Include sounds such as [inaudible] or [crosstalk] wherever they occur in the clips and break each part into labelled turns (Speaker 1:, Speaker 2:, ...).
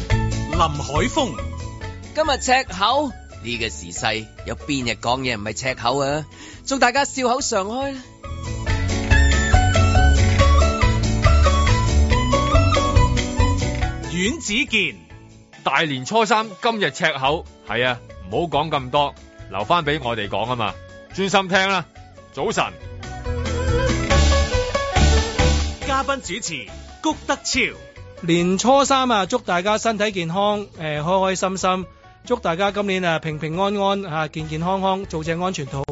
Speaker 1: 林海峰、
Speaker 2: 今日赤口呢、個時勢，有邊日講嘢唔係赤口啊？祝大家笑口常開啦！
Speaker 1: 阮子健、
Speaker 3: 大年初三今日赤口，係啊，唔好講咁多，留翻俾我哋講啊嘛，專心聽啦。早晨，
Speaker 1: 嘉賓主持谷德超、
Speaker 4: 年初三啊，祝大家身體健康，誒、開開心心，祝大家今年啊平平安安啊健健康康，做隻安全套。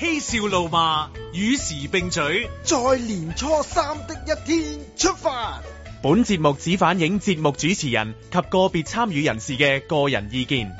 Speaker 1: 嬉笑怒罵，與時並舉。
Speaker 5: 在年初三的一天出發。
Speaker 6: 本節目只反映節目主持人及個別參與人士嘅個人意見。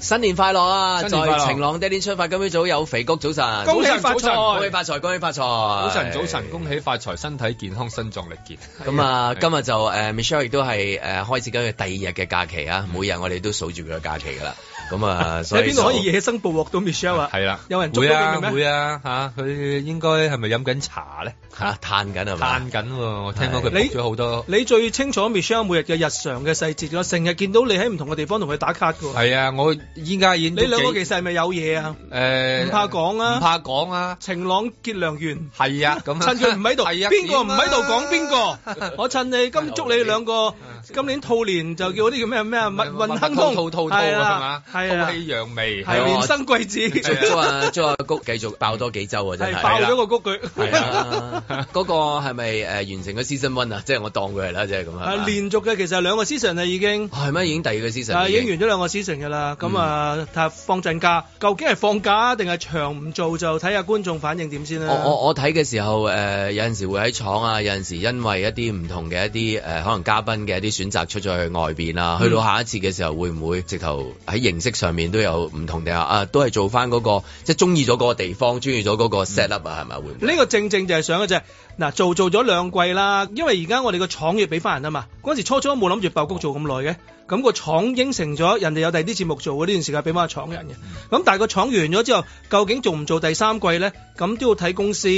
Speaker 2: 新年快樂啊！
Speaker 3: 新年快樂
Speaker 2: 在晴朗的一天出發，今朝早有肥谷早晨，
Speaker 4: 恭喜
Speaker 3: 早晨
Speaker 4: 發財
Speaker 3: 早晨
Speaker 2: 恭喜發財，恭喜發財！
Speaker 3: 早
Speaker 2: 早
Speaker 3: 晨，早晨，恭喜發財，身體健康，身壯力健。
Speaker 2: 咁啊，今日就誒、呃 Michelle 亦都係誒、呃、開始緊佢第二日嘅假期啊，每日我哋都數住佢嘅假期㗎啦。咁啊，所
Speaker 4: 喺
Speaker 2: 以
Speaker 4: 邊度可以
Speaker 2: 就
Speaker 4: 野生捕獲到 Michelle 啊？
Speaker 3: 係啦，
Speaker 4: 有人捉
Speaker 3: 會
Speaker 4: 到佢
Speaker 3: 啊
Speaker 4: 嘅
Speaker 3: 會
Speaker 4: 咩？
Speaker 3: 啊嚇，佢應該係咪飲緊茶咧？
Speaker 2: 嚇啊嘆緊係嘛
Speaker 3: 嘆？緊喎，我聽講
Speaker 4: 係
Speaker 3: 佢
Speaker 4: 你
Speaker 3: 撲咗好多。
Speaker 4: 你最清楚 Michelle 每日嘅日常嘅細節㗎，成日見到你喺唔同嘅地方同佢打卡㗎喎。
Speaker 3: 係啊，我依家已經
Speaker 4: 你
Speaker 3: 都
Speaker 4: 兩個
Speaker 3: 幾
Speaker 4: 其實係咪有嘢啊？
Speaker 3: 誒
Speaker 4: 唔怕講啊
Speaker 3: 唔怕講啊，
Speaker 4: 晴朗結良緣，
Speaker 3: 係啊，咁啊
Speaker 4: 趁佢唔喺度，
Speaker 3: [laughs] 係啊
Speaker 4: 邊個唔喺度講邊
Speaker 3: 點啊
Speaker 4: 個？我趁你今祝你兩個今年兔年就叫嗰啲叫咩咩啊？運運亨通，
Speaker 3: 套套套
Speaker 4: 係
Speaker 3: 係
Speaker 4: 啦
Speaker 3: 嘛，，
Speaker 4: 係
Speaker 3: 吐
Speaker 4: 啦，
Speaker 3: 氣揚眉，
Speaker 4: 係
Speaker 2: 啊
Speaker 4: 連生貴子
Speaker 3: 係。
Speaker 2: 祝啊祝啊谷繼續爆多幾周啊！真
Speaker 4: 係
Speaker 2: 係
Speaker 4: 爆咗個谷佢，
Speaker 2: 係啊，嗰個係咪誒完成咗 season one 啊？即係我當佢係啦，即係咁啊。
Speaker 4: [laughs] 啊連續嘅其實兩個 season 啦已經，
Speaker 2: 哦係咩？已經第二個 season 嗯啦
Speaker 4: 啊已經完咗兩個 season 㗎啦。咁啊，睇下放陣假，究竟係放假定係長唔做就睇下觀眾反應點先
Speaker 2: 我
Speaker 4: 啦。
Speaker 2: 我我睇嘅時候，誒、呃有陣時會喺廠啊，有陣時因為一啲唔同嘅一啲誒、可能嘉賓嘅一啲選擇出咗去外邊啊，
Speaker 4: 嗯
Speaker 2: 去到下一次嘅時候，會唔會直頭喺形式上面都有唔同嘅啊？都係做翻嗰、個即係中意咗嗰個地方，中意咗嗰個 set up 啊，係咪會唔會？
Speaker 4: 呢個正正就係想嘅啫。嗱，做做咗兩季啦，因為而家我哋個廠要俾翻人啊嘛。嗰陣時初初都冇諗住爆谷做咁耐嘅，咁、個廠應承咗人哋有第二啲節目做嘅呢段時間俾翻個廠人嘅。咁但係個廠完咗之後，究竟做唔做第三季呢？咁都要睇公司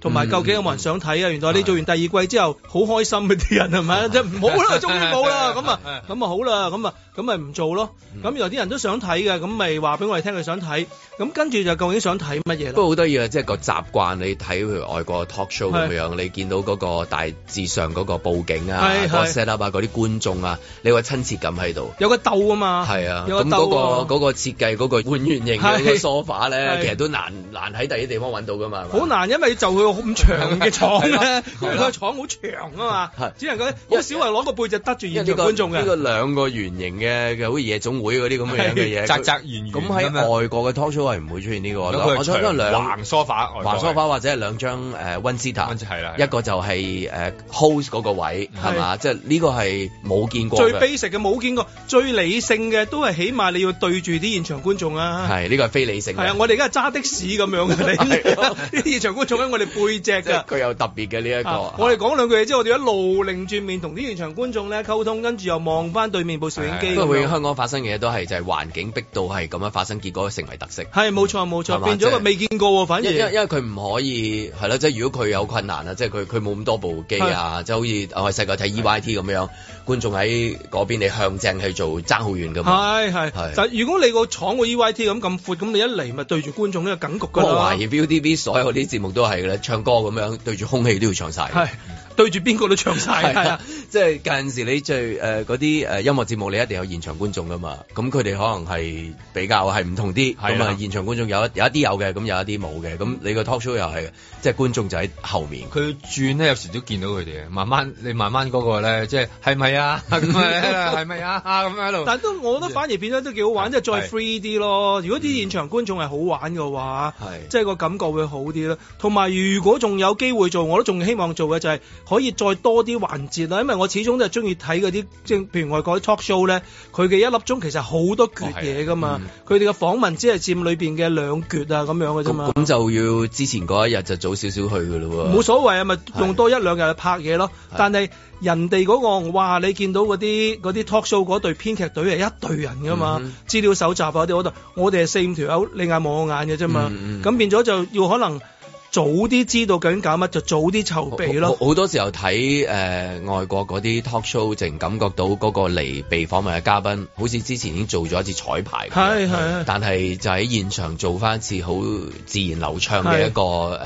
Speaker 4: 同埋究竟有冇人想睇啊。原來你做完第二季之後，好開心嗰啲人係咪？即係唔好啦，終於冇啦，咁啊，咁啊好啦，咁啊，咁咪唔做咯。咁有啲人都想睇嘅，咁咪話俾我哋聽佢想睇。咁跟住就究竟想睇乜嘢
Speaker 2: 不
Speaker 4: 啦？
Speaker 2: 過好得意啊！即係個習慣，你睇譬如外國嘅 talk show
Speaker 4: 係
Speaker 2: 咁樣，你見到嗰個大致上嗰個佈景啊，
Speaker 4: 係
Speaker 2: 嗰個
Speaker 4: 係
Speaker 2: set up 啊，嗰啲觀眾啊，你話親切感喺度。
Speaker 4: 有個鬥啊嘛，
Speaker 2: 係啊，
Speaker 4: 有個
Speaker 2: 咁嗰
Speaker 4: 鬥啊
Speaker 2: 個嗰個設計嗰個半圓形嘅
Speaker 4: 係
Speaker 2: 嗰個 sofa 咧，
Speaker 4: 係
Speaker 2: 其實都難難喺第啲地方揾到噶嘛，係
Speaker 4: 好
Speaker 2: 嘛
Speaker 4: 難，因為就佢咁長嘅廠
Speaker 2: [laughs]
Speaker 3: 係
Speaker 4: 咧
Speaker 3: 啦，
Speaker 4: 因為佢個廠好長啊嘛
Speaker 2: 係，
Speaker 4: 只能夠因為小維攞個背脊得住啊
Speaker 2: 因為
Speaker 4: 現場
Speaker 2: 呢個
Speaker 4: 觀眾
Speaker 2: 呢個
Speaker 4: 嘅，
Speaker 2: 兩個圓形嘅嘅好似夜總會嗰啲咁
Speaker 4: [laughs]
Speaker 2: 樣
Speaker 3: [laughs]
Speaker 2: 嘅嘢，
Speaker 3: 扎扎圓圓
Speaker 2: 咁
Speaker 3: 咁樣
Speaker 2: 喺外國嘅 talk show 係唔會出現呢個，我
Speaker 3: 咁佢
Speaker 2: 我想
Speaker 3: 係
Speaker 2: 講
Speaker 3: 長
Speaker 2: 兩
Speaker 3: 橫梳化，
Speaker 2: 橫梳化或者係兩張誒温斯塔
Speaker 3: 翻，係啦，
Speaker 2: 一個就係誒 host 嗰個位係嘛，即係呢個係冇見過
Speaker 4: 最
Speaker 2: 嘅，
Speaker 4: basic 嘅冇見過，最理性嘅都係起碼你要對住啲現場觀眾啊。
Speaker 2: 係呢個係非理性
Speaker 4: 係啊，
Speaker 2: 嘅。
Speaker 4: 我哋而家係揸的士咁樣
Speaker 2: [laughs]
Speaker 4: 嘅，你啲 [laughs] 現場觀眾喺我哋背脊
Speaker 2: 即係
Speaker 4: 㗎。
Speaker 2: 佢有特別嘅啊呢一個，
Speaker 4: 啊我哋講兩句嘢之後，我哋一路擰轉面同啲現場觀眾咧溝通，跟住又望翻對面部攝影機
Speaker 2: 不過
Speaker 4: 咁
Speaker 2: 永遠
Speaker 4: 樣。
Speaker 2: 香港發生嘅嘢都係就係環境逼到係咁樣發生，結果成為特色。
Speaker 4: 係冇錯冇
Speaker 2: 係
Speaker 4: 錯，
Speaker 2: 嘛
Speaker 4: 變咗
Speaker 2: 即
Speaker 4: 個
Speaker 2: 係
Speaker 4: 未見過喎，反
Speaker 2: 因因
Speaker 4: 而
Speaker 2: 因為佢唔可以係啦，即係如果佢有困難啊，即係佢佢冇咁多部機啊，即係好似我哋細個睇 EYT 咁樣，觀眾喺嗰邊你向正去做爭好遠噶嘛。
Speaker 4: 係係。
Speaker 2: 係
Speaker 4: 就如果你個廠個 EYT 咁咁闊，咁你一嚟咪對住觀眾呢個梗局
Speaker 2: 咁
Speaker 4: 㗎
Speaker 2: 我
Speaker 4: 啦
Speaker 2: 懷。疑 ViuTV 所有啲節目都係嘅啦，唱歌咁樣對住空氣都要唱晒。
Speaker 4: 係對住邊個都唱晒，
Speaker 2: 係
Speaker 4: 係
Speaker 2: 啊
Speaker 4: 啊，，
Speaker 2: 即係有陣時你最誒嗰啲呃誒音樂節目，你一定有現場觀眾噶嘛。咁佢哋可能係比較係唔同啲，
Speaker 3: 係
Speaker 2: 咁
Speaker 3: 啦
Speaker 2: 啊現場觀眾有一有一啲有嘅，咁有一啲冇嘅。咁你個 talk show 又係，即係觀眾就喺後面。
Speaker 3: 佢轉咧，有時都見到佢哋嘅。慢慢你慢慢嗰個咧，即係係咪啊？ [laughs] 咁啊，係咪啊？咁喺度。
Speaker 4: 但都我覺得反而變咗都幾好玩，即係再
Speaker 3: 係
Speaker 4: free 啲咯。如果啲現場觀眾係好玩嘅話，
Speaker 2: 係
Speaker 4: 即係個感覺會好啲咯。同埋如果仲有機會做，我都仲希望做嘅就係可以再多啲環節啦。因為我始終都係中意睇嗰啲即係譬如外國啲 talk show 咧，佢嘅一粒鐘其實好多橛嘢噶
Speaker 2: 嗯
Speaker 4: 嘛。佢哋嘅訪問只係佔裏邊嘅兩橛啊咁樣嘅啫嘛
Speaker 2: 咁。咁就要之前嗰一日就早少少去噶咯喎。
Speaker 4: 冇所謂啊，咪用多一兩日去拍嘢咯。
Speaker 2: 係
Speaker 4: 但係人哋嗰、個，哇！你見到嗰啲嗰啲 talk show 嗰隊編劇隊係一隊人噶嘛，
Speaker 2: 嗯
Speaker 4: 資料搜集啊啲嗰度，我哋係四五條友，你眼望我眼嘅啫嘛。咁、
Speaker 2: 嗯嗯
Speaker 4: 變咗就要可能。早啲知道究竟搞乜，就早啲籌備咯。
Speaker 2: 好好多時候睇誒、呃外國嗰啲 talk show，淨感覺到嗰個嚟被訪問嘅嘉賓，好似之前已經做咗一次彩排咁樣，
Speaker 4: 係係係
Speaker 2: 但係就喺現場做翻一次好自然流暢嘅一個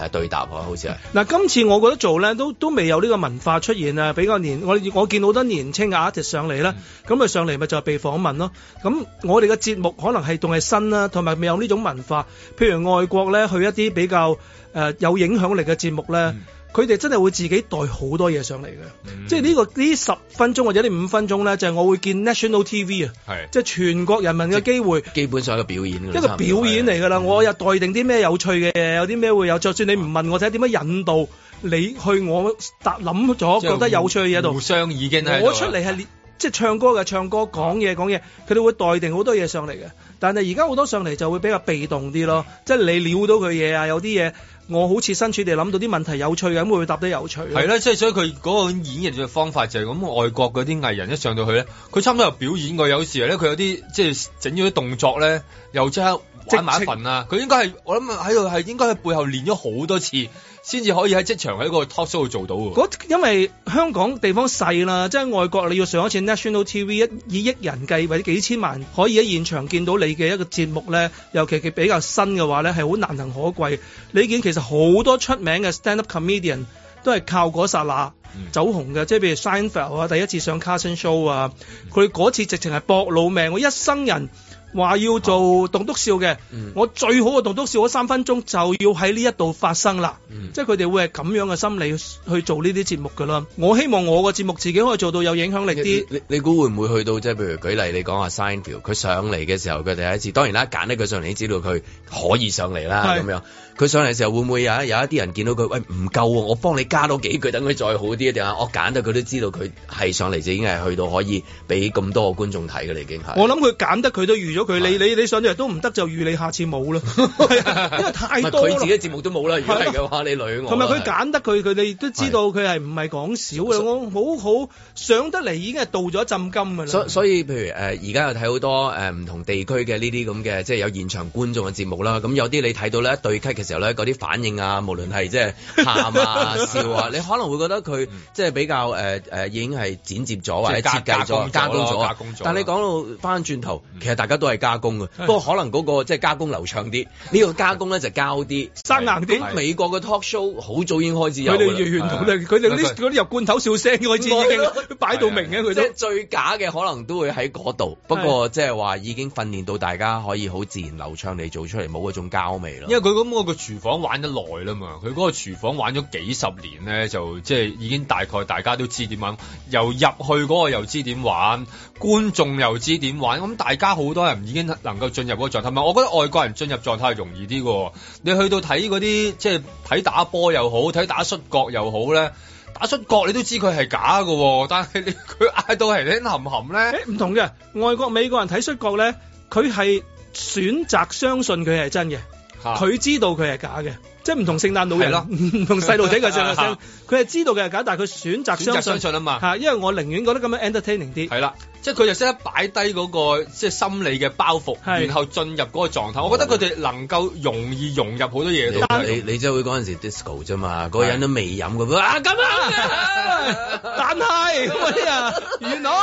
Speaker 2: 誒對答啊，好似係。
Speaker 4: 嗱，今次我覺得做咧都都未有呢個文化出現啊，比較年我我見好多年青嘅 artist 上嚟啦，咁佢、上嚟咪就係被訪問咯。咁我哋嘅節目可能係仲係新啦，同埋未有呢種文化。譬如外國咧去一啲比較誒、呃有影響力嘅節目咧，佢哋、真係會自己帶好多嘢上嚟嘅。即係呢、
Speaker 3: 嗯
Speaker 4: 個呢十分鐘或者呢五分鐘咧，就係、我會見 national TV 啊，
Speaker 3: 係
Speaker 4: 即係全國人民嘅機會。
Speaker 2: 基本上一個表演㗎啦
Speaker 4: 一個表演嚟㗎啦，我有待定啲咩有趣嘅嘢，有啲咩會有，就算你唔問我睇點樣引導你去我答諗咗覺得有趣嘅嘢度
Speaker 3: 互，相已經喺度啦啊
Speaker 4: 我出嚟係列即係唱歌嘅唱歌，講嘢講嘢，佢哋會待定好多嘢上嚟嘅。但係而家好多上嚟就會比較被動啲咯，即係你料到佢嘢啊，有啲嘢我好似身處地諗到啲問題有趣咁，會答得有趣咯。
Speaker 3: 係啦，即係所以佢嗰個演繹嘅方法就係咁，外國嗰啲藝人一上到去咧，佢差唔多有表演過，有時咧佢有啲即係整咗啲動作咧，又即刻玩埋一份啊！佢應該係我諗喺度係應該喺背後練咗好多次，先至可以喺職場喺個 talk show 度做到嘅。
Speaker 4: 嗰因為香港地方細啦，即係外國你要上一次 National TV 一以億人計或者幾千萬可以喺現場見到你嘅一個節目咧，尤其佢比較新嘅話咧，係好難能可貴。你見其實好多出名嘅 stand up comedian 都係靠嗰剎那走紅嘅，即係譬如 Seinfeld 啊，第一次上 Carson Show 啊，佢嗰次直情係搏老命，我一生人。話要做棟篤笑嘅，
Speaker 2: 嗯
Speaker 4: 我最好嘅棟篤笑嗰三分鐘就要喺呢一度發生啦。
Speaker 2: 嗯
Speaker 4: 即係佢哋會係咁樣嘅心理去做呢啲節目㗎啦。我希望我個節目自己可以做到有影響力
Speaker 2: 你
Speaker 4: 啲。
Speaker 2: 你你估會唔會去到即係譬如舉例，你講話 sign 條，佢上嚟嘅時候，佢第一次當然啦，揀得佢上嚟，你知道佢可以上嚟啦
Speaker 4: 係
Speaker 2: 咁樣。佢上嚟嘅時候會唔會有一有一啲人見到佢喂唔夠喎，我幫你加多幾句，等佢再好啲定係我揀得佢都知道佢係上嚟就已經係去到可以俾咁多個觀眾睇嘅啦，已經係。
Speaker 4: 我諗佢揀得佢都預咗佢，你你你上到嚟都唔得就預你下次冇
Speaker 2: [laughs]
Speaker 4: 啦， [laughs] 係啊因為
Speaker 2: 唔
Speaker 4: 太
Speaker 2: 係
Speaker 4: 多啦
Speaker 2: 佢。自己節目都冇啦，如果係嘅話，你女我
Speaker 4: 同埋佢
Speaker 2: 係
Speaker 4: 揀得佢，佢哋都知道佢係唔係講少嘅。我好好上得嚟已經係镀咗一浸金㗎啦。
Speaker 2: 所所以，譬如誒，呃而家又睇好多誒唔同地區嘅呢啲咁嘅，即係有現場觀眾嘅節目啦。咁有啲你睇到咧對咳嘅時候咧，嗰啲反應啊，無論係即係喊
Speaker 3: [laughs]
Speaker 2: 啊、笑啊，你可能會覺得佢即係比較誒誒已經係剪接咗或者
Speaker 3: 嗯即係
Speaker 2: 設
Speaker 3: 加
Speaker 2: 計咗、
Speaker 3: 加
Speaker 2: 加
Speaker 3: 工
Speaker 2: 工
Speaker 3: 咗咯加
Speaker 2: 咗
Speaker 3: 工咗。嗯
Speaker 2: 但你講到翻轉頭，其實大家都係加工嘅，不過可能嗰個即係加工流暢啲，呢個加工咧就膠啲。
Speaker 4: 生硬啲，
Speaker 2: 咁美國嘅 talk show 好早已經開始有
Speaker 4: 佢哋
Speaker 2: 㗎啦
Speaker 4: 原來佢哋啲嗰啲由罐頭笑聲開始已經擺到明嘅，佢
Speaker 2: 即
Speaker 4: 都
Speaker 2: 係。啊最假嘅可能都會喺嗰度，不過即係話已經訓練到大家可以好自然流暢地做出嚟，冇嗰種膠味咯
Speaker 3: 因。為佢咁嗰個廚房玩得耐啦嘛，佢嗰個廚房玩咗幾十年咧，就即係已經大概大家都知點玩，由入去嗰個又知點玩，觀眾又知點玩，咁大家好多人已經能夠進入嗰個狀態。唔係我覺得外國人進入狀態容易啲嘅喎，你去到睇嗰啲即係睇打波又好，睇打摔角又好咧。打摔角你都知佢係假嘅喎，但係你佢嗌到係咧含含咧，
Speaker 4: 誒唔同嘅，外國美國人睇摔角咧，佢係選擇相信佢係真嘅， [laughs] 佢知道佢係假嘅，即係唔同聖誕老
Speaker 3: 啊係
Speaker 4: 人
Speaker 3: 咯
Speaker 4: 唔同細路仔嘅
Speaker 3: 啊啊
Speaker 4: 聲，佢係知道佢係假，但係佢選擇
Speaker 3: 選擇
Speaker 4: 相
Speaker 3: 相
Speaker 4: 信
Speaker 3: 信啊嘛。
Speaker 4: 嚇，因為我寧願覺得咁樣 entertaining 啲。
Speaker 3: 係啦，即係佢就識得擺低嗰個即係心理嘅包
Speaker 4: 係哦
Speaker 3: 袱，然後進入嗰個狀態。我覺得佢哋能夠容易融入好多嘢度。
Speaker 2: 你你你即係會嗰陣時 disco 啫嘛，嗰個人都未飲嘅，啊咁啊！
Speaker 4: [laughs] 但係嗰啲啊，元老。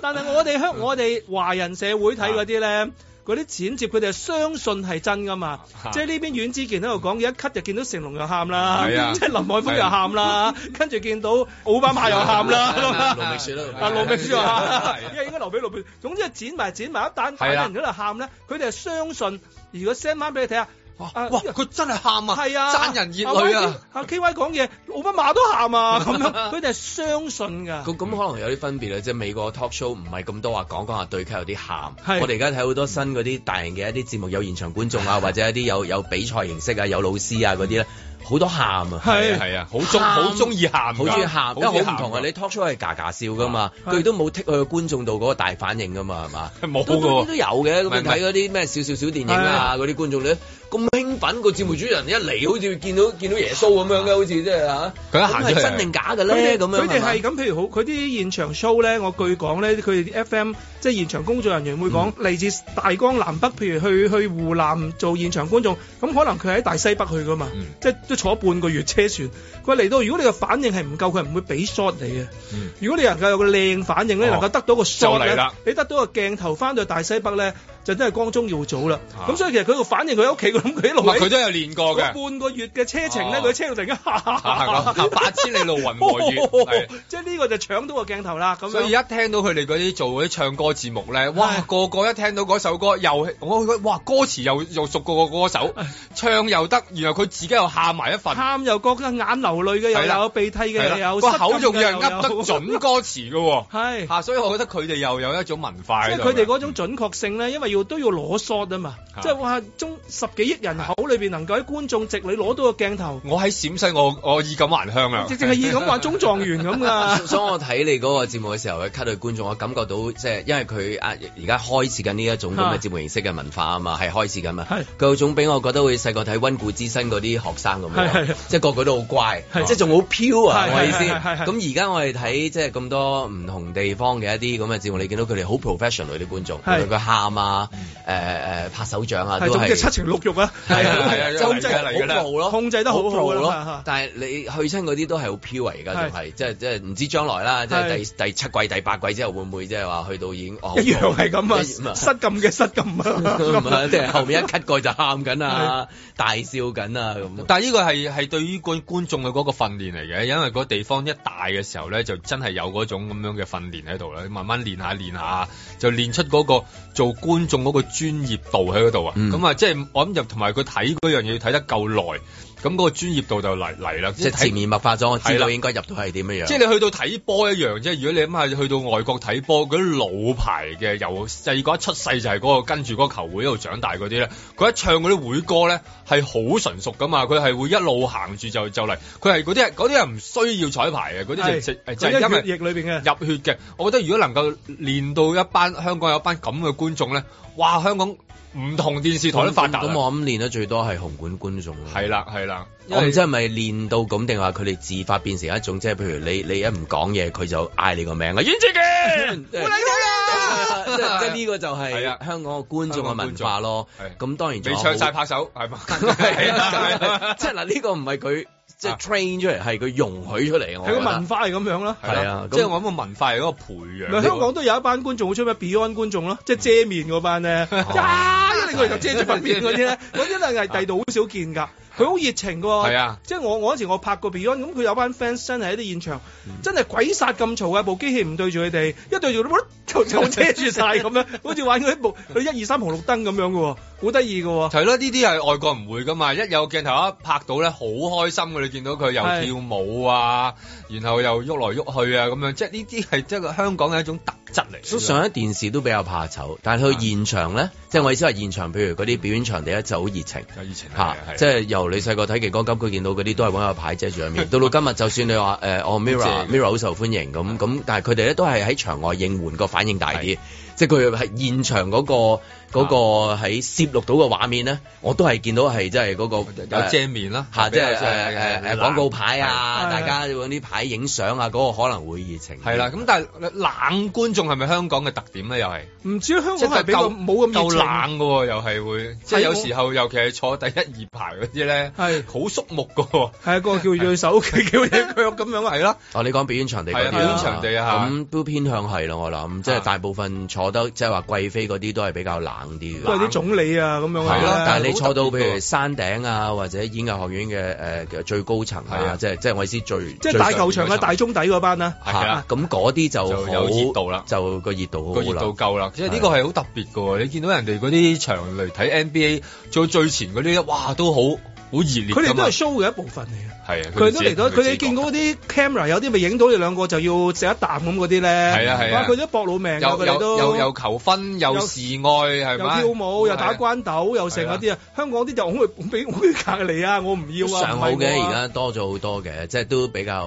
Speaker 4: 但係我哋香我哋華人社會睇嗰啲咧。嗰啲剪接佢哋係相信係真噶嘛，
Speaker 3: 啊
Speaker 4: 即係呢邊阮之健喺度講，一咳就見到成龍又喊啦，
Speaker 3: 係啊
Speaker 4: 即係林海峰又喊啦，跟住見到奧巴馬又喊啦，咁
Speaker 2: 啊
Speaker 4: 啊
Speaker 2: 盧覓雪啦
Speaker 4: 啊盧覓雪又喊啦
Speaker 3: 係，
Speaker 4: 因為應該留俾盧覓雪。總之剪埋剪埋一單，
Speaker 3: 係
Speaker 4: 反
Speaker 3: 啦
Speaker 4: 人喺度喊咧，佢哋係相信。如果 send 翻俾你睇下，
Speaker 3: 哇
Speaker 4: 啊
Speaker 3: 哦哇！佢真係喊啊，
Speaker 4: 係啊，
Speaker 3: 讚人熱淚啊！！
Speaker 4: 阿 K Y 講嘢，奧巴馬都喊啊，咁樣
Speaker 3: [laughs]
Speaker 4: 佢哋係相信噶。
Speaker 2: 咁咁可能有啲分別啊啦，即係美國 talk show 唔係咁多話講講下對劇有啲喊，
Speaker 4: 係
Speaker 2: 我哋而家睇好多新嗰啲大型嘅一啲節目有現場觀眾啊，或者一啲有有比賽形式啊，有老師啊嗰啲咧，好多喊啊。
Speaker 4: 係
Speaker 3: 係啊，好中好中意喊㗎，
Speaker 2: 好中意喊，因為好唔同啊！
Speaker 3: 㗎
Speaker 2: 你 talk show 係嘎嘎笑噶嘛，
Speaker 4: 係
Speaker 2: 佢亦都冇剔去觀眾度嗰個大反應噶嘛，係嘛？
Speaker 3: 冇
Speaker 2: 都都
Speaker 3: 㗎
Speaker 2: 都
Speaker 3: 喎。
Speaker 2: 有嘅，咁
Speaker 3: 唔係
Speaker 2: 你睇嗰啲咩少少小電影啊，嗰啲觀眾你咁興奮，個節目主人一嚟好似見到見到耶穌咁樣嘅，好似即係嚇，
Speaker 3: 佢一行出
Speaker 2: 咁
Speaker 3: 嚟
Speaker 2: 係真定假嘅
Speaker 4: 佢哋
Speaker 2: 咧？咁樣
Speaker 4: 佢哋
Speaker 2: 嘛
Speaker 4: 係咁，譬如好，佢啲現場 show 咧，我據講咧，佢哋啲 FM 即係現場工作人員會講
Speaker 3: 嗯
Speaker 4: 嚟自大江南北，譬如去去湖南做現場觀眾，咁可能佢喺大西北去噶嘛，
Speaker 3: 嗯
Speaker 4: 即係都坐半個月車船。佢嚟到，如果你嘅反應係唔夠，佢係唔會俾 shot 你嘅。
Speaker 3: 嗯
Speaker 4: 如果你能夠有個靚反應咧，
Speaker 3: 哦
Speaker 4: 能夠得到個 shot
Speaker 3: 就嚟
Speaker 4: 咧
Speaker 3: 啦，
Speaker 4: 你得到個鏡頭翻到大西北咧，就真係光宗耀祖啦。
Speaker 3: 啊
Speaker 4: 咁、所以其實佢個反應，佢喺屋企佢諗佢一路
Speaker 3: 唔係
Speaker 4: 喺
Speaker 3: 佢都有練過
Speaker 4: 嗰
Speaker 3: 嘅。
Speaker 4: 半個月嘅車程咧，
Speaker 3: 哦
Speaker 4: 佢喺車度突然間
Speaker 3: 啊咁八千里路雲和
Speaker 4: [laughs]
Speaker 3: 月係，
Speaker 4: 即係呢個就搶到個鏡頭哦啦。咁
Speaker 3: 所以一
Speaker 4: 樣
Speaker 3: 聽到佢哋嗰啲做嗰啲唱歌節目咧，哇！
Speaker 4: 唉
Speaker 3: 個個一聽到嗰首歌又我覺得哇歌詞又又熟過個歌手，唱又得，然後佢自己又喊埋一份，
Speaker 4: 喊又覺得眼流淚嘅又
Speaker 3: 係啦
Speaker 4: 有，鼻涕嘅又
Speaker 3: 係啦
Speaker 4: 有，
Speaker 3: 個
Speaker 4: 失
Speaker 3: 口
Speaker 4: 禁
Speaker 3: 仲
Speaker 4: 嘅
Speaker 3: 有人
Speaker 4: 又
Speaker 3: 噏得
Speaker 4: 有
Speaker 3: 準歌詞嘅
Speaker 4: [laughs]
Speaker 3: 喎。啊
Speaker 4: 係。
Speaker 3: 嚇，所以我覺得佢哋又有一種文化
Speaker 4: 即
Speaker 3: 喺
Speaker 4: 係
Speaker 3: 度
Speaker 4: 佢哋
Speaker 3: 嘅
Speaker 4: 嗰種準確性咧，因為要都要攞 shot 啊嘛，
Speaker 3: 啊
Speaker 4: 即係哇中十幾億人口裏邊能夠喺觀眾席你攞到個鏡頭，
Speaker 3: 我喺陝西，我我衣錦還鄉啦。
Speaker 4: 直情係以咁話中狀元咁
Speaker 3: [laughs]
Speaker 4: 噶。
Speaker 2: [laughs] 所以我睇你嗰個節目嘅時候，佢 cut 去觀眾，我感覺到即係因為佢啊而家開始緊呢一種咁嘅節目形式嘅文化啊嘛，係開始緊啊
Speaker 4: 係。
Speaker 2: 佢有種俾我覺得好似細個睇温故知新嗰啲學生咁
Speaker 4: 係係
Speaker 2: 樣
Speaker 4: 係，
Speaker 2: 即係個個都好乖，
Speaker 4: 係
Speaker 2: 即係仲好飄啊！
Speaker 4: 係
Speaker 2: 我意思。
Speaker 4: 係係係係
Speaker 2: 咁而家我哋睇即係咁多唔同地方嘅一啲咁嘅節目，你見到佢哋好 professional 啲觀眾，無
Speaker 4: 係嗯
Speaker 2: 論佢喊啊、誒誒拍手掌啊，
Speaker 4: 係
Speaker 2: 都
Speaker 4: 總
Speaker 2: 係
Speaker 4: 之係七情六欲啊，
Speaker 2: 係啊係
Speaker 3: 係啊
Speaker 2: 啊，
Speaker 3: 嚟
Speaker 2: 就
Speaker 3: 㗎
Speaker 2: 即
Speaker 3: 嚟㗎
Speaker 2: 係
Speaker 3: 啦
Speaker 2: 好 pro 咯，
Speaker 4: 控制得好好
Speaker 2: pro
Speaker 4: 啦係
Speaker 2: 咯
Speaker 4: 係。
Speaker 2: 但係你去親嗰啲都係好 pure 而家
Speaker 4: 係
Speaker 2: 仲係即係即係唔知將來啦，即係第第七季、第八季之後會唔會即係話去到已經哦
Speaker 4: [laughs] 一樣係
Speaker 3: [laughs]
Speaker 2: 一樣
Speaker 4: 咁啊，
Speaker 2: 啊
Speaker 4: 失禁嘅失禁 [laughs]
Speaker 2: 咁啊
Speaker 4: 啊，
Speaker 2: 即係後面一咳過就喊緊啊，大笑緊啊咁。
Speaker 3: [laughs] 但係呢個係係對於觀觀眾嘅嗰個訓練嚟嘅，因為嗰地方一大嘅時候咧，就真係有嗰種咁樣嘅訓練喺度啦。慢慢練下練下，就練出嗰個做觀眾嗰個專業度喺嗰度啊。
Speaker 2: 嗯
Speaker 3: 咁啊、即係我諗就同埋佢睇嗰樣嘢要睇得夠耐，咁嗰個專業度就嚟嚟啦。
Speaker 2: 即係
Speaker 3: 睇
Speaker 2: 前面默化咗，我知
Speaker 3: 係
Speaker 2: 道
Speaker 3: 啦
Speaker 2: 應該入到係點樣樣。
Speaker 3: 即係你去到睇波一樣啫。如果你諗下去到外國睇波，嗰啲老牌嘅由細個一出世就係嗰、個跟住嗰個球會一路長大嗰啲咧，佢一唱嗰啲會歌咧係好純熟噶嘛，佢係會一路行住就就嚟，佢係嗰啲嗰啲係唔需要彩排嘅，嗰啲就就就
Speaker 4: 係
Speaker 3: 係因
Speaker 4: 佢
Speaker 3: 為
Speaker 4: 一。血液裏邊嘅。
Speaker 3: 入血嘅。我覺得如果能夠練到一班香港有一班咁嘅觀眾咧，哇！香港唔同電視台都發達
Speaker 2: 咁
Speaker 3: 啦
Speaker 2: 咁我諗練得最多係紅館觀眾咯。
Speaker 3: 係啦係啦，啊因
Speaker 2: 我唔
Speaker 3: 為
Speaker 2: 知係咪練到咁定話佢哋自發變成一種，即係譬如你你一唔講嘢，佢就嗌你個名啊，袁志健，嚟到
Speaker 3: 我
Speaker 2: 啦！即係呢個就
Speaker 3: 係啊
Speaker 2: 係香港嘅觀眾嘅文化咯
Speaker 3: 香港觀。
Speaker 2: 咁當然仲
Speaker 3: 未
Speaker 2: 有好 [laughs]
Speaker 3: 唱晒拍手係 [laughs] 嘛？
Speaker 2: 係啊，即係嗱，呢個唔係佢即係
Speaker 3: 啊
Speaker 2: train 出嚟，係佢容許出嚟嘅。我
Speaker 4: 係
Speaker 2: 覺
Speaker 4: 個
Speaker 2: 得
Speaker 4: 文化係咁樣啦。
Speaker 3: 係
Speaker 2: 係
Speaker 3: 啦
Speaker 2: 啊，
Speaker 3: 即係我諗個文化係一個培養
Speaker 4: 咪
Speaker 3: 嘅。
Speaker 4: 香港都有一班觀眾好出名 Beyond 觀眾咯，即係遮面嗰班咧，呀，啊一嚟佢就遮住塊面嗰啲咧，嗰啲咧係第度好少見㗎。佢好熱情㗎喎，
Speaker 3: 係啊
Speaker 4: 即係我我嗰時我拍過 Beyond，咁佢有班 fans 真係喺啲現場，真係鬼殺咁嘈啊！部機器唔對住佢哋，一對住佢就就遮住晒咁樣，好似玩嗰啲部佢一二三紅綠燈咁樣㗎喎，好得意㗎喎。
Speaker 3: 係啊咯，呢啲係外國唔會噶嘛，一有鏡頭一拍到咧，好開心嘅，你見到佢
Speaker 4: 係
Speaker 3: 又跳舞啊，然後又喐來喐去啊，咁樣即係呢啲係即係香港嘅一種特質嚟。
Speaker 2: 上一電視都比較怕醜，但係去現場咧，即係我意思係現場，譬如嗰啲表演場地咧就好熱情。
Speaker 3: 有以前係
Speaker 2: 嚇
Speaker 3: 啊，係啊
Speaker 2: 即係由你細個睇《極光金佢見到嗰啲都係揾個牌遮住入面。到到今日，就算你話誒，我
Speaker 3: [laughs]
Speaker 2: Mirror
Speaker 3: 正
Speaker 2: Mirror 好受歡迎咁咁，但係佢哋咧都係喺場外應援個反應大啲，即係佢係現場嗰個嗰個
Speaker 3: 啊
Speaker 2: 喺攝錄到嘅畫面咧，我都係見到係即係嗰個
Speaker 3: 有遮面啦，
Speaker 2: 嚇，即係誒
Speaker 3: 比較
Speaker 2: 誒誒
Speaker 3: 藍
Speaker 2: 廣告牌啊，
Speaker 4: 係
Speaker 2: 大家揾啲牌影相啊，嗰個可能會熱情啲。
Speaker 3: 係啦，咁但係冷觀眾係咪香港嘅特點咧？又係
Speaker 4: 唔知香港係比較
Speaker 3: 夠
Speaker 4: 冇咁
Speaker 3: 夠
Speaker 4: 熱情。
Speaker 3: 冷嘅喎，又係會即係
Speaker 4: 係
Speaker 3: 有
Speaker 4: 我
Speaker 3: 時候，尤其係坐第一二排嗰啲咧，
Speaker 4: 係
Speaker 3: 好肅穆
Speaker 4: [laughs]
Speaker 3: 嘅喎。
Speaker 4: 係一個叫做手佢
Speaker 3: [laughs]
Speaker 4: 叫你腳咁樣係啦，
Speaker 2: 哦，你講表演場地嗰啲啊
Speaker 3: 係啊表演場地啊
Speaker 2: 咁都偏向係咯，我諗即係
Speaker 3: 啊
Speaker 2: 大部分坐得即係話貴妃嗰啲都係比較冷啲嘅。
Speaker 4: 都係啲總理啊咁樣
Speaker 2: 係
Speaker 3: 係
Speaker 2: 咯
Speaker 3: 啦，
Speaker 2: 但係你
Speaker 3: 好
Speaker 2: 坐到
Speaker 3: 特別
Speaker 2: 譬
Speaker 3: 喎
Speaker 2: 如山頂啊，或者演藝學院嘅誒嘅最高層
Speaker 3: 係啊
Speaker 2: 啊，即係即係我意思最
Speaker 4: 即係
Speaker 2: 最
Speaker 4: 大
Speaker 2: 上
Speaker 4: 球場啊
Speaker 3: 上
Speaker 4: 嘅大中底嗰班啊，
Speaker 3: 係啊
Speaker 2: 嚇咁嗰啲就
Speaker 3: 就
Speaker 2: 好
Speaker 3: 有熱度啦
Speaker 2: 就個熱度好
Speaker 3: 個
Speaker 2: 好
Speaker 3: 熱度
Speaker 2: 啦。
Speaker 3: 夠啦，即係呢個係好特別嘅喎。你見到人哋嗰啲場嚟睇 NBA，做最前嗰啲咧，哇，都好好熱烈
Speaker 4: 佢哋
Speaker 3: 㗎
Speaker 4: 都
Speaker 3: 嘛
Speaker 4: 係。show 嘅一部分嚟嘅。
Speaker 3: 係啊，
Speaker 4: 佢都嚟到，佢
Speaker 3: 自
Speaker 4: 哋
Speaker 3: 己
Speaker 4: 見到嗰啲 camera 有啲咪影到你兩個就要食一啖咁嗰啲咧，
Speaker 3: 係啊係啊
Speaker 4: 哇！佢都搏老命㗎，
Speaker 3: 又
Speaker 4: 佢哋
Speaker 3: 又
Speaker 4: 都
Speaker 3: 又又求婚又示愛係咪？
Speaker 4: 又跳舞又打
Speaker 3: 係啊
Speaker 4: 關鬥又成嗰啲啊！香港啲就恐佢俾恐佢隔離啊！我唔要啊！
Speaker 2: 上
Speaker 4: 唔
Speaker 2: 好
Speaker 4: 係
Speaker 2: 嘅，
Speaker 4: 我啊
Speaker 2: 而家多咗好多嘅，即係都比較。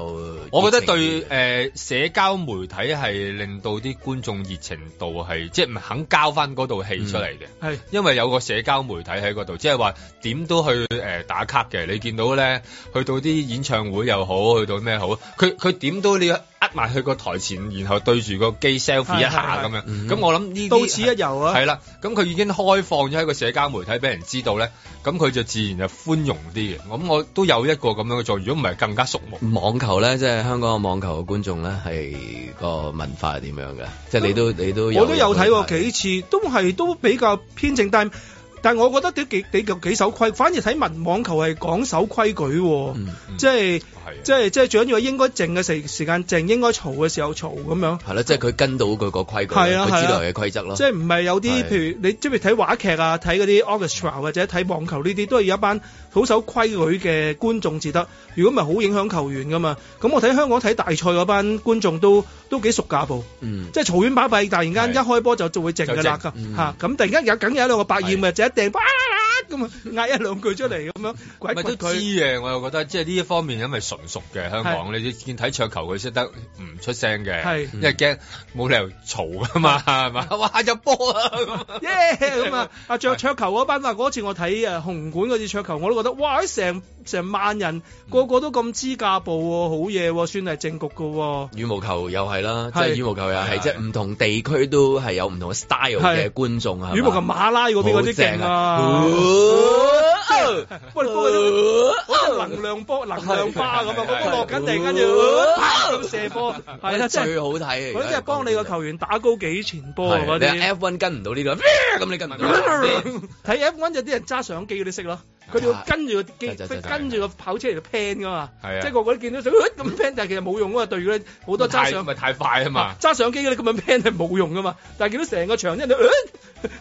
Speaker 3: 我覺得對誒、呃社交媒體係令到啲觀眾熱情度係即係唔肯交翻嗰度戲出嚟嘅，
Speaker 4: 係
Speaker 3: 因為有個社交媒體喺嗰度，即係話點都去誒、呃打卡嘅。你見到咧，去到啲演唱會又好，去到咩好，佢佢點都你呃埋去個台前，然後對住個機 selfie 一下
Speaker 4: 係係
Speaker 3: 咁樣。
Speaker 2: 嗯
Speaker 3: 咁我諗呢啲
Speaker 4: 到此一遊啊！
Speaker 3: 係啦，咁佢已經開放咗喺個社交媒體俾人知道咧，咁佢就自然就寬容啲嘅。咁我都有一個咁樣嘅做，如果唔係更加肅穆。
Speaker 2: 網球咧，即係香港嘅網球嘅觀眾咧，係個文化係點樣嘅？即係你
Speaker 3: 嗯
Speaker 2: 都你都
Speaker 4: 我都有睇過
Speaker 2: 幾
Speaker 4: 幾次，都係都比較偏正，但但我覺得都幾幾幾守規，反而睇文網球係講守規矩喎，
Speaker 2: 嗯
Speaker 4: 即係
Speaker 3: 係啊
Speaker 4: 即係即係最緊要係應該靜嘅時時間靜，應該嘈嘅時候嘈咁樣。
Speaker 2: 係啦，即係佢跟到佢個規矩，
Speaker 4: 係啊
Speaker 2: 佢
Speaker 4: 係啊
Speaker 2: 知道佢嘅規則咯
Speaker 4: 即。係唔係有啲
Speaker 2: 係
Speaker 4: 譬如你即係睇話劇啊，睇嗰啲 orchestra 或者睇網球呢啲，都係有一班好守規矩嘅觀眾至得。如果唔係好影響球員噶嘛。咁我睇香港睇大賽嗰班觀眾都都幾熟架步，
Speaker 2: 嗯，
Speaker 4: 即係嘈冤巴閉，突然間
Speaker 3: 係
Speaker 4: 一開波就就會靜㗎啦
Speaker 3: 就
Speaker 4: 咁
Speaker 2: 靜
Speaker 4: 嚇。咁突然間有梗有一兩個百厭嘅，就一掟啪啦啦咁啊，嗌一兩句出嚟咁樣，鬼
Speaker 3: 咪
Speaker 4: 鬼
Speaker 3: 都知
Speaker 4: 佢。
Speaker 3: 嘅，我又覺得即係呢一方面，因為純熟嘅香港，你見睇桌球佢識得唔出聲嘅，
Speaker 4: 係嗯
Speaker 3: 因為驚冇理由嘈噶嘛，係嘛？哇入波啊！咁
Speaker 4: 耶咁 [laughs] 啊！啊着桌球嗰班啊，嗰次我睇誒紅館嗰次桌球，我都覺得哇！成成萬人個個都咁支架步喎，好嘢喎，算係正局嘅喎。
Speaker 2: 羽毛球又係啦，即
Speaker 4: 係
Speaker 2: 係羽毛球又
Speaker 3: 係啊
Speaker 2: 係，即係唔同地區都係有唔同嘅 style 嘅
Speaker 4: 係
Speaker 2: 觀眾啊係嘛
Speaker 4: 羽毛球馬拉嗰邊嗰啲勁啊！
Speaker 3: 啊
Speaker 4: 喂，不過都
Speaker 2: 啊
Speaker 4: 好似能量波、能量巴咁啊！嗰個落緊地，跟住啪咁射波，係啊啦，即係
Speaker 2: 最好
Speaker 4: 嗰
Speaker 2: 睇。
Speaker 4: 啲係幫你個球員打高幾前波啊！
Speaker 2: 係
Speaker 4: 嗰
Speaker 2: 你
Speaker 4: 啲
Speaker 2: F1 跟唔到呢個，咁你跟唔到。
Speaker 4: 睇 F1 有啲人揸相機嗰啲識咯，佢哋會跟住個機，
Speaker 2: 就就就就
Speaker 4: 跟住個跑車嚟到 plan 噶嘛。
Speaker 3: 係
Speaker 4: [laughs]
Speaker 3: 啊，
Speaker 4: 即係個個都見到想咁 plan，但係其實冇用啊！對嗰啲好多揸相
Speaker 3: 咪太快啊嘛，
Speaker 4: 揸相機嗰啲咁樣 plan 係冇用噶嘛。但係見到成個場啲人都呃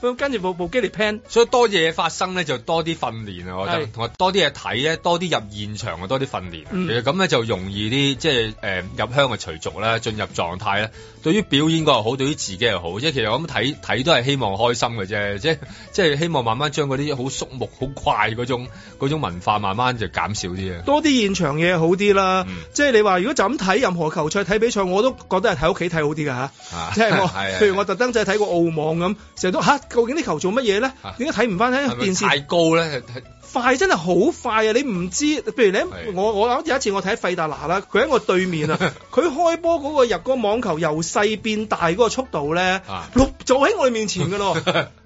Speaker 4: 咁跟住部部機嚟 plan，
Speaker 3: 所以多嘢發生咧，就多啲訓練啊！我覺得
Speaker 4: 係
Speaker 3: 同埋多啲嘢睇咧，多啲入現場啊，多啲訓練啊。
Speaker 4: 嗯
Speaker 3: 其實咁咧就容易啲，即係誒、入鄉嘅隨俗啦，進入狀態啦。對於表演個又好，對於自己又好，即係其實我咁睇睇都係希望開心嘅啫，即係即係希望慢慢將嗰啲好肅穆、好快嗰種嗰種文化慢慢就減少啲啊。
Speaker 4: 多啲現場嘢好啲啦。
Speaker 3: 嗯
Speaker 4: 即係你話如果就咁睇任何球賽睇比賽，我都覺得係睇屋企睇好啲㗎嚇。
Speaker 3: 啊
Speaker 4: 即係我，
Speaker 3: 係啊
Speaker 4: 譬如我特登就係睇過澳網咁，成日都嚇，究竟啲球做乜嘢咧
Speaker 3: 啊？
Speaker 4: 點解睇唔翻喺
Speaker 3: 係咪
Speaker 4: 電視
Speaker 3: 太高咧？睇
Speaker 4: 快真係好快啊！你唔知，譬如你
Speaker 3: 係
Speaker 4: 喺我我有一次我睇費達拿啦，佢喺我對面
Speaker 3: [laughs]
Speaker 4: 啊，佢開波嗰個入個網球由細變大嗰個速度咧
Speaker 3: 啊，
Speaker 4: 六就喺我哋面前
Speaker 3: [laughs]
Speaker 4: 噶咯，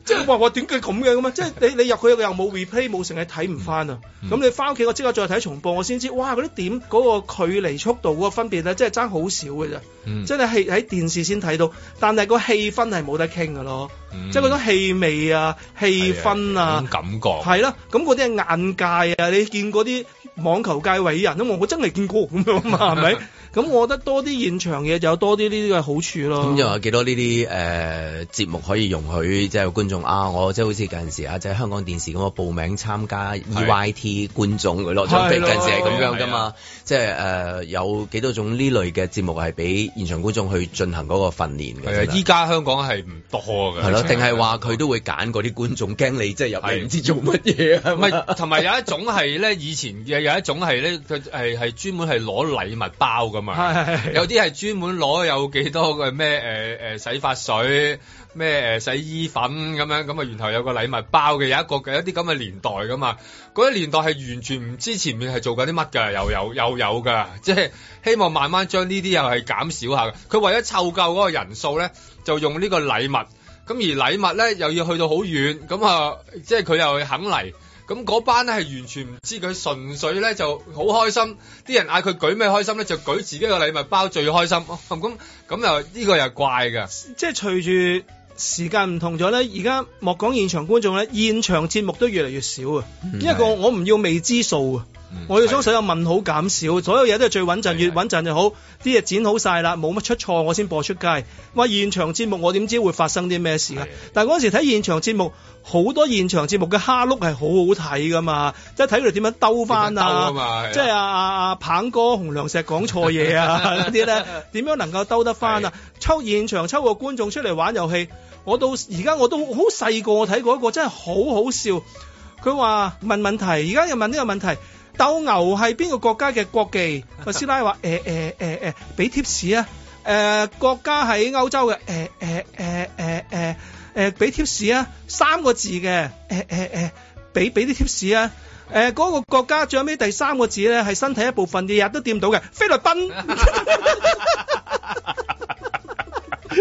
Speaker 4: 即係話我點解咁嘅咁啊？即係你你入佢又冇 replay 冇成，係睇唔翻啊！
Speaker 3: 嗯
Speaker 4: 咁你翻屋企我即刻再睇重播，我先知哇嗰啲點嗰個距離速度嗰個分別咧，真係爭好少嘅啫，
Speaker 3: 嗯
Speaker 4: 真係係喺電視先睇到，但係個氣氛係冇得傾嘅咯，
Speaker 3: 嗯
Speaker 4: 即係嗰種氣味啊、氣氛啊
Speaker 3: 嗰種。感覺
Speaker 2: 哦
Speaker 4: 係啦，咁嗰啲係眼界啊！你見嗰啲網球界偉人啊嘛，我真係見過咁樣
Speaker 2: [laughs]
Speaker 4: 嘛，係咪？咁我覺得多啲現場嘢就有多啲呢啲嘅好處咯。
Speaker 2: 咁又有幾多呢啲誒節目可以容許即係觀眾啊？我即係好似近時啊，即係香港電視咁，我報名參加 EYT 觀眾佢攞獎俾
Speaker 4: 係
Speaker 2: 近
Speaker 4: 咯
Speaker 2: 時係咁樣噶嘛？即係誒有幾多種呢類嘅節目係俾現場觀眾去進行嗰個訓練嘅
Speaker 3: 係啊！依啊
Speaker 2: 真係。
Speaker 3: 家香港係唔多嘅，
Speaker 2: 係咯，定係話佢都會揀嗰啲觀眾，驚你即係入
Speaker 3: 係
Speaker 2: 嚟唔知做乜嘢啊？
Speaker 3: 唔係，同埋有一種係咧，以前嘅有一種係咧，佢係係專門係攞禮物包噶嘛。
Speaker 4: 係係
Speaker 3: [laughs] 有啲係專門攞有幾多嘅咩誒呃誒洗髮水、咩誒呃洗衣粉咁樣，咁啊然後有個禮物包嘅，有一個嘅一啲咁嘅年代噶嘛。嗰啲年代係完全唔知前面係做緊啲乜㗎，又有又有㗎，即係希望慢慢將呢啲又係減少下嘅。佢為咗湊夠嗰個人數咧，就用呢個禮物。咁而禮物咧又要去到好遠，咁啊，即係佢又肯嚟。咁嗰班咧係完全唔知佢，純粹咧就好開心。啲人嗌佢舉咩開心咧，就舉自己個禮物包最開心。哦咁咁咁又呢個又怪㗎，
Speaker 4: 即係隨住時間唔同咗咧，而家
Speaker 2: 嗯
Speaker 4: 莫講現場觀眾咧，現場節目都越嚟越少啊，因為個我唔要未知數啊。
Speaker 3: 嗯
Speaker 4: 我哋將所有問號減少，所有嘢都係最穩陣，
Speaker 3: 係
Speaker 4: 越穩陣就好。啲嘢剪好晒啦，冇乜出錯，我先播出街。哇！現場節目我點知會發生啲咩事啊
Speaker 3: 係？
Speaker 4: 但係嗰陣時睇現場節目，好多現場節目嘅蝦碌係好好睇噶嘛，即係睇佢哋點樣兜翻啊
Speaker 3: 點樣兜啊嘛係啊，
Speaker 4: 即係啊啊啊棒哥紅亮石講錯嘢啊
Speaker 3: [laughs]
Speaker 4: 嗰啲咧，點樣能夠兜得翻啊？抽現場抽個觀眾出嚟玩遊戲，我到而家我都好細個，我睇過一個真係好好笑。佢話問問題，而家又問呢個問題。鬥牛係邊個國家嘅國技？個師奶話：誒誒誒誒，俾 tips 啊！誒、國家喺歐洲嘅，誒誒誒誒誒誒，俾 tips 啊！三個字嘅，誒誒誒，俾俾啲 tips 啊！誒、嗰、個國家最後尾第三個字咧係身體一部分，日日都掂到嘅，菲律賓。 [laughs]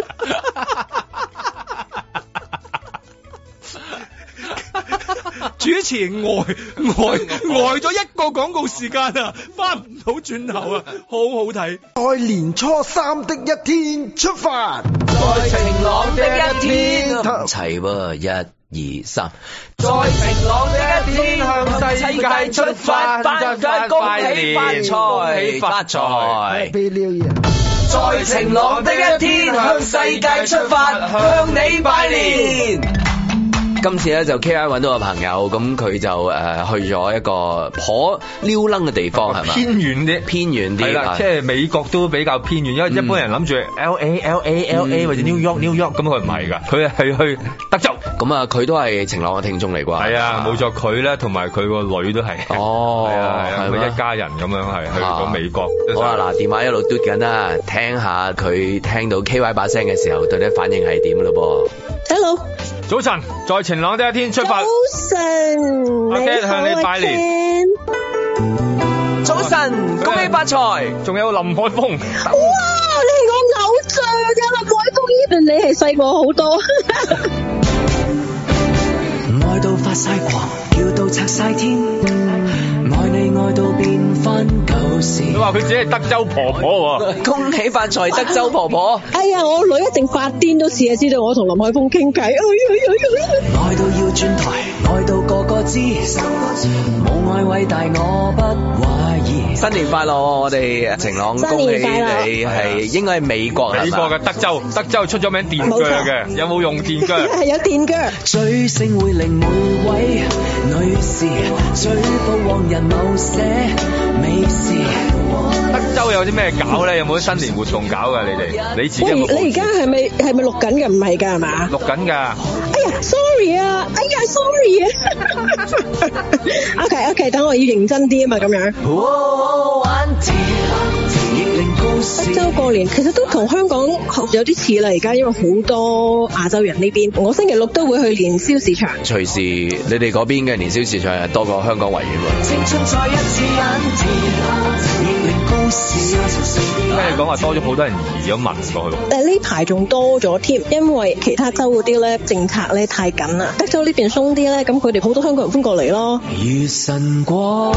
Speaker 4: 主持人呆呆呆咗一個廣告時間啊，翻唔到轉頭啊，好好睇。
Speaker 5: 在年初三的一天出發，在
Speaker 7: 晴朗的一天
Speaker 2: 唔齊喎，一二三，
Speaker 7: 在晴朗的一天向世界出發，翻家恭喜發財，
Speaker 2: 發財。
Speaker 5: 俾料嘢，
Speaker 7: 在晴朗的一天向世界出發，向你拜年。
Speaker 2: 今次咧就 K I 揾到個朋友，咁佢就誒、呃去咗一個頗撩楞嘅地方
Speaker 7: 啊
Speaker 2: 係嘛？
Speaker 3: 偏遠啲。
Speaker 2: 偏遠
Speaker 3: 係
Speaker 2: 啲啊
Speaker 3: 啦，即係嗯美國都比較偏遠，因為一般人諗住 L A L A L A 或者 New York New York，咁佢唔係㗎，佢係去德州。
Speaker 2: 咁啊，佢都係晴朗嘅聽眾嚟啩？
Speaker 3: 係啊，冇。錯，佢咧同埋佢個女都係。
Speaker 2: 哦
Speaker 3: 係啊，係啊，
Speaker 2: 係咩
Speaker 3: 佢一家人咁樣係去咗美國。
Speaker 2: 好啊，嗱，電話一路嘟緊啦，聽下佢聽到 K Y 把聲嘅時候，對你反應係點咯
Speaker 8: Hello，
Speaker 3: 早晨，在晴朗的一天出發。
Speaker 8: 晨，
Speaker 3: 阿 Cat 向你拜
Speaker 8: 年。
Speaker 7: 早晨，恭喜發財。
Speaker 2: [laughs]
Speaker 3: 仲有林海峰，
Speaker 8: 哇，你係我偶像㗎林海峰 e v 你係細我好多。 [laughs]
Speaker 9: 愛到發晒狂，叫到拆晒天，愛你愛到變翻舊事。
Speaker 3: 佢話佢自己係德州婆婆喎。
Speaker 7: 恭喜發財，德州婆婆。
Speaker 8: 哎呀，我女一定發癲都試啊，知道我同林海峰傾偈。哎哎呀呀呀！
Speaker 9: 愛到要轉台，愛到個個知，冇愛偉大我不懷疑。
Speaker 2: 噃？新年快樂！我哋晴朗
Speaker 8: 新
Speaker 2: 恭喜
Speaker 8: 年快樂
Speaker 2: 你係應該係美國係
Speaker 3: 美
Speaker 2: 嘛
Speaker 3: 國嘅德州，德州出咗名電鋸嘅，有冇用電 [laughs] 鋸？
Speaker 8: 哎係有電腳，
Speaker 9: 追星會令每位女士追捕往日某些美事。
Speaker 3: 德州有啲咩搞咧？有冇啲新年活動搞㗎？ [laughs] 你哋你自己
Speaker 8: 喂，
Speaker 3: 有冇
Speaker 8: 你而家係咪係咪錄緊嘅？唔係㗎係嘛？
Speaker 3: 錄緊㗎？
Speaker 8: 哎呀，sorry 啊，哎呀，sorry 啊。
Speaker 3: [laughs]
Speaker 8: OK [laughs] OK，等我要認真啲啊嘛，咁樣。
Speaker 9: 哦，auntie，亦令故
Speaker 8: 德
Speaker 9: 事
Speaker 8: 州過年其實都同香港有啲似啦，而家因為好多亞洲人呢邊，我星期六都會去年宵市場。
Speaker 2: 隨時你哋嗰邊嘅年宵市場係多過香港維園喎。
Speaker 9: 青春再一次，auntie，亦令故事。
Speaker 3: 聽你講話多咗好多人移咗民過去喎。
Speaker 8: 誒呢排仲多咗添，因為其他州嗰啲咧政策咧太緊啦，德州呢邊鬆啲咧，咁佢哋好多香港人搬過嚟咯。
Speaker 9: 如晨光，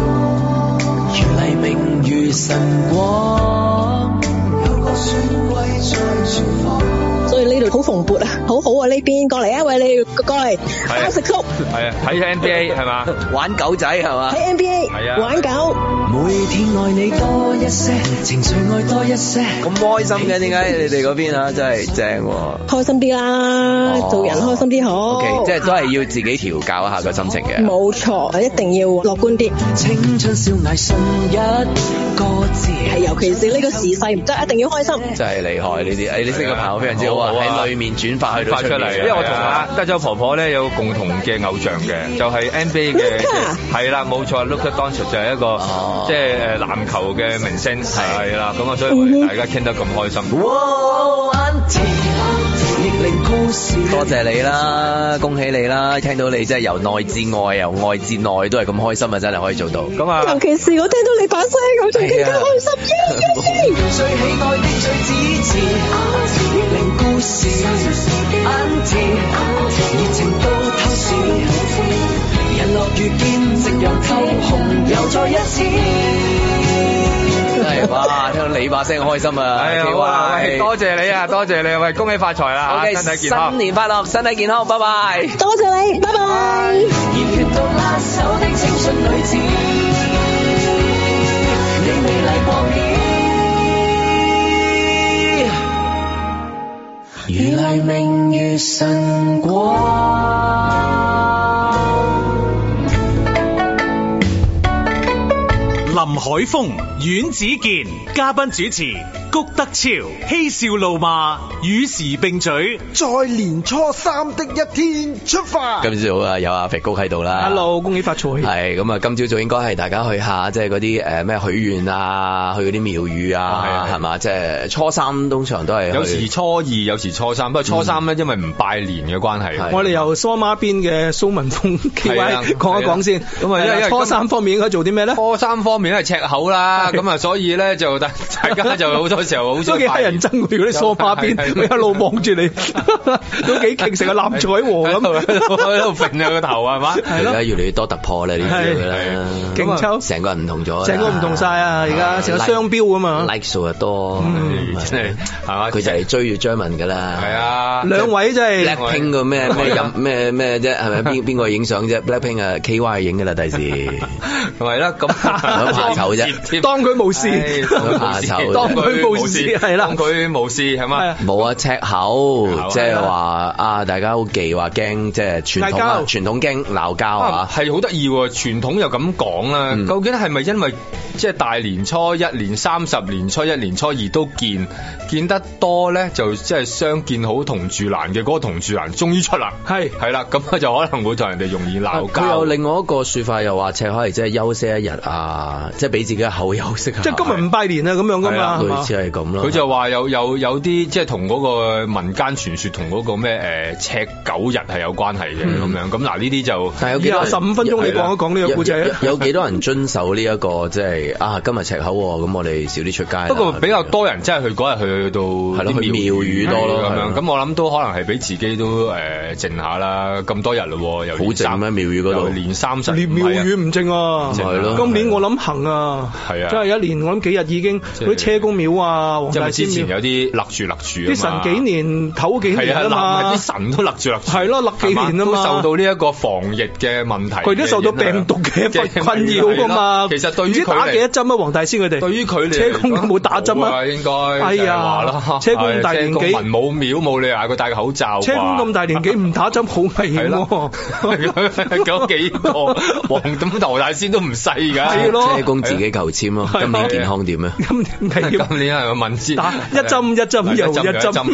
Speaker 9: 如黎明，如晨光。
Speaker 8: 所以呢度好蓬勃啊，好好啊呢邊過嚟啊，喂你過嚟
Speaker 3: 啊
Speaker 8: 包食宿
Speaker 3: 係啊，睇 NBA 係嘛？
Speaker 2: 玩狗仔係嘛？
Speaker 8: 喺
Speaker 3: 係
Speaker 8: NBA
Speaker 3: 啊
Speaker 8: 玩狗，
Speaker 9: 每天愛你多一些，情緒愛多一些。
Speaker 2: 咁開心嘅，點解你哋嗰邊啊？真係正喎。
Speaker 8: 開心啲啦，
Speaker 2: 哦
Speaker 8: 做人開心啲好。
Speaker 2: O K，即係都係要自己調教一下個心情嘅。
Speaker 8: 冇錯，一定要樂觀啲，
Speaker 9: 青春少艾信一個字，
Speaker 8: 係尤其是呢個時勢唔得，一定要開心。
Speaker 2: 真係厲害呢啲，哎誒你識個朋友非常之好啊！
Speaker 3: 好啊
Speaker 2: 喺裏面轉化去到
Speaker 3: 發出嚟，因
Speaker 2: 為
Speaker 3: 為我同阿德州婆婆咧有個共同嘅偶像嘅，就係 NBA 嘅
Speaker 8: Luka，
Speaker 3: 係啦，冇錯，Luka Doncic 就係一個
Speaker 2: 哦
Speaker 3: 即係誒籃球嘅明星，係啦，咁啊，所以我哋大家傾得咁開心。
Speaker 9: 哦，auntie，亦令故事
Speaker 2: 多謝你啦，恭喜你啦！聽到你真係由內至外，由外至內都係咁開心啊！真係可以做到。
Speaker 3: 咁啊，
Speaker 8: 尤其是我聽到你把聲，我仲更加開心。耶耶耶
Speaker 9: 最喜愛的最支持，亦令故事 auntie，熱情到透視，人樂如見夕陽透紅，又再一次。
Speaker 2: 真係哇！哇！聽到你把聲開心啊
Speaker 7: 哎呀
Speaker 2: ，K
Speaker 7: 好啊喂
Speaker 2: Y，
Speaker 7: 多謝你啊，多謝你啊，喂，恭喜發財啦，
Speaker 2: OK，
Speaker 7: 身體健康
Speaker 2: 新。年快樂，身體健康，拜拜。
Speaker 8: 多謝你，拜拜。
Speaker 9: 熱血到甩手的青春女子，你美麗過面，如黎明如晨光。
Speaker 1: [laughs] 林海峰、阮子健，嘉賓主持谷德超，嬉笑怒罵，與時並舉，
Speaker 5: 在年初三的一天出發。
Speaker 2: 今朝早啊，有阿肥高喺度啦。
Speaker 4: Hello，恭喜發財。
Speaker 2: 係咁啊！今朝早應該係大家去下即係嗰啲誒咩許願啊，去嗰啲廟宇
Speaker 3: 啊係啊
Speaker 2: 啊，
Speaker 3: 係啊
Speaker 2: 係嘛？即係初三通常都係
Speaker 3: 有
Speaker 2: 去
Speaker 3: 時初二，有時初三，不過初三咧，因為唔拜年嘅關係，
Speaker 2: 係
Speaker 4: 我哋由梳孖邊嘅蘇文峰 K
Speaker 3: 係
Speaker 4: Y [laughs]
Speaker 3: 啊
Speaker 4: 講一講先。咁
Speaker 3: 係啊因為
Speaker 4: 啊，初
Speaker 3: 今
Speaker 4: 三方面應該做啲咩咧？
Speaker 3: 初三方面咧係赤口
Speaker 4: [laughs]
Speaker 3: 啦，
Speaker 4: 係
Speaker 3: 咁啊，所以咧就大大家就好多時候好
Speaker 4: 都
Speaker 3: 中
Speaker 4: 幾
Speaker 3: 意
Speaker 4: 乞人憎佢嗰啲梳化邊，
Speaker 3: 係係
Speaker 4: 佢一路望住你，都幾勁，成個攬
Speaker 3: [laughs]
Speaker 4: 彩和
Speaker 3: 喺度
Speaker 4: 咁，
Speaker 3: 喺度喺度揈下個頭係嘛？
Speaker 4: 係
Speaker 2: 而
Speaker 4: 咯
Speaker 2: 家，越嚟越多突破啦，呢啲嘢啦，啊
Speaker 4: 勁抽，
Speaker 2: 成個人唔同咗啦，
Speaker 4: 成個唔同晒啊！而家成個商標咁啊！
Speaker 2: ，like 數又多，啊
Speaker 4: 嗯
Speaker 2: 係
Speaker 3: 真係係嘛？
Speaker 2: 佢就嚟追住張文㗎啦，
Speaker 3: 係。啊，
Speaker 4: 兩位真係啊
Speaker 2: Blackpink 個咩咩音咩咩啫，係
Speaker 4: [laughs]
Speaker 2: 咪邊邊個影相啫？Blackpink 啊，K Y 影㗎啦，第時
Speaker 3: 咪啦咁
Speaker 2: 排頭
Speaker 3: [laughs]
Speaker 2: 啫
Speaker 4: 當佢冇
Speaker 3: 唉
Speaker 4: 事，
Speaker 2: 下手
Speaker 4: 當佢冇事係啦
Speaker 3: 當佢冇事係
Speaker 4: 係
Speaker 3: 嘛
Speaker 4: 啊？
Speaker 2: 冇啊赤口
Speaker 3: 口，
Speaker 2: 即係話啊，大家好忌話驚，即係傳
Speaker 4: 嗌
Speaker 2: 統啊
Speaker 4: 交
Speaker 2: 傳統驚鬧交
Speaker 3: 啊
Speaker 2: 啊，。
Speaker 3: 係好得意喎！傳統又咁講啦，
Speaker 2: 嗯
Speaker 3: 究竟係咪因為即係大年初一、年三十、年初一、年初二都見見得多咧，就即係相見好同住難嘅嗰個同住難終於出啦， [laughs]
Speaker 4: 係
Speaker 3: 係啦，咁就可能會同人哋容易
Speaker 4: 啊
Speaker 3: 鬧
Speaker 2: 啊佢有
Speaker 3: 交。
Speaker 2: 另外一個説法，又話赤口係即係休息一日啊，即係俾自己嘅口休息下。
Speaker 4: 即係今日唔拜年啊咁樣噶
Speaker 3: 係啊
Speaker 4: 嘛，係
Speaker 2: 類
Speaker 4: 嘛
Speaker 2: 似係咁咯。
Speaker 3: 佢就話有有有啲即係同嗰個民間傳說同嗰個咩誒、呃赤狗日係有關係嘅咁
Speaker 2: 嗯
Speaker 3: 樣，咁嗱呢啲就
Speaker 2: 但係有幾多
Speaker 4: 廿十五分鐘你講一講呢個故仔
Speaker 2: 有
Speaker 4: 啊！
Speaker 2: 有有幾多人遵守呢一個即係啊今日赤口喎，咁我哋少啲出街啦。
Speaker 3: 不過比較多人真係去嗰日去到
Speaker 2: 係咯
Speaker 3: 啲
Speaker 2: 去廟宇多咯
Speaker 3: 咁
Speaker 2: 係咯
Speaker 3: 樣。咁我諗都可能係俾自己都誒靜下啦，咁多日咯喎，又
Speaker 2: 好靜咩廟宇嗰度
Speaker 3: 連三十
Speaker 4: 連廟宇唔正啊！
Speaker 2: 係咯
Speaker 4: 今年我諗行啊，
Speaker 3: 係啊
Speaker 4: 真係一年我諗幾日已經
Speaker 3: 即
Speaker 4: 嗰
Speaker 3: 係
Speaker 4: 啲車公廟啊、黃
Speaker 3: 因
Speaker 4: 大
Speaker 3: 為
Speaker 4: 仙
Speaker 3: 之前
Speaker 4: 廟，
Speaker 3: 有啲勒住勒住啊嘛
Speaker 4: 啲神幾年頭幾
Speaker 3: 係
Speaker 4: 年
Speaker 3: 啊，
Speaker 4: 啊
Speaker 3: 勒
Speaker 4: 嘛
Speaker 3: 啲，神都勒住勒住，
Speaker 4: 係咯勒幾年啊嘛
Speaker 3: 係都受到呢一個防疫嘅啊問題，
Speaker 4: 佢都受到病毒嘅困擾噶嘛。
Speaker 3: 啊其實對
Speaker 4: 唔
Speaker 3: 於
Speaker 4: 知
Speaker 3: 佢
Speaker 4: 打幾
Speaker 3: 嚟
Speaker 4: 多針啊？黃大仙佢哋
Speaker 3: 對於佢哋
Speaker 4: 車公有冇打針啊？
Speaker 3: 應該哎
Speaker 4: 哎呀
Speaker 3: 呀，啦，
Speaker 4: 車公咁大年紀
Speaker 3: 係車公文武廟冇理由嗌佢戴個口罩啩，
Speaker 4: 車公咁大年紀唔打針好危
Speaker 3: 係
Speaker 4: 險
Speaker 3: 啦
Speaker 4: 喎。 [laughs]
Speaker 3: 嗰幾個黃咁頭大仙都唔細㗎，
Speaker 4: 係咯
Speaker 2: 啊車公自己求籤咯，
Speaker 3: 啊
Speaker 2: 今年健康點咧？啊
Speaker 4: 今年危險
Speaker 3: [laughs] 今年係咪文字
Speaker 4: 打一針一針又一 [laughs] 針，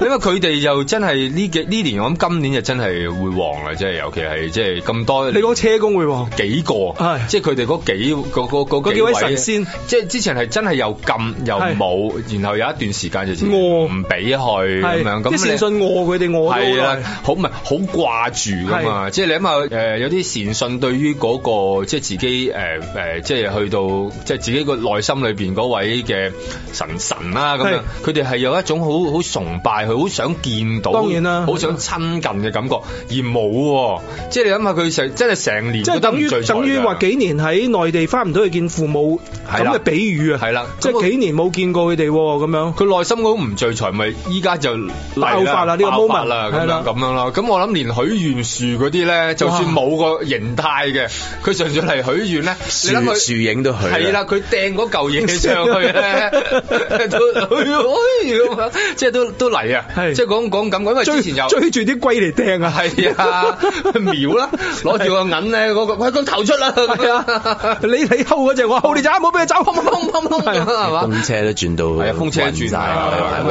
Speaker 3: 因為佢哋又真係呢幾呢年，我諗今年就真係會旺啦，即係尤其係即係咁多
Speaker 4: 你講車公會喎，
Speaker 3: 幾個
Speaker 4: 係，
Speaker 3: 即係佢哋嗰幾嗰嗰嗰
Speaker 4: 嗰幾位神仙，
Speaker 3: 即係之前係真係又禁又
Speaker 4: 係
Speaker 3: 冇，然後有一段時間就
Speaker 4: 餓
Speaker 3: 唔俾去咁
Speaker 4: 係
Speaker 3: 樣，
Speaker 4: 即
Speaker 3: 咁
Speaker 4: 係
Speaker 3: 你
Speaker 4: 善信餓佢哋餓
Speaker 3: 係
Speaker 4: 到好
Speaker 3: 啦
Speaker 4: 耐，
Speaker 3: 好唔係好掛住噶嘛，即係你諗下誒有啲善信對於嗰、個即係自己誒誒、呃即係去到即係自己個內心裏邊嗰位嘅神神啦、咁樣
Speaker 4: 係，
Speaker 3: 佢哋係有一種好好崇拜佢，好想見到，
Speaker 4: 當然啦
Speaker 3: 好想親近嘅感覺，而冇喎、即係你諗下佢成真係成年
Speaker 4: 即係
Speaker 3: 都得
Speaker 4: 等
Speaker 3: 唔
Speaker 4: 於
Speaker 3: 聚財
Speaker 4: 等於話幾年喺內地翻唔到去見父母
Speaker 3: 係
Speaker 4: 咁
Speaker 3: 啦
Speaker 4: 嘅比喻啊，
Speaker 3: 係啦
Speaker 4: 即
Speaker 3: 咁我
Speaker 4: 係幾年冇見過佢哋喎咁樣。
Speaker 3: 佢內心嗰種唔聚財，咪依家就嚟啦
Speaker 4: 爆發啦呢個
Speaker 3: 爆
Speaker 4: moment，
Speaker 3: 發啦，咁
Speaker 4: 係
Speaker 3: 樣
Speaker 4: 啦
Speaker 3: 咁樣啦。咁我諗連許願樹嗰啲咧，就算冇個形態嘅，佢純粹嚟許願咧，你諗
Speaker 2: 樹
Speaker 3: 佢
Speaker 2: 樹。影都啊佢
Speaker 3: 係啦，佢掟嗰嚿嘢上去
Speaker 4: [laughs]
Speaker 3: 咧，都哎呀哎呀咁樣即係都都嚟啊！
Speaker 4: 係
Speaker 3: 即係講講咁，因為之
Speaker 4: 追
Speaker 3: 前有
Speaker 4: 追住啲龜嚟掟啊！
Speaker 3: 係啊， [laughs] 秒啦，攞住個銀咧，嗰個喂個頭出啦，係 [laughs] 啊，
Speaker 4: [laughs] 你你睺嗰只，我睺你咋，唔好俾
Speaker 3: [laughs]
Speaker 4: 佢走，砰砰砰砰
Speaker 3: 係
Speaker 4: 砰
Speaker 3: 嘛？
Speaker 2: 風車都轉到
Speaker 3: 係啊，風車
Speaker 2: 暈
Speaker 3: 轉
Speaker 2: 晒，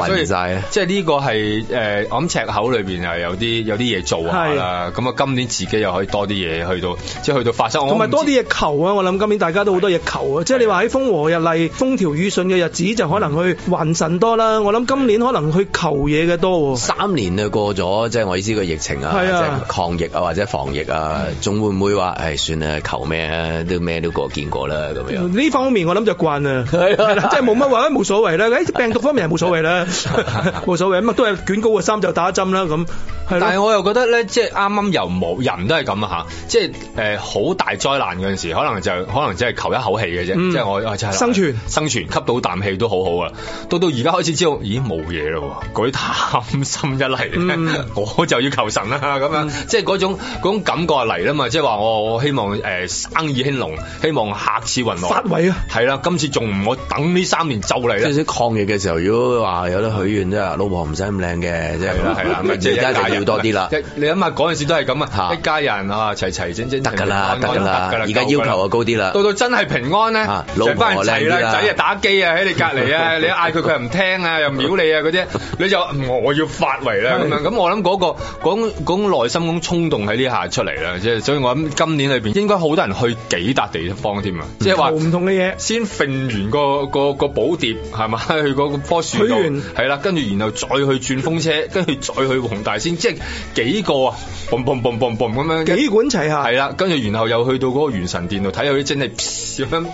Speaker 3: 係所
Speaker 2: 暈
Speaker 3: 以
Speaker 2: 晒啊！
Speaker 3: 即係呢個係誒、呃我諗赤口裏邊係有啲有啲嘢做下啦。咁啊，今年自己又可以多啲嘢去到，即係去到發生。
Speaker 4: 同埋多
Speaker 3: 嘢
Speaker 4: 啲嘢求啊！我諗今年大家都好多嘢求啊！即係你話喺風和日麗、風調雨順嘅日子，就可能去還神多啦。我諗今年可能去求嘢嘅多喎。
Speaker 2: 三年啊過咗，即係我意思個疫情啊，
Speaker 4: 係
Speaker 2: 即
Speaker 4: 啊
Speaker 2: 係抗疫啊或者防疫啊，仲會唔會話誒算啦，求咩啊都咩都過見過啦咁樣？
Speaker 3: 哎
Speaker 2: 樣。
Speaker 3: 嗯
Speaker 4: 呢方面我諗就慣
Speaker 3: [laughs]
Speaker 4: 啦，
Speaker 2: 係啊
Speaker 4: 係啦，即係冇乜話，哎冇所謂啦。誒病毒方面係冇所謂啦， [laughs] 冇所謂咁啊，都係捲高個衫就打針啦咁，係
Speaker 3: 但係
Speaker 4: 咯。
Speaker 3: 我又覺得咧，即係啱啱又冇人都係咁啊嚇，即係誒好大災難嗰陣時，可能就可能只係求一口氣嘅啫，
Speaker 4: 嗯
Speaker 3: 即係我我真係
Speaker 4: 生存
Speaker 3: 生存吸到啖氣都好好啊。到到而家開始知道，咦冇嘢咯喎，嗰啲貪心一嚟咧，
Speaker 4: 嗯
Speaker 3: [laughs] 我就要求神啦咁樣，即係嗰種嗰種感覺嚟啦嘛，即係話我我希望誒、呃生意興隆，希望客似雲來，
Speaker 4: 發圍啊！
Speaker 3: 係啦，今次仲唔我等呢三年就嚟
Speaker 2: 即
Speaker 3: 啦。
Speaker 2: 係抗疫嘅時候，如果話有得許願啫，老婆唔使咁靚嘅，即係
Speaker 3: 係啦 [laughs] 係啦，咪即係
Speaker 2: 而家一定要多啲啦，
Speaker 3: 一你諗下嗰陣時都係咁啊，
Speaker 2: 嚇
Speaker 3: 一家人啊齊齊整整
Speaker 2: 得㗎啦，得
Speaker 3: 平平安安
Speaker 2: 㗎啦，而家要求啊高啲啦
Speaker 3: 到。到真係平安咧
Speaker 2: 啊，
Speaker 3: 就班人
Speaker 2: 老婆靚
Speaker 3: 齊
Speaker 2: 啲
Speaker 3: 啦，
Speaker 2: 啦
Speaker 3: 仔啊打機啊喺你隔
Speaker 2: [laughs]
Speaker 3: 離啊，你嗌佢佢又唔聽啊，又秒你啊嗰啲，你就嗯我要發圍啦咁樣。咁我諗嗰個講講內心嗰種衝動喺呢下出嚟啦，即係所以我諗今年裏邊應該好多人去幾笪地方添啊，即係話
Speaker 4: 做。唔同嘅嘢，
Speaker 3: 先揈完個個個寶碟係嘛， [laughs] 去嗰個棵樹
Speaker 4: 許
Speaker 3: 度
Speaker 4: 願
Speaker 3: 係啦，跟住然後再去轉風車，跟住再去黃大仙，即係幾個啊，嘣嘣嘣嘣嘣咁樣，
Speaker 4: 幾管齊下，
Speaker 3: 係啦，跟住然後又去到嗰個元神殿度睇佢啲蒸 [laughs] 氣咁樣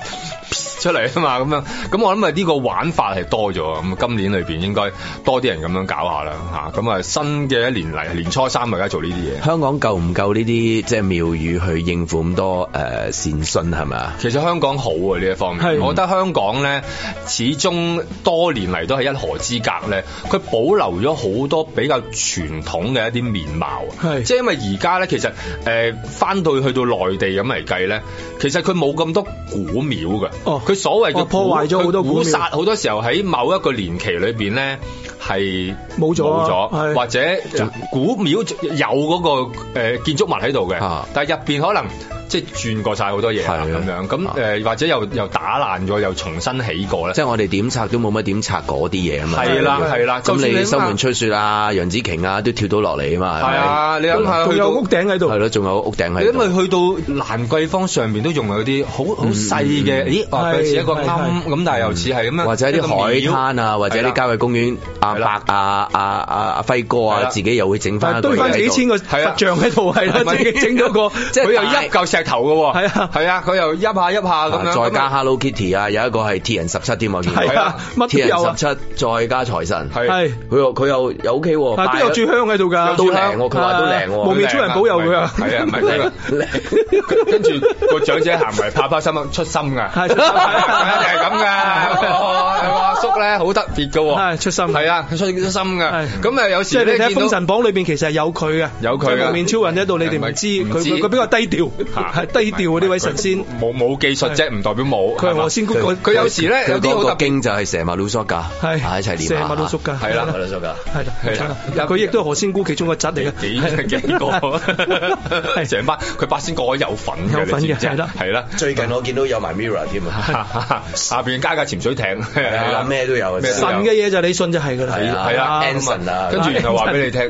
Speaker 3: 出嚟啊嘛，咁樣咁我諗啊呢個玩法係多咗啊，咁今年裏邊應該多啲人咁樣搞下啦嚇，咁啊新嘅一年嚟年初三咪而家做呢啲嘢。
Speaker 2: 香港夠唔夠呢啲即係廟宇去應付咁多誒善信係咪啊？
Speaker 3: 其實香港好啊呢一方面，
Speaker 4: 係
Speaker 3: 我覺得香港咧始終多年嚟都係一河之隔咧，佢保留咗好多比較傳統嘅一啲面貌啊。
Speaker 4: 係
Speaker 3: 即係因為而家咧，其實誒翻、到去到內地咁嚟計咧，其實佢冇咁多古廟嘅。
Speaker 4: 哦
Speaker 3: 佢所謂嘅
Speaker 4: 哦破壞咗好多古廟
Speaker 3: 古殺，好多時候喺某一個年期裏邊咧係
Speaker 4: 冇咗
Speaker 3: 冇
Speaker 4: 啊係
Speaker 3: 咗，或者古廟有嗰、個、呃、建築物喺度嘅
Speaker 2: 啊，
Speaker 3: 但係入邊可能即係轉過晒好多嘢啦
Speaker 2: 係啊
Speaker 3: 咁樣，咁
Speaker 2: 啊
Speaker 3: 誒、呃或者又又打爛咗，又重新起過咧。
Speaker 2: 即係我哋點拆都冇乜點拆嗰啲嘢啊嘛。
Speaker 3: 係啦係啦，
Speaker 2: 咁
Speaker 3: 就算
Speaker 2: 你
Speaker 3: 諗下
Speaker 2: 收門吹雪啊、楊紫瓊啊都跳到落嚟啊嘛。
Speaker 3: 係啊，你諗下
Speaker 4: 仲
Speaker 3: 去
Speaker 4: 有
Speaker 3: 到
Speaker 4: 屋頂喺度
Speaker 2: 係。咯，仲有屋頂喺
Speaker 3: 因為
Speaker 2: 度。
Speaker 3: 去到蘭桂坊上面都仲有啲好好
Speaker 2: 嗯
Speaker 3: 細嘅，咦？話佢似一個
Speaker 4: 係
Speaker 3: 鵪
Speaker 4: 係
Speaker 3: 咁，但係又似係咁樣，啊
Speaker 2: 或者
Speaker 3: 一
Speaker 2: 啲
Speaker 3: 個
Speaker 2: 海
Speaker 3: 廟
Speaker 2: 灘啊，或者
Speaker 3: 係啦
Speaker 2: 啲郊野公園，阿
Speaker 3: 係
Speaker 2: 伯
Speaker 3: 啦
Speaker 2: 啊、阿阿阿輝哥
Speaker 3: 係
Speaker 2: 啊，
Speaker 3: 啦
Speaker 2: 自己又會整
Speaker 4: 但係
Speaker 2: 翻
Speaker 4: 堆翻幾千個佛
Speaker 3: 係啊
Speaker 4: 像喺度，係
Speaker 3: 係
Speaker 4: 啦，
Speaker 3: 咪
Speaker 4: 自己整咗個，
Speaker 2: 即係
Speaker 3: 佢又
Speaker 2: 大
Speaker 3: 一嚿石頭嘅喎，
Speaker 4: 係啊
Speaker 3: 係啊，佢又一下一下咁樣，
Speaker 2: 再
Speaker 3: 咁
Speaker 2: 加
Speaker 3: 啊
Speaker 2: Hello Kitty 啊，有一個係鐵人十七添，我見過
Speaker 4: 係啊，乜都
Speaker 2: 鐵人
Speaker 4: 有啊，
Speaker 2: 十七再加財神，
Speaker 3: 係啊
Speaker 4: 係，
Speaker 2: 佢又佢又又 OK 喎，
Speaker 4: 但係都
Speaker 2: 拜
Speaker 4: 有
Speaker 2: 咗
Speaker 4: 炷香喺度㗎，
Speaker 2: 都靚喎，佢話都靚
Speaker 4: 啊無
Speaker 2: 喎，
Speaker 4: 面超人保佑佢啊
Speaker 3: 係啊，唔係佢話
Speaker 4: [laughs]
Speaker 3: 跟住個長者行埋拍拍心出心㗎，
Speaker 4: 係
Speaker 3: 係
Speaker 4: 出心
Speaker 3: 係咁㗎。係阿叔咧好特別㗎喎，
Speaker 4: 係出心
Speaker 3: 係啊，佢出出心
Speaker 4: 係
Speaker 3: 㗎。咁啊呃誒有
Speaker 4: 即係
Speaker 3: 時
Speaker 4: 你
Speaker 3: 咧
Speaker 4: 睇《
Speaker 3: 見
Speaker 4: 封
Speaker 3: 到
Speaker 4: 神榜》裏邊其實係有佢嘅，
Speaker 3: 有佢㗎
Speaker 4: 即
Speaker 3: 啊
Speaker 4: 係無面超人喺度，你哋唔知
Speaker 3: 唔
Speaker 4: 佢
Speaker 3: 知
Speaker 4: 佢佢比較低調，係低調啊嘅呢位神仙，
Speaker 3: 冇冇技術啫，唔代表冇。
Speaker 4: 佢係
Speaker 3: 嘛
Speaker 4: 我仙谷
Speaker 2: 佢
Speaker 4: 個
Speaker 3: 佢有時咧
Speaker 2: 佢
Speaker 3: 有啲
Speaker 2: 講
Speaker 3: 好
Speaker 2: 個
Speaker 3: 特別。
Speaker 2: 經就係蛇馬魯索㗎，
Speaker 4: 係
Speaker 2: 啊一齊念
Speaker 4: 蛇馬
Speaker 2: 啊
Speaker 4: 魯索㗎係
Speaker 2: 係啦，啊
Speaker 4: 啦
Speaker 2: 馬魯索㗎。
Speaker 4: 係啦，
Speaker 3: 係啦
Speaker 4: 冇錯啦佢亦都係何仙姑其中個侄嚟嘅，
Speaker 3: 幾幾個，
Speaker 4: 係
Speaker 3: 成班佢八仙過海有份嘅，
Speaker 4: 有份嘅
Speaker 3: 你知唔知啊
Speaker 4: 係啦
Speaker 3: 係啦，
Speaker 2: 最近我見到有埋 Mirror 添啊，
Speaker 3: 下邊加架潛水艇，係
Speaker 2: 係啦，咩都有啊，
Speaker 3: 咩都
Speaker 4: [laughs] 神
Speaker 3: 有
Speaker 4: 嘅嘢就你信就係㗎啦，
Speaker 2: 係啊
Speaker 3: 係啦
Speaker 2: Anson 啊
Speaker 3: 跟住然後話俾
Speaker 4: [laughs]
Speaker 3: 你聽，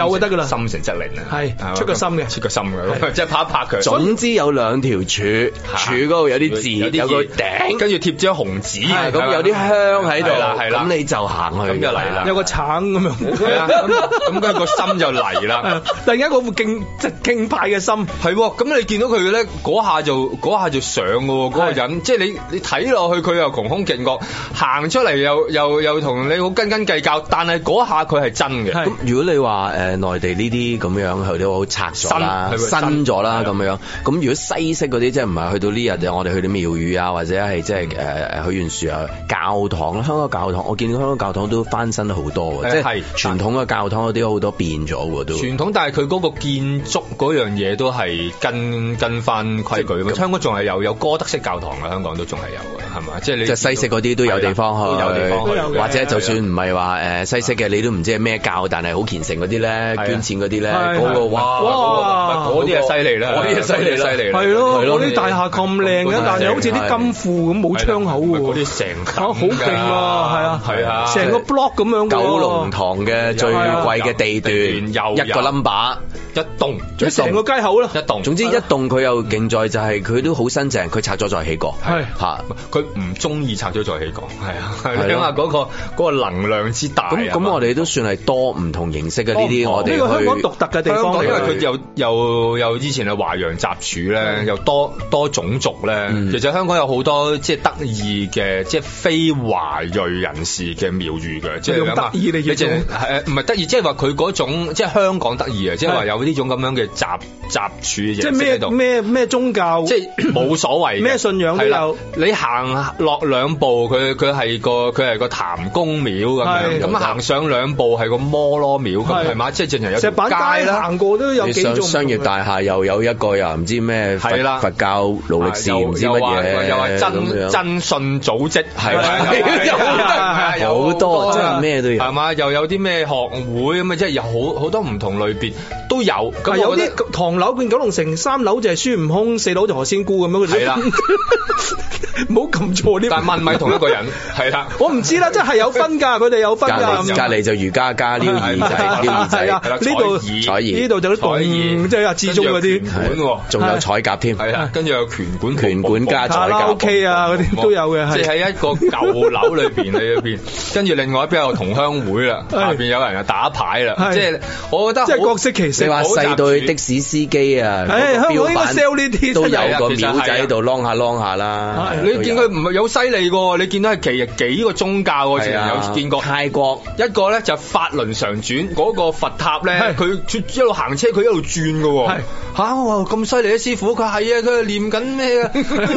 Speaker 4: 有就得㗎啦
Speaker 3: 心誠則靈啊，
Speaker 4: 係
Speaker 3: 嘛
Speaker 4: 出個心嘅
Speaker 3: 出個心
Speaker 4: 係
Speaker 3: 嘅，即係拍一拍佢。
Speaker 2: 總之有兩條柱，柱嗰度有啲字，有個頂，
Speaker 3: 跟住貼張紅紙，
Speaker 2: 係咁有啲香喺度，
Speaker 3: 係啦係啦
Speaker 2: 咁你就行去，
Speaker 3: 咁就嚟啦
Speaker 4: 有個橙咁樣，
Speaker 2: [laughs]
Speaker 3: 係啊咁咁跟住個心就嚟啦。
Speaker 4: [laughs] 突然間嗰副勁即係勁派嘅心。
Speaker 3: 係喎，咁你見到佢咧嗰下就嗰下就上嘅喎，嗰、個人即係你你睇落去佢又窮兇勁惡，行出嚟又又又同你好斤斤計較，但係嗰下佢係真嘅。
Speaker 2: 咁如果你話誒、呃、內地呢啲咁樣佢都好拆咗啦、
Speaker 3: 新係啊咪
Speaker 2: 新咗啦
Speaker 3: 新
Speaker 2: 咁樣，咁如果西式嗰啲即係唔係去到呢日就我哋去到廟宇啊，或者係即
Speaker 3: 嗯
Speaker 2: 係誒誒許願樹啊、教堂啦，香港教堂我見到香港教堂都翻新好多
Speaker 3: 誒
Speaker 2: 喎，即係
Speaker 3: 係
Speaker 2: 傳統嘅教堂嗰啲好多變咗喎都。
Speaker 3: 傳統，但係佢嗰個建築嗰樣嘢都係跟跟翻規矩嘛。香港仲係有有哥德式教堂嘅，香港都仲係有嘅，係嘛？即係你
Speaker 2: 即係西式嗰啲都有地方去，
Speaker 3: 係啦都有地方去
Speaker 4: 都有嘅
Speaker 2: 或者就算唔係話誒西式嘅，你都唔知係咩教，但係好虔誠嗰啲咧，
Speaker 3: 啊
Speaker 2: 捐錢嗰啲咧，
Speaker 4: 係
Speaker 2: 嗰個哇，
Speaker 4: 哇
Speaker 3: 嗰啲係犀利啦，
Speaker 2: 嗰啲係犀利啦
Speaker 3: 嗰啲係犀利啦，
Speaker 4: 係咯，
Speaker 2: 係咯
Speaker 4: 嗰啲大廈咁靚
Speaker 3: 嗰
Speaker 4: 嘅
Speaker 3: 啲，
Speaker 4: 但係好似
Speaker 2: 係
Speaker 4: 啲金庫咁冇窗口
Speaker 3: 嗰
Speaker 4: 嘅喎，
Speaker 3: 啲成
Speaker 4: 啊好勁啊，係
Speaker 3: 係
Speaker 4: 啊
Speaker 3: 啊，，
Speaker 4: 成個 block 咁樣嘅喎
Speaker 2: 九龍塘嘅最貴嘅地段，
Speaker 3: 又有
Speaker 2: 一個 number。
Speaker 3: 一棟
Speaker 4: 即係成個街口啦
Speaker 3: 一，棟，
Speaker 2: 總之一棟佢有勁在就係佢都好新淨，佢拆咗再起過。
Speaker 4: 係
Speaker 2: 嚇，
Speaker 3: 佢唔中意拆咗再起講，係啊，
Speaker 2: 咯
Speaker 3: 你諗下嗰個嗰個能量之大啊
Speaker 2: 咁咁，我哋都算係多唔同形式嘅呢啲，我哋
Speaker 4: 哦呢個香港
Speaker 2: 去
Speaker 4: 獨特嘅地
Speaker 3: 香
Speaker 4: 方
Speaker 3: 港
Speaker 4: 嚟
Speaker 3: 因為
Speaker 4: 嘅，
Speaker 3: 佢又又又以前係華洋雜處咧，又多多種族咧。
Speaker 2: 嗯
Speaker 3: 其實香港有好多即係得意嘅，即係非華裔人士嘅妙語嘅，即係
Speaker 4: 用
Speaker 3: 諗下
Speaker 4: 得意嚟
Speaker 3: 你
Speaker 4: 形
Speaker 3: 淨
Speaker 4: 容
Speaker 3: 係誒唔係得意，即係話佢嗰種即係香港得意啊，即係話有呢種咁樣嘅雜雜處嘅
Speaker 4: 即係
Speaker 3: 形式喺度
Speaker 4: 咩。咩咩宗教，
Speaker 3: 即
Speaker 4: [clears throat]
Speaker 3: 係冇所謂嘅
Speaker 4: 咩信仰都有
Speaker 3: 係啦你行落兩步，佢佢係個佢係個譚公廟咁樣，
Speaker 4: 係啊
Speaker 3: 咁行上兩步係個摩羅廟咁，
Speaker 4: 係
Speaker 3: 係嘛？即係正人有條
Speaker 4: 石板街
Speaker 3: 啦。
Speaker 4: 行過都有
Speaker 2: 你
Speaker 4: 幾種唔
Speaker 2: 上
Speaker 4: 同嘅
Speaker 2: 商業大廈又有一個又唔知咩佛
Speaker 3: 係啦
Speaker 2: 佛教勞力士唔知乜嘢，
Speaker 3: 啊又話
Speaker 2: 咁
Speaker 3: 真
Speaker 2: 樣
Speaker 3: 真信組織
Speaker 2: 係 [laughs] 啊
Speaker 3: 係啊有
Speaker 2: 好多真係咩都有
Speaker 3: 係嘛？又有啲咩學會咁啊，即係有好好多唔同類別都有。
Speaker 4: 係
Speaker 3: 咁
Speaker 4: 有
Speaker 3: 我覺得
Speaker 4: 啲唐樓變九龍城，三樓就係孫悟空，四樓就何仙姑咁樣。佢哋都
Speaker 3: 係
Speaker 4: [laughs]
Speaker 3: 啦
Speaker 4: 唔好撳錯呢。
Speaker 3: 但係問咪同一個人係啦。
Speaker 4: 我唔知啦，真係有分㗎，佢哋有分
Speaker 2: 隔
Speaker 4: 㗎。
Speaker 2: 離隔離就瑜伽加撩耳仔撩耳
Speaker 4: 係啊
Speaker 2: 仔，
Speaker 3: 係啦，
Speaker 4: 呢度
Speaker 3: 彩
Speaker 2: 彩
Speaker 3: 耳
Speaker 2: 兒
Speaker 4: 呢度就啲
Speaker 3: 彩兒
Speaker 4: 動，即係啊，至中嗰
Speaker 3: 跟住有
Speaker 4: 啲
Speaker 3: 拳館喎
Speaker 2: 係仲有彩甲添，
Speaker 3: 係啊啦，跟住有拳館、
Speaker 2: 拳館加
Speaker 4: 卡拉 OK 啊嗰啲都有嘅，
Speaker 3: 即
Speaker 4: 係
Speaker 3: 係喺一個舊樓裏邊，你裏邊，
Speaker 4: [laughs]
Speaker 3: 跟住另外一邊有同鄉會啦，
Speaker 4: 係
Speaker 3: 下邊有人又打牌啦，
Speaker 4: 係
Speaker 3: 即係我覺得
Speaker 4: 即係
Speaker 3: 好
Speaker 4: 各色其
Speaker 2: 你
Speaker 4: 色。
Speaker 2: 話細到去的士司機啊，
Speaker 4: 唉香港
Speaker 2: 嗰個標
Speaker 4: 應該
Speaker 2: 板
Speaker 4: sell 呢啲
Speaker 2: 都有
Speaker 3: 真係啊
Speaker 2: 個
Speaker 3: 其實係啊
Speaker 2: 廟仔喺度啷下啷下啦。係
Speaker 3: 你見
Speaker 2: 都
Speaker 3: 佢
Speaker 2: 有
Speaker 3: 唔係有犀利喎，你見到係其幾個宗教喎，之
Speaker 2: 係
Speaker 3: 前
Speaker 2: 啊
Speaker 3: 有見過。
Speaker 2: 泰國。
Speaker 3: 一個咧就係法輪常轉嗰、個佛塔咧，
Speaker 4: 係
Speaker 3: 佢轉一路行車佢一路轉嘅喎、
Speaker 4: 係
Speaker 3: 嚇我話咁犀利啊師傅，佢係啊佢係練緊
Speaker 4: [laughs]
Speaker 3: 咩啊？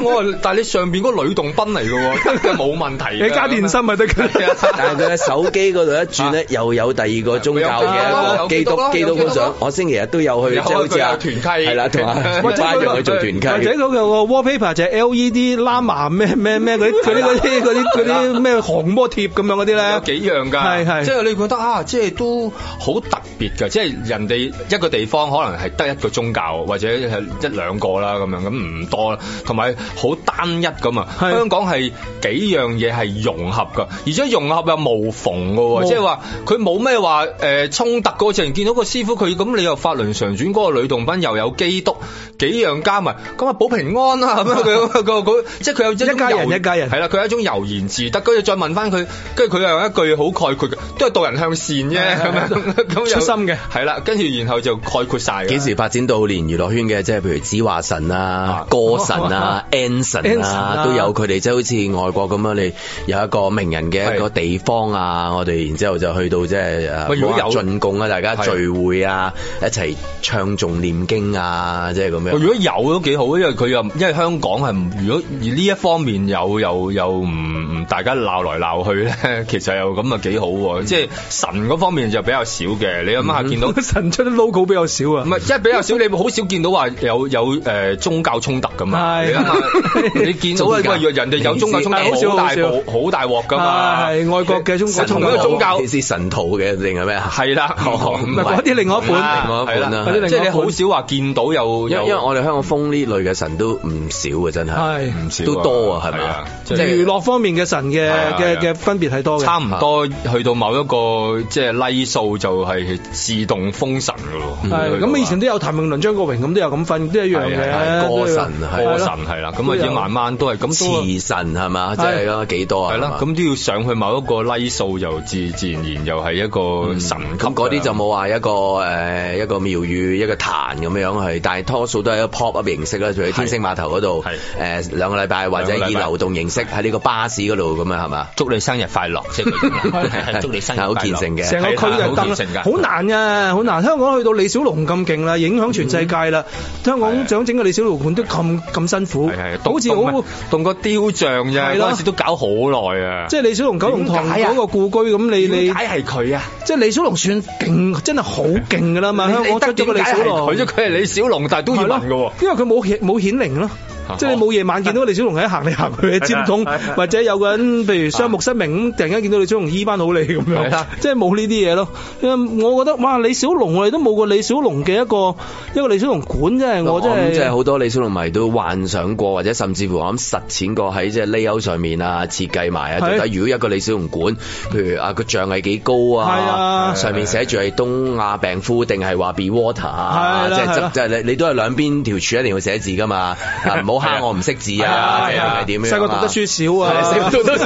Speaker 3: 我話但係你上邊嗰個呂洞賓嚟嘅喎，得嘅冇問題㗎。啊
Speaker 4: 你加電芯咪得 [laughs] 㗎。
Speaker 2: 但係佢嘅手機嗰度一轉咧，又有第二個宗教嘅一個
Speaker 3: 有
Speaker 2: 基
Speaker 3: 基督
Speaker 2: 督
Speaker 3: 啦
Speaker 2: 基
Speaker 3: 有
Speaker 2: 督
Speaker 3: 基督啦
Speaker 2: 觀想。我星期日都有去，即
Speaker 3: 有
Speaker 2: 係好似啊
Speaker 3: 有團契
Speaker 2: 係啦，
Speaker 3: [laughs]
Speaker 2: 同阿
Speaker 3: 或者
Speaker 2: 花樣去做團
Speaker 4: 或者
Speaker 2: 契。
Speaker 4: 嗰個 wallpaper 就係 LED 喇嘛咩咩咩嗰啲嗰啲嗰啲嗰啲嗰啲咩航魔貼咁樣嗰啲
Speaker 3: 有
Speaker 4: 咧，
Speaker 3: 幾樣㗎，
Speaker 4: 係係
Speaker 3: 即係你覺得啊，即係都好特別㗎，即係人哋一個地方可能係得一個宗教或者係一兩個啦咁樣，咁唔多啦，同埋好單一咁啊。
Speaker 4: 係
Speaker 3: 香港係幾樣嘢係融合㗎，而且融合又無縫㗎喎，即係話佢冇咩話誒衝突嗰陣，見到個師傅佢咁，你又法輪常轉嗰個呂洞賓又有基督幾樣加埋，咁啊保平安啦咁樣佢佢佢即係佢有一種
Speaker 4: 一家人
Speaker 3: 遊
Speaker 4: 一家人
Speaker 3: 係啦，佢係一種悠然自得，跟住再問翻佢，跟住佢又有一句好概括嘅，都係導人向善啫
Speaker 4: 係
Speaker 3: 咁樣，咁 [laughs] 又
Speaker 4: 出心嘅
Speaker 3: 係啦，跟住然後就概括晒㗎。
Speaker 2: 幾時發展到連娛樂圈嘅，即係譬如子華神啊
Speaker 3: 啊、
Speaker 2: 歌神
Speaker 3: [laughs]
Speaker 2: 啊、Anson
Speaker 4: Anson
Speaker 2: 啊，
Speaker 4: 啊
Speaker 2: 都有佢哋，即係好似外國咁樣，你有一個名人嘅一個地方啊，我哋然之後就去到即係
Speaker 3: 喂
Speaker 2: 誒，
Speaker 3: 如果有
Speaker 2: 進貢啊，大家
Speaker 3: 係
Speaker 2: 聚會啊，一齊唱誦念經啊，即係咁
Speaker 3: 哦
Speaker 2: 樣。
Speaker 3: 如果有都幾好，因為佢又因為香港係唔如果而呢一方面有又又唔唔大家鬧來鬧去咧， [laughs] 其實又咁啊幾好喎。即係神嗰方面就比較少嘅，你諗下見到。
Speaker 4: 神出啲 logo 比較少啊
Speaker 3: 唔。係，即係比較少，你好少見到話有有誒、呃宗教衝突噶嘛？
Speaker 4: 係
Speaker 3: 你諗下， [laughs] 你見到喂
Speaker 2: 宗教
Speaker 3: 喂人哋有宗教衝突，
Speaker 4: 好少
Speaker 3: 好大
Speaker 4: 好少
Speaker 3: 鑊，好大鑊噶嘛？
Speaker 4: 係外國嘅中國
Speaker 3: 神
Speaker 4: 宗
Speaker 3: 同一個
Speaker 4: 教
Speaker 3: 宗教
Speaker 2: 你是神徒嘅定係咩啊？
Speaker 3: 係啦，
Speaker 2: 哦
Speaker 3: 唔
Speaker 4: 唔係
Speaker 3: 係
Speaker 4: 嗰啲另外一本。
Speaker 3: 啊
Speaker 2: 另外一本啦
Speaker 3: 係
Speaker 4: 嗰啲另外一
Speaker 3: 即係你
Speaker 4: 本
Speaker 3: 好少話見到有
Speaker 2: 因
Speaker 3: 有
Speaker 2: 因為我哋香港封呢類嘅神都唔少嘅，真係
Speaker 4: 係
Speaker 3: 唔少啊
Speaker 2: 都多啊，係咪
Speaker 3: 係
Speaker 2: 啊
Speaker 3: 啊？
Speaker 2: 即
Speaker 3: 即係
Speaker 4: 娛樂方面嘅神嘅
Speaker 3: 係啊係
Speaker 4: 嘅
Speaker 3: 啊
Speaker 4: 嘅分別係多嘅，
Speaker 3: 差唔多去到某一個即係 like 數就係自動封神噶咯。
Speaker 4: 係咁以前都有譚詠麟、張國榮咁都有咁分，都一樣
Speaker 3: 係
Speaker 4: 嘅
Speaker 2: 係歌神
Speaker 4: 都
Speaker 2: 係
Speaker 4: 有
Speaker 3: 歌神嗯係啦，咁啊已經慢慢都係咁都
Speaker 2: 慈神係嘛？即係咁幾多啊？
Speaker 3: 係
Speaker 2: 係嘛
Speaker 3: 啊啦，咁都要上去某一個 like 數，又自自然然又係一個神啊級㗎啦
Speaker 2: 嗯咁嗰啲就冇話一個誒、呃一個廟宇一個壇咁樣去，但係多數都係一個 pop up 形式啦，譬如天星碼頭嗰度呃
Speaker 3: 係
Speaker 2: 誒兩個禮拜或者
Speaker 3: 兩
Speaker 2: 以
Speaker 3: 個禮拜
Speaker 2: 流動形式喺呢個巴士嗰度咁樣係嘛？
Speaker 3: 祝你生日快樂，即係嗰種啦係祝你生日快
Speaker 2: 好
Speaker 3: 樂
Speaker 2: 虔誠嘅
Speaker 4: 成個區就
Speaker 3: 係啦好
Speaker 4: 得
Speaker 3: 虔
Speaker 4: 啦
Speaker 3: 誠㗎，
Speaker 4: 好難嘅，好難。香港去到李小龍咁勁啦，影響全世界啦。香港想整個李小龍館都咁咁辛苦
Speaker 3: 嗯係係，
Speaker 4: 好似好
Speaker 3: 動動個雕像啫，
Speaker 4: 係啦
Speaker 3: 嗰陣時都搞好耐啊。
Speaker 4: 即係李小龍九龍塘
Speaker 3: 點解啊
Speaker 4: 嗰個故居咁，你你
Speaker 3: 點解係佢啊？
Speaker 4: 即係李小龍算勁，真係好勁㗎啦嘛！
Speaker 3: 你
Speaker 4: 香港
Speaker 3: 你
Speaker 4: 出咗個李
Speaker 3: 點解
Speaker 4: 小
Speaker 3: 係
Speaker 4: 龍
Speaker 3: 佢。啫，佢係李小龍，但係都要問嘅喎。
Speaker 4: 因為佢冇顯冇顯靈咯
Speaker 3: 啊。
Speaker 4: 即係你冇夜晚見到李小龍喺行嚟行
Speaker 3: [laughs]
Speaker 4: 去喺尖東，或者有個人譬如雙目失明咁，突然間見到李小龍醫翻好你咁
Speaker 3: 係
Speaker 4: 樣
Speaker 3: 啦，
Speaker 4: 即係冇呢啲嘢咯。因為我覺得哇，李小龍我哋都冇過李小龍嘅一個一個李小龍館，真係我真
Speaker 2: 諗即哦係
Speaker 4: 係
Speaker 2: 好多李小龍迷都幻想過，或者甚至乎我諗實踐過喺即係 layout 上面啊，設計埋啊，到
Speaker 4: 係
Speaker 2: 底如果一個李小龍館，譬如啊個像係幾高
Speaker 4: 係
Speaker 2: 啊，
Speaker 4: 啊
Speaker 2: 上面寫住係東亞病夫定係話 be water 啊，
Speaker 4: 係啦
Speaker 2: 即係
Speaker 4: 係啦
Speaker 2: 即係你你都係兩邊條柱一定要寫字㗎嘛，啊唔好好
Speaker 3: 係啊
Speaker 2: 蝦我唔識字啊，
Speaker 4: 啊
Speaker 2: 定係點樣啊？
Speaker 4: 細個讀得書少
Speaker 2: 係
Speaker 4: 啊，
Speaker 2: 細個讀得書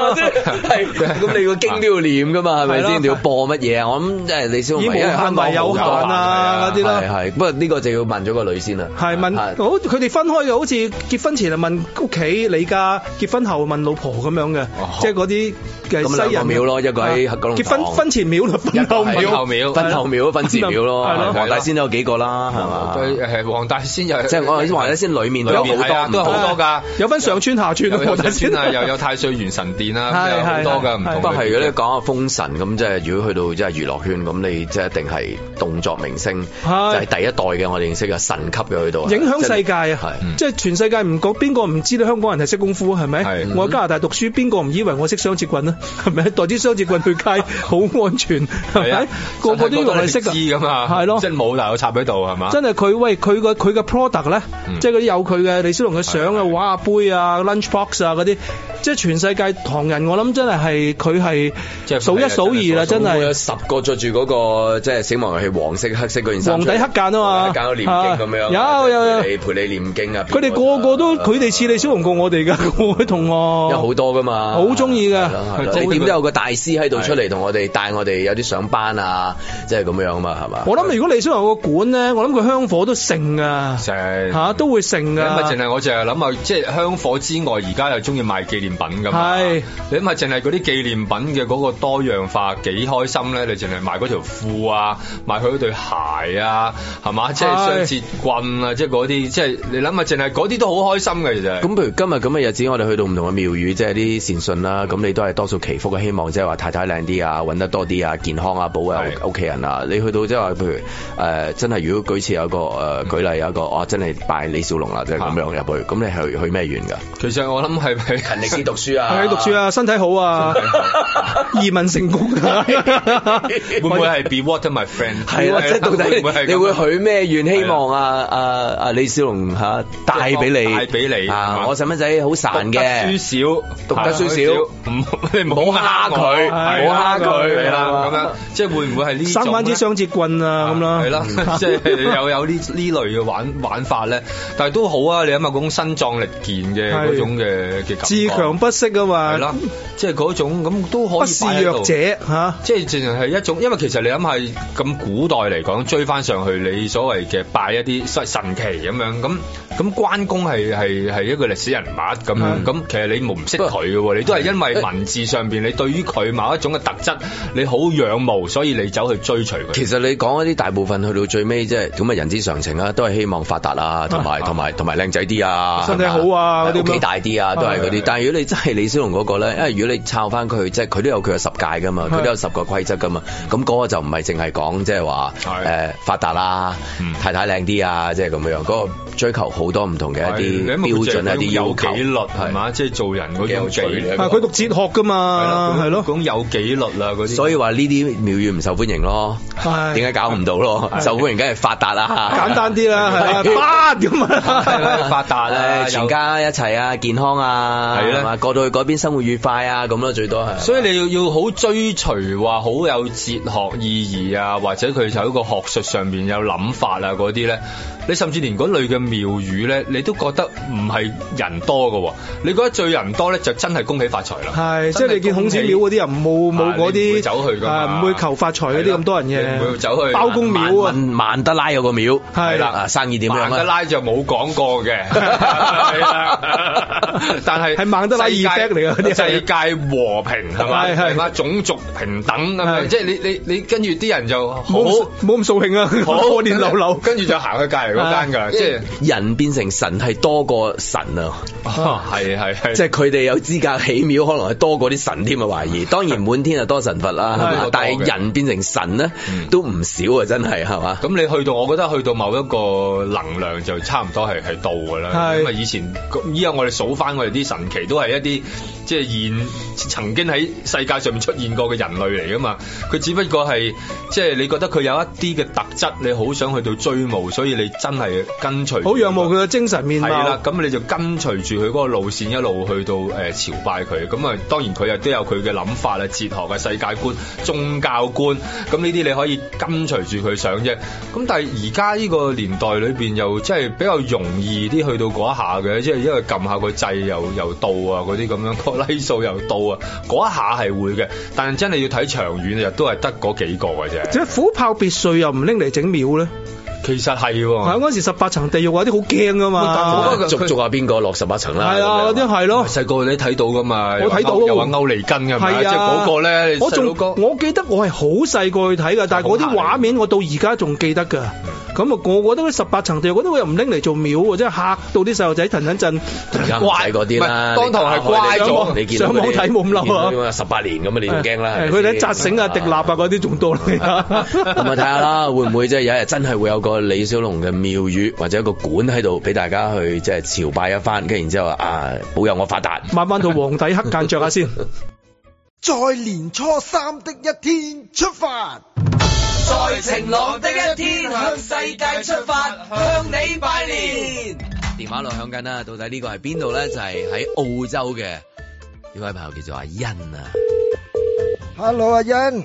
Speaker 4: [laughs]
Speaker 2: 啊，即係係咁你個經都要念噶嘛，係咪
Speaker 4: 係咯
Speaker 2: 先？你要播乜嘢啊？我諗即係李小
Speaker 4: 以
Speaker 2: 龍，因
Speaker 4: 無
Speaker 2: 為
Speaker 4: 限
Speaker 2: 香港
Speaker 4: 為有限啊嗰啲
Speaker 2: 係
Speaker 4: 啦。
Speaker 2: 係，不過呢個就要問咗個女先啦。啊
Speaker 4: 係問
Speaker 2: 係
Speaker 4: 好，佢哋分開嘅，好似結婚前就問屋企你家，結婚後問老婆咁樣嘅，即係嗰啲嘅
Speaker 2: 咁兩
Speaker 4: 西
Speaker 2: 個
Speaker 4: 人。
Speaker 2: 廟咯一個喺九龍塘
Speaker 4: 結婚婚前廟同婚後
Speaker 3: 一個係
Speaker 4: 廟，
Speaker 3: 後廟
Speaker 2: 分後廟、分寺廟咯，
Speaker 4: 係咯
Speaker 2: 黃大仙都有幾個啦，係嘛？
Speaker 3: 佢哦誒黃大仙又
Speaker 2: 即係我黃大仙裡面都有好
Speaker 3: 裏面係啊
Speaker 2: 多，
Speaker 3: 都有好多㗎。
Speaker 4: 有分上村下村啊
Speaker 3: 又，有
Speaker 4: 我睇先
Speaker 3: 先啊，又有太歲元神殿啊，
Speaker 4: 係
Speaker 3: 有好多
Speaker 4: 係
Speaker 3: 㗎唔同。
Speaker 2: 不過係如果你講下封神咁，即係如果去到即係娛樂圈咁，你即係一定係動作明星，就
Speaker 4: 係
Speaker 2: 係第一代嘅我哋認識嘅神級嘅去到，
Speaker 4: 影響世界啊
Speaker 2: 係！
Speaker 3: 嗯
Speaker 4: 即係全世界唔講邊個唔知道香港人係識功夫啊係咪
Speaker 3: 係？
Speaker 4: 我喺加拿大讀書，邊個唔以為我識雙截棍啊？係咪？帶支雙截棍去街好安全，係
Speaker 3: 係啊
Speaker 4: 咪？個個都以為我
Speaker 3: 你
Speaker 4: 係識
Speaker 3: 識
Speaker 4: 㗎
Speaker 3: 知㗎嘛，
Speaker 4: 係咯
Speaker 3: 即。係冇但係有插喺度係嘛？
Speaker 4: 真係佢喂佢個佢嘅 product 咧，
Speaker 3: 啊嗯
Speaker 4: 即係嗰啲有佢嘅李小龍嘅相啊、
Speaker 3: 係係
Speaker 4: 畫啊、杯啊、lunch box 啊嗰啲，即係全世界唐人我諗真係係佢
Speaker 3: 即
Speaker 4: 係
Speaker 3: 係
Speaker 4: 數一數二啊啦，真
Speaker 2: 會有
Speaker 4: 係。
Speaker 2: 十個着住嗰個即係死亡遊戲黃色黑色嗰件衫
Speaker 4: 皇
Speaker 2: 出
Speaker 4: 帝
Speaker 2: 嚟，
Speaker 4: 黑間啊嘛
Speaker 2: 皇帝黑間嗰念經咁樣，
Speaker 4: 有有有
Speaker 2: 陪你陪你念經啊！
Speaker 4: 佢哋個個都佢哋似李小龍過我哋㗎，個個同我。
Speaker 2: 有好多噶嘛，
Speaker 4: 哦好鍾意㗎
Speaker 2: 係咯係咯
Speaker 3: 佢
Speaker 2: 你
Speaker 3: 真係
Speaker 2: 點都有個大師喺度出嚟同我哋帶我哋有啲上班啊，即係咁樣嘛，係嘛？
Speaker 4: 我諗如果李小龍有個館咧，我諗佢香火都盛㗎。
Speaker 3: 成
Speaker 4: 吓、都會成
Speaker 3: 你諗下，淨
Speaker 4: 㗎。
Speaker 3: 係我淨係諗下，即係香火之外，而家又中意賣紀念品㗎嘛。
Speaker 4: 係
Speaker 3: 你諗下，淨係嗰啲紀念品嘅嗰個多樣化幾開心咧？你淨係賣嗰條褲啊，賣佢嗰對鞋啊，係嘛？即係
Speaker 4: 係
Speaker 3: 雙節棍啊，即係嗰啲，即係你諗下，淨係嗰啲都好開心嘅其實。
Speaker 2: 咁譬如今日咁嘅日子，我哋去到唔同嘅廟宇，即係啲善信啦，咁你都係多數祈福嘅，希望即係話太太靚啲啊，揾得多啲啊，健康啊，保佑
Speaker 3: 係
Speaker 2: 屋企人啊。你去到即係話譬如誒、呃真係如果舉次有個誒、
Speaker 4: 嗯
Speaker 2: 呃、舉例有一個，哦，真係拜李小龍啦，即係咁樣入去，咁你去去咩院㗎？
Speaker 3: 其實我諗係咪 [laughs]
Speaker 2: 勤力啲讀書啊！
Speaker 4: 喺度讀書！啊，身體好啊，移民成功啊，
Speaker 3: [laughs] 會唔會係 Be Water My Friend？
Speaker 2: 係啦，即係到
Speaker 3: 啊 [laughs] 會
Speaker 2: 底
Speaker 3: 唔會係咁啊
Speaker 2: 你會許咩願？希望啊啊啊李小龍嚇帶俾你，
Speaker 3: 帶俾你係
Speaker 2: 啊！
Speaker 3: 嘛
Speaker 2: 我細蚊仔好
Speaker 3: 讀
Speaker 2: 孱
Speaker 3: 得
Speaker 2: 嘅，
Speaker 3: 書少，
Speaker 2: 讀得書少
Speaker 3: 唔好你
Speaker 2: 唔好
Speaker 3: 唔好
Speaker 2: 蝦
Speaker 3: 蝦
Speaker 2: 佢
Speaker 3: 佢，
Speaker 4: 唔
Speaker 3: 唔
Speaker 4: 好
Speaker 3: 好
Speaker 4: 蝦
Speaker 3: 蝦
Speaker 4: 佢
Speaker 3: 佢係啦，
Speaker 2: 係啦
Speaker 3: 咁樣即係會唔會係呢種
Speaker 4: 生翻支
Speaker 3: 咧
Speaker 4: 雙節棍啊咁啦。[laughs]
Speaker 3: 係啦，即係又有呢呢類嘅玩玩法咧，但係都好啊！你諗下嗰種身壯力健嘅
Speaker 4: 係
Speaker 3: 嗰種嘅嘅感覺，
Speaker 4: 自強不息啊
Speaker 3: 係
Speaker 4: 嘛
Speaker 3: 啦，，即係嗰種咁都可以
Speaker 4: 不是
Speaker 3: 擺喺
Speaker 4: 弱
Speaker 3: 度
Speaker 4: 者嚇。
Speaker 3: 即係淨係一種，因為其實你諗下咁古代嚟講，追翻上去你所謂嘅拜一啲神神奇咁樣，咁咁關公係係係一個歷史人物咁樣，咁其實你冇唔識佢嘅喎，你都係因為文字上邊你對於佢某一種嘅特質，你好仰慕，所以你走去追隨佢。
Speaker 2: 其實你講嗰啲大部分去到最尾，即係咁啊人之常情啊，都係希望發達啊，同埋同埋同埋靚仔啲啊，
Speaker 4: 身體
Speaker 2: 係嘛
Speaker 4: 好啊嗰啲咁
Speaker 2: 屋企
Speaker 4: 樣
Speaker 2: 大啲啊，都係嗰啲
Speaker 3: 係。
Speaker 2: 但係如果你真係李小龍嗰個咧，因為如果你抄翻佢，即係佢都有佢嘅十戒㗎嘛，佢都有十個規則㗎嘛。咁嗰個就唔係淨係講即係話
Speaker 3: 係
Speaker 2: 誒發達啦
Speaker 3: 嗯，
Speaker 2: 太太靚啲啊，即係咁樣。嗰個追求好多唔同嘅一啲
Speaker 3: 係你諗
Speaker 2: 標
Speaker 3: 下
Speaker 2: 準
Speaker 3: 佢
Speaker 2: 一啲要
Speaker 3: 有
Speaker 2: 求
Speaker 3: 紀律係嘛，即係做人嗰
Speaker 2: 幾有
Speaker 3: 種
Speaker 2: 趣
Speaker 3: 紀律
Speaker 2: 嘅
Speaker 4: 啊！佢讀哲學噶嘛，啊係咯，
Speaker 3: 講有紀律啦嗰啲。
Speaker 2: 所以話呢啲廟宇唔受歡迎咯，
Speaker 4: 係
Speaker 2: 點解搞唔到咯？受歡迎梗係發達啦，
Speaker 4: 簡單啲啦，
Speaker 2: [laughs]
Speaker 4: 係啊，
Speaker 2: 係
Speaker 4: 八咁
Speaker 2: [laughs]
Speaker 3: 係
Speaker 4: 啊，
Speaker 3: 啊發達啊
Speaker 2: 誒哎全家一齊啊，健康啊，
Speaker 3: 係啦
Speaker 2: 係嘛過到去嗰邊生活愉快啊，咁咯，最多係。
Speaker 3: 所以你要要好追隨話好有哲學意義啊，或者佢有一個學術上面有諗法啊嗰啲咧，你甚至連嗰類嘅廟宇咧，你都覺得唔係人多嘅喎、你覺得最人多咧就真係恭喜發財啦，
Speaker 4: 係即
Speaker 3: 真
Speaker 4: 係你見
Speaker 3: 恭
Speaker 4: 孔
Speaker 3: 喜
Speaker 4: 子廟嗰啲人冇
Speaker 3: [laughs]
Speaker 4: 冇
Speaker 3: 啊
Speaker 4: 嗰
Speaker 3: 你唔
Speaker 4: 啲
Speaker 3: 會走去㗎嘛
Speaker 4: 啊唔會求發財嗰啲咁多人
Speaker 3: 係
Speaker 4: 嘅，
Speaker 3: 啦你唔會走去
Speaker 4: 包公廟啊，
Speaker 2: 曼曼德拉有個廟，
Speaker 4: 係啦
Speaker 2: 啊生意點
Speaker 3: 曼德
Speaker 2: 樣啊？
Speaker 3: 拉就冇講過嘅， [laughs] 係啦但係
Speaker 4: 係曼德拉
Speaker 3: 世界
Speaker 4: effect 嚟㗎嗰啲係
Speaker 3: 世界和平係嘛？
Speaker 4: 係係
Speaker 3: 係嘛？種族平等咁
Speaker 4: 係
Speaker 3: 樣，即係你你你跟住啲人就好
Speaker 4: 冇咁冇咁掃興啊， [laughs]
Speaker 3: 好
Speaker 4: 可憐流
Speaker 3: [laughs]
Speaker 4: 流。
Speaker 3: 跟住就行去隔離嗰間㗎啦，即係
Speaker 2: 人變成神係多過神啊！
Speaker 3: 係係係，
Speaker 2: 即係佢哋有資格起廟，可能係多過啲神添啊！懷疑當然滿天啊多神佛啦，係嘛
Speaker 3: 係？
Speaker 2: 但係人變成神咧都唔少啊！真係係嘛？
Speaker 3: 咁你去到，我覺得去到某一個能量就差唔多係係到㗎啦。啊
Speaker 4: 係
Speaker 3: 因為以前咁依家我哋數翻我哋啲神奇都係一啲即係現曾經喺世界上面出現過嘅人類嚟噶嘛。佢只不過係即係你覺得佢有一啲嘅特質，你好想去到追慕，所以你真係跟隨。
Speaker 4: 好仰慕佢嘅精神面
Speaker 3: 係啦
Speaker 4: 貌，。
Speaker 3: 咁你就跟隨住佢嗰個路線一路去到誒、呃朝拜佢。咁啊，當然佢又都有佢嘅諗法啦、哲學嘅世界觀、宗教觀。咁呢啲你可以跟隨住佢上啫。咁但係而家呢個年代裏邊又即係比較容易啲去到嗰一下嘅，即係因為撳下個掣又又到啊，嗰啲咁樣個 like 數又到啊，嗰一下係會嘅。但係真係要睇長遠，又都係得嗰幾個嘅啫。
Speaker 4: 即虎豹別墅又唔拎嚟整廟咧，
Speaker 3: 其實係
Speaker 4: 係
Speaker 3: 喎、
Speaker 4: 啊嗰陣時十八層地獄嗰啲好驚噶嘛
Speaker 3: 但係。我
Speaker 2: 逐逐下邊個落十八層啦。
Speaker 4: 係啊，嗰啲係咯。
Speaker 3: 細個你睇到噶嘛？
Speaker 4: 我睇到
Speaker 3: 又話歐尼根嘅，係咪
Speaker 4: 係啊，
Speaker 3: 即係嗰個咧，
Speaker 4: 我仲
Speaker 3: 細佬哥
Speaker 4: 我記得我係好細個去睇㗎，但係嗰啲畫面我到而家仲記得㗎。咁啊，我覺得十八層地獄嗰啲我又唔拎嚟做廟喎，真係嚇到啲細路仔騰騰震。
Speaker 2: 而家唔使嗰啲啦，
Speaker 3: 唔係當堂係乖咗
Speaker 2: 你見到
Speaker 4: 上網睇冇咁嬲啊
Speaker 2: 啊！十八年咁啊，你仲驚啦？
Speaker 4: 係
Speaker 2: 係咪
Speaker 4: 佢哋
Speaker 2: 先
Speaker 4: 扎醒啊、迪立啊嗰啲仲多啦。而
Speaker 2: [laughs] 咁啊，睇
Speaker 4: 家
Speaker 2: 下啦，會唔會即係有一日真係會有個李小龍嘅廟宇或者一個館喺度俾大家去即係朝拜一番，跟住然之後啊，保佑我發達。
Speaker 4: 慢慢到皇帝黑間着下先。
Speaker 5: 在年初三的一天出發。
Speaker 10: 在晴朗的一天向世界出發，向你拜年。
Speaker 2: 電話落響緊啦，到底呢個係邊度咧？就係、喺澳洲嘅呢位朋友叫做阿欣啊。
Speaker 5: Hello，阿欣，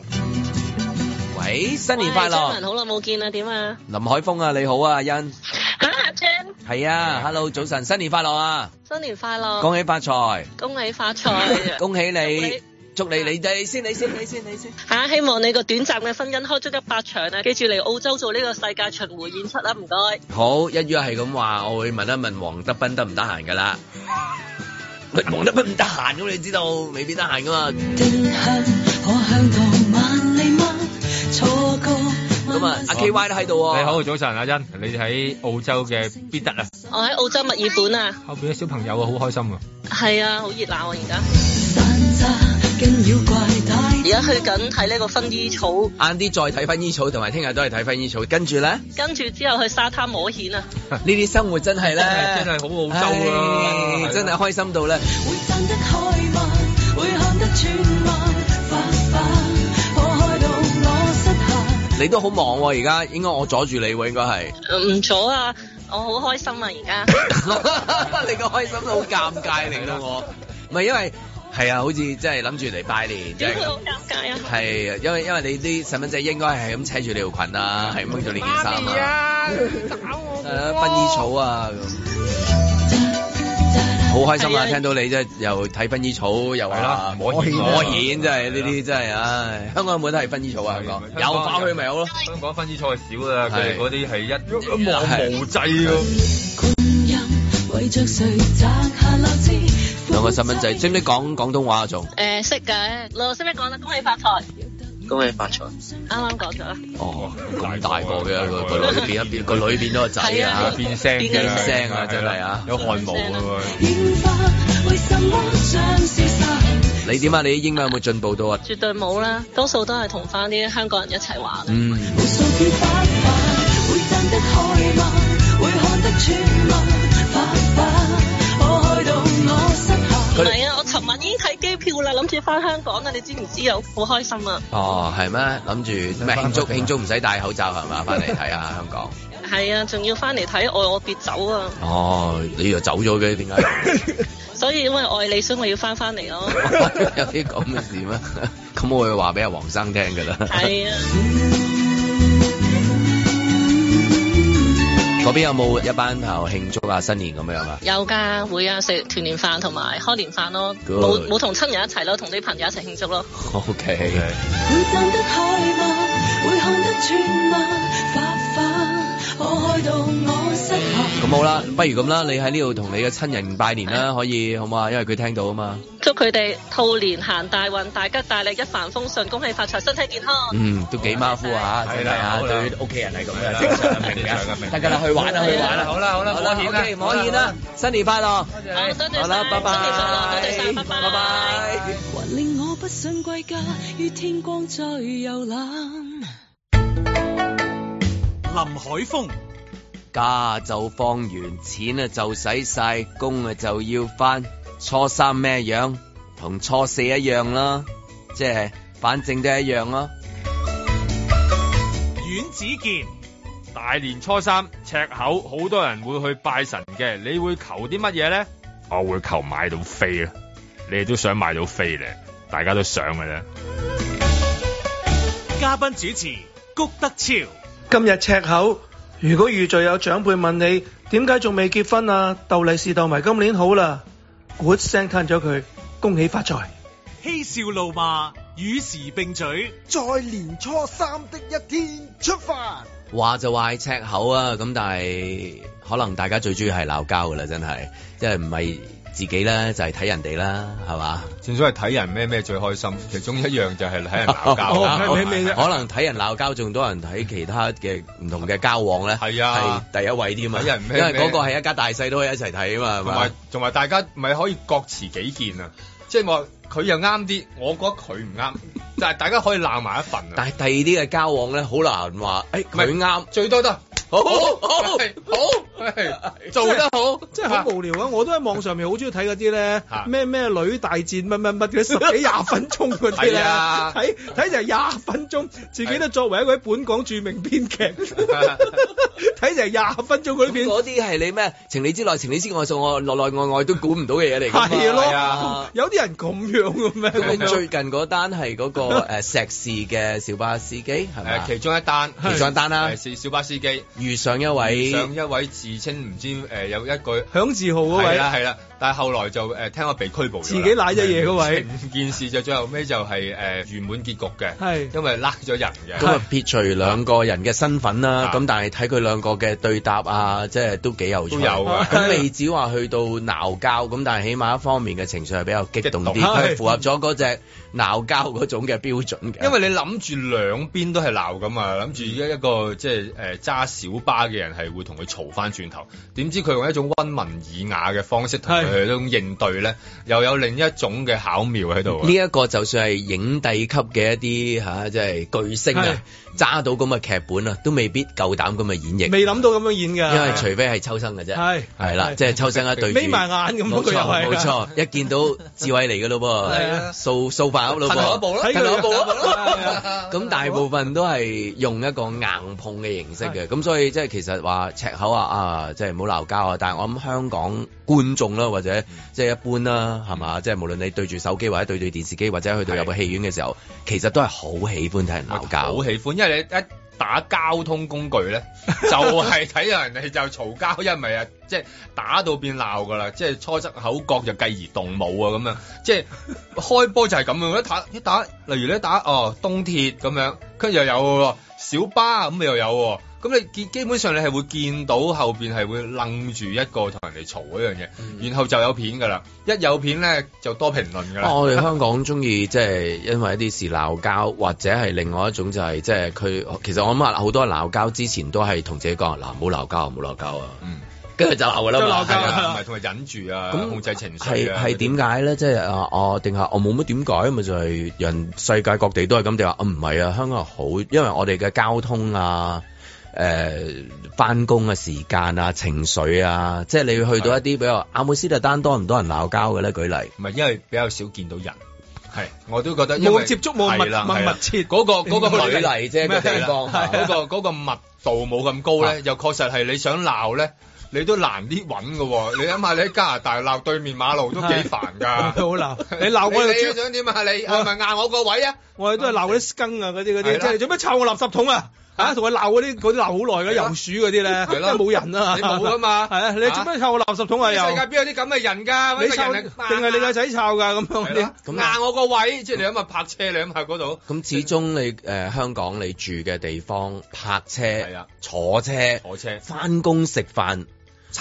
Speaker 2: 喂，新年快
Speaker 7: 喂張文
Speaker 2: 樂！
Speaker 7: 好耐冇見啦，點啊？
Speaker 2: 林海峰啊，你好啊，阿欣。
Speaker 7: 嚇，阿 Jan，
Speaker 2: 係啊，Hello，早晨，新年快樂啊！
Speaker 7: 新年快樂，
Speaker 2: 恭喜發財，
Speaker 7: 恭喜發財
Speaker 2: 恭喜你
Speaker 7: 你，
Speaker 2: 祝你你你先， [laughs] 你先，你先，你先。
Speaker 7: 嚇！希望你個短暫嘅婚姻開足一百場啊！記住嚟澳洲做呢個世界巡迴演出啦，唔該。
Speaker 2: 好，一於係咁話，我會問一問黃德斌得唔得閒㗎
Speaker 3: [laughs]
Speaker 2: 啦。喂，黃德斌唔得閒咁，你知道未必得閒㗎嘛。
Speaker 9: 定向可向度萬里嗎？錯過
Speaker 2: 咁啊，阿 K Y 都喺度喎。
Speaker 3: 你好，早晨阿欣，你喺澳洲嘅必得啊，
Speaker 7: 我喺澳洲墨爾本啊，
Speaker 3: 後邊啲小朋友啊，好開心啊！
Speaker 7: 係啊，好熱鬧啊而家。
Speaker 9: 散渣跟妖怪帶
Speaker 11: Dạ.
Speaker 7: 而家去緊睇呢個薰衣草，
Speaker 2: 晏啲再睇薰衣草，同埋聽日都係睇薰衣草。跟住咧，
Speaker 3: [laughs]
Speaker 2: 呢
Speaker 7: 跟住之後去沙灘摸蜆啊！
Speaker 2: 啲生活真係咧，
Speaker 3: 真係真係好澳洲啊
Speaker 2: 唉真係開心到咧。
Speaker 9: 會散得開嗎？會看得穿嗎？花瓣可開到我膝下，
Speaker 2: 你都好忙喎，而家應該我阻住你喎，應該
Speaker 3: [laughs]
Speaker 2: 係。
Speaker 7: 唔阻啊，我好開心啊而
Speaker 10: [laughs]
Speaker 7: 家。
Speaker 2: 你個開心都好尷尬令到我，唔係因為係啊，好似真係諗住嚟拜年，即
Speaker 7: 點
Speaker 2: 係
Speaker 7: 會
Speaker 2: 咁。
Speaker 7: 好尷尬啊？
Speaker 2: 係，因為因為你啲細蚊仔應該係咁扯住你條裙啊，係咁掹咗你件衫啊，係啊，薰衣草啊咁，好開心啊！
Speaker 7: 係啊
Speaker 2: 聽到你即係又睇薰衣草，又
Speaker 3: 係啦
Speaker 2: 話
Speaker 3: 摸蜆啊
Speaker 2: 摸蜆真係呢啲真係，唉！香港有冇得睇薰衣草啊？香港
Speaker 3: 香
Speaker 2: 有
Speaker 3: 港
Speaker 2: 翻去咪好咯？
Speaker 3: 香港分支賽少啦，佢
Speaker 2: 係
Speaker 3: 哋嗰啲係一望無際喎。
Speaker 9: 任為着誰摘下柳枝。
Speaker 2: 兩個細蚊仔識唔識講廣東話啊？仲
Speaker 7: 誒識嘅，羅識唔識講得恭喜發財？
Speaker 10: 恭喜發財！
Speaker 7: 啱啱講咗啦。
Speaker 2: 哦，咁大個嘅個個女變一變，個女變咗個仔
Speaker 7: 係
Speaker 2: 啊
Speaker 7: 啊！
Speaker 3: 變聲嘅啦
Speaker 2: 變聲啊真係啊
Speaker 3: 有汗毛嘅喎。
Speaker 9: 煙花為什麼像是沙？
Speaker 2: 你點啊？你啲英文有冇進步到啊？
Speaker 7: 絕對冇啦，多數都係同翻啲香港人一齊玩。
Speaker 2: 嗯。
Speaker 9: 無數條花瓣會散得開嗎？會看得穿嗎？花瓣可開到我膝下。
Speaker 7: 唔係啊，我尋晚已經睇機票啦，諗住翻香港啦，你知唔知啊？好開心啊！
Speaker 2: 哦，係咩？諗住咩慶祝慶祝唔使戴口罩係嘛？翻嚟睇下香港。
Speaker 7: 係啊，仲要翻嚟睇愛我別走啊！
Speaker 2: 哦，你又走咗嘅，點解？ [laughs]
Speaker 7: 所以因為愛你，所以我要翻翻嚟
Speaker 10: [laughs]
Speaker 7: 咯。
Speaker 2: 有啲咁嘅事咩？ [laughs] 咁我會話俾阿黃生聽㗎啦。
Speaker 7: 係啊，
Speaker 2: [laughs] 嗰邊有冇一班朋友慶祝啊新年咁樣啊？
Speaker 7: 有㗎，會啊，食團年飯同埋開年飯咯，
Speaker 2: Good
Speaker 7: 冇冇同親人一齊咯，同啲朋友一齊慶祝咯。
Speaker 2: O K，
Speaker 9: 會散得開嗎？會看得穿嗎？花瓣可開到我膝下。
Speaker 2: 咁好啦，不如咁啦，你喺呢度同你嘅親人拜年啦，可以好嘛？因為佢聽到啊嘛。
Speaker 7: 祝佢哋兔年行大運，大吉大利，一帆風順，恭喜發財，身體健康。
Speaker 2: 嗯，都幾馬虎啊，真係啊，對屋企人係咁嘅，正常明
Speaker 3: [laughs]
Speaker 2: 嘅，得㗎啦，去玩啦，去玩啦，
Speaker 3: 好啦好啦
Speaker 2: 好啦
Speaker 3: 摸蜆啦
Speaker 2: ，OK，摸蜆啦，新年快樂，
Speaker 7: 好，多謝晒
Speaker 2: 好啦，拜拜，
Speaker 7: 新年快樂多謝晒，拜拜，
Speaker 2: 拜拜。
Speaker 9: 還令我不想歸家，於天光再遊覽。
Speaker 12: 林海峰、
Speaker 2: 家就放完，錢啊就使晒，工啊就要翻。初三咩樣？同初四一樣啦，即係反正都係一樣咯。
Speaker 1: 阮子健、
Speaker 3: 大年初三赤口，好多人會去拜神嘅，你會求啲乜嘢咧？我會求買到飛啊！你哋都想買到飛咧，大家都想嘅咧。
Speaker 1: 嘉賓主持谷德超、
Speaker 4: 今日赤口，如果遇罪有長輩問你點解仲未結婚啊，鬥利是鬥埋今年好啦，咕一聲吞咗佢，恭喜發財。
Speaker 1: 嬉笑怒罵，與時並舉，
Speaker 5: 在年初三的一天出發。
Speaker 2: 話就話係赤口啊，咁但係可能大家最中意係鬧交㗎啦，真係，因為唔係自己啦，就係、睇人哋啦，係嘛？
Speaker 3: 正所謂睇人咩咩最開心，其中一樣就係睇人鬧 [laughs] 交啊
Speaker 4: 哦
Speaker 2: [laughs]
Speaker 3: 啦。
Speaker 4: 咩咩咩
Speaker 2: 可能睇人鬧交，仲多人睇其他嘅唔同嘅交往咧。
Speaker 3: 係啊，
Speaker 2: 係第一位添啊。
Speaker 3: 睇人咩
Speaker 2: 因為嗰個係一家大細都可以一齊睇啊
Speaker 3: 同
Speaker 2: 嘛，係
Speaker 3: 埋同埋大家咪可以各持己見啊！即係我佢又啱啲，我覺得佢唔啱， [laughs] 但係大家可以鬧埋一份啊！
Speaker 2: 但係第二啲嘅交往咧，好難話，誒
Speaker 3: 唔係
Speaker 2: 佢啱，
Speaker 3: 最多得
Speaker 2: 好
Speaker 3: 好
Speaker 2: 好
Speaker 3: 係
Speaker 2: 好，
Speaker 3: 好做得好，
Speaker 4: 真係好無聊啊！我都喺網上面好中意睇嗰啲咧
Speaker 3: 嚇，
Speaker 4: 咩咩女大戰乜乜乜嘅十幾廿分鐘嗰啲咧
Speaker 3: 係啊，
Speaker 4: 睇睇成廿分鐘，自己都作為一位本港著名編劇，睇成廿分鐘嗰啲
Speaker 2: 咁
Speaker 4: 片，
Speaker 2: 嗰啲係你咩情理之內、情理之外、數我內內外外都估唔到嘅嘢嚟㗎
Speaker 4: [laughs]
Speaker 2: 嘛。
Speaker 4: 係
Speaker 3: 係
Speaker 4: 咯
Speaker 2: 啊，
Speaker 4: 有啲人咁樣嘅咩？
Speaker 2: 咁你最近嗰單係嗰
Speaker 3: [laughs]
Speaker 2: 個誒碩士嘅小巴司機係咪
Speaker 3: 誒
Speaker 2: 啊？
Speaker 3: 呃其中一單，
Speaker 2: 其中一單
Speaker 3: [laughs]
Speaker 2: 啦
Speaker 3: 誒是小巴司機
Speaker 2: 遇上一位
Speaker 3: 上一位自稱唔知誒有一句。
Speaker 4: 響啊字號嗰
Speaker 3: 係啊
Speaker 4: 位
Speaker 3: 啦係啦，但係後來就誒、呃、聽我被拘捕咗啦，
Speaker 4: 自己賴咗嘢嗰位
Speaker 3: [laughs] 成件事就最後尾就係、誒、圓滿結局嘅，
Speaker 4: 係
Speaker 3: 因為拉咗人
Speaker 2: 咁
Speaker 3: 嘅，
Speaker 2: 啊撇除兩個人嘅身份啦，
Speaker 3: 啊
Speaker 2: 咁但係睇佢兩個嘅對答啊，即係都幾有趣。
Speaker 3: 都有㗎
Speaker 2: 咁未至話去到鬧交，咁但係起碼一方面嘅情緒係比較激動
Speaker 3: 激
Speaker 2: 啲，
Speaker 3: 動
Speaker 2: 佢
Speaker 4: 係
Speaker 2: 符合咗嗰只鬧交嗰種嘅標準嘅。
Speaker 3: [laughs] 因為你諗住兩邊都係鬧咁啊，諗住而家一個即係誒揸小巴嘅人係會同佢嘈翻轉頭，點知佢用一種温文爾雅嘅方式同
Speaker 4: 係
Speaker 3: 佢嗰種應對咧，又有另一種嘅巧妙喺度啊
Speaker 2: 呢。一個就算係影帝級嘅一啲嚇，即係巨星啊，揸到咁嘅劇本啊，都未必夠膽咁嘅演繹，
Speaker 4: 未啊諗到咁樣演㗎，
Speaker 2: 因為除非係抽生嘅啫，
Speaker 4: 係
Speaker 2: 係啦，
Speaker 4: 係
Speaker 2: 即係抽生一對住
Speaker 4: 眯埋眼咁嗰
Speaker 2: 冇
Speaker 4: 個
Speaker 2: 錯
Speaker 4: 又係啊
Speaker 2: 冇錯，一見到智慧嚟嘅咯
Speaker 4: 係
Speaker 2: 噃，
Speaker 4: 啊
Speaker 2: 掃掃白咯噃，
Speaker 3: 褪後一步咯
Speaker 2: 褪後一步
Speaker 4: 係
Speaker 2: 咯
Speaker 4: 啊。
Speaker 2: 咁大部分都係用一個硬碰嘅形式嘅，咁所以即係其實話赤口啊啊，即係唔好鬧交啊。但係我諗香港觀眾啦，或者即係一般啦，係嘛？即係無論你對住手機或者對住電視機，或者去到有個戲院嘅時候，其實都係好喜歡睇人鬧交。
Speaker 3: 好喜歡，因為你一打交通工具
Speaker 2: [laughs]
Speaker 3: 咧，就係睇人哋就嘈交，因為啊，即係打到變鬧噶啦，即係初則口角就繼而動武啊咁樣，即係開波就係咁樣，一打一打，例如咧打哦東鐵咁樣，跟住又有喎小巴咁又有喎。咁你見基本上你係會見到後邊係會楞住一個同人哋嘈嗰樣嘢，
Speaker 2: 嗯
Speaker 3: 然後就有片噶啦，一有片咧就多評論噶啦。
Speaker 2: 啊我哋香港中意即係因為一啲事鬧交，或者係另外一種就係即係佢其實我諗啊好多鬧交之前都係同自己講嗱，唔好鬧交，唔好鬧交啊，
Speaker 3: 嗯，
Speaker 2: 跟住就鬧㗎啦
Speaker 4: 就
Speaker 2: 嘛
Speaker 4: 鬧交
Speaker 2: 係
Speaker 3: 係
Speaker 2: 啊
Speaker 3: 啊，唔係同埋忍住啊，
Speaker 2: 咁
Speaker 3: 控制情緒
Speaker 2: 係
Speaker 3: 啊。
Speaker 2: 係點解咧？即係啊，我定係我冇乜點解咪就係、人世界各地都係咁。定話啊唔係啊，香港好，因為我哋嘅交通啊。誒翻工嘅時間啊、情緒啊，即係你去到一啲比較阿姆斯特丹多唔多人鬧交嘅咧？舉例，
Speaker 3: 唔係因為比較少見到人，係我都覺得因為
Speaker 4: 冇接觸冇
Speaker 3: 係啦
Speaker 4: 密
Speaker 3: 係
Speaker 4: 密
Speaker 3: 啦
Speaker 4: 密切
Speaker 3: 嗰個嗰個
Speaker 2: 舉
Speaker 3: 密
Speaker 2: 例啫個地方
Speaker 3: 係啊啦嗰個嗰個密度冇咁高咧，又確實係你想鬧咧。你都難啲揾㗎喎，你諗下你喺加拿大鬧對面馬路都幾煩
Speaker 4: 好
Speaker 3: [laughs] 㗎。
Speaker 4: 鬧你鬧我
Speaker 3: 啊你
Speaker 4: 就
Speaker 3: 你想點啊？你係咪硬我個位 [laughs] 啊？
Speaker 4: 我哋都係鬧嗰啲羹啊，嗰啲嗰
Speaker 3: 係
Speaker 4: 啲，
Speaker 3: 啦
Speaker 4: 即係你做咩抄我垃圾桶啊？啊，同佢鬧嗰啲嗰啲鬧好耐嘅
Speaker 3: 係
Speaker 4: 遊
Speaker 3: 咯
Speaker 4: 鼠嗰啲咧，
Speaker 3: 係
Speaker 4: 因
Speaker 3: 咯
Speaker 4: 為冇人啊，
Speaker 3: 你冇㗎嘛
Speaker 4: [laughs] 係啊，你做咩抄我垃圾桶啊？
Speaker 3: 世
Speaker 4: 又
Speaker 3: 界邊有啲咁嘅人㗎？
Speaker 4: 啊你
Speaker 3: 揾
Speaker 4: 抄
Speaker 3: 個人啊
Speaker 4: 定係你個仔抄㗎咁樣
Speaker 3: 係
Speaker 4: 啲
Speaker 3: 啦？硬我個位，即係你諗下泊車，你諗下嗰度
Speaker 2: 咁始終你誒、呃香港你住嘅地方泊車
Speaker 3: 係啊、
Speaker 2: 坐車、
Speaker 3: 坐車，
Speaker 2: 翻工食飯，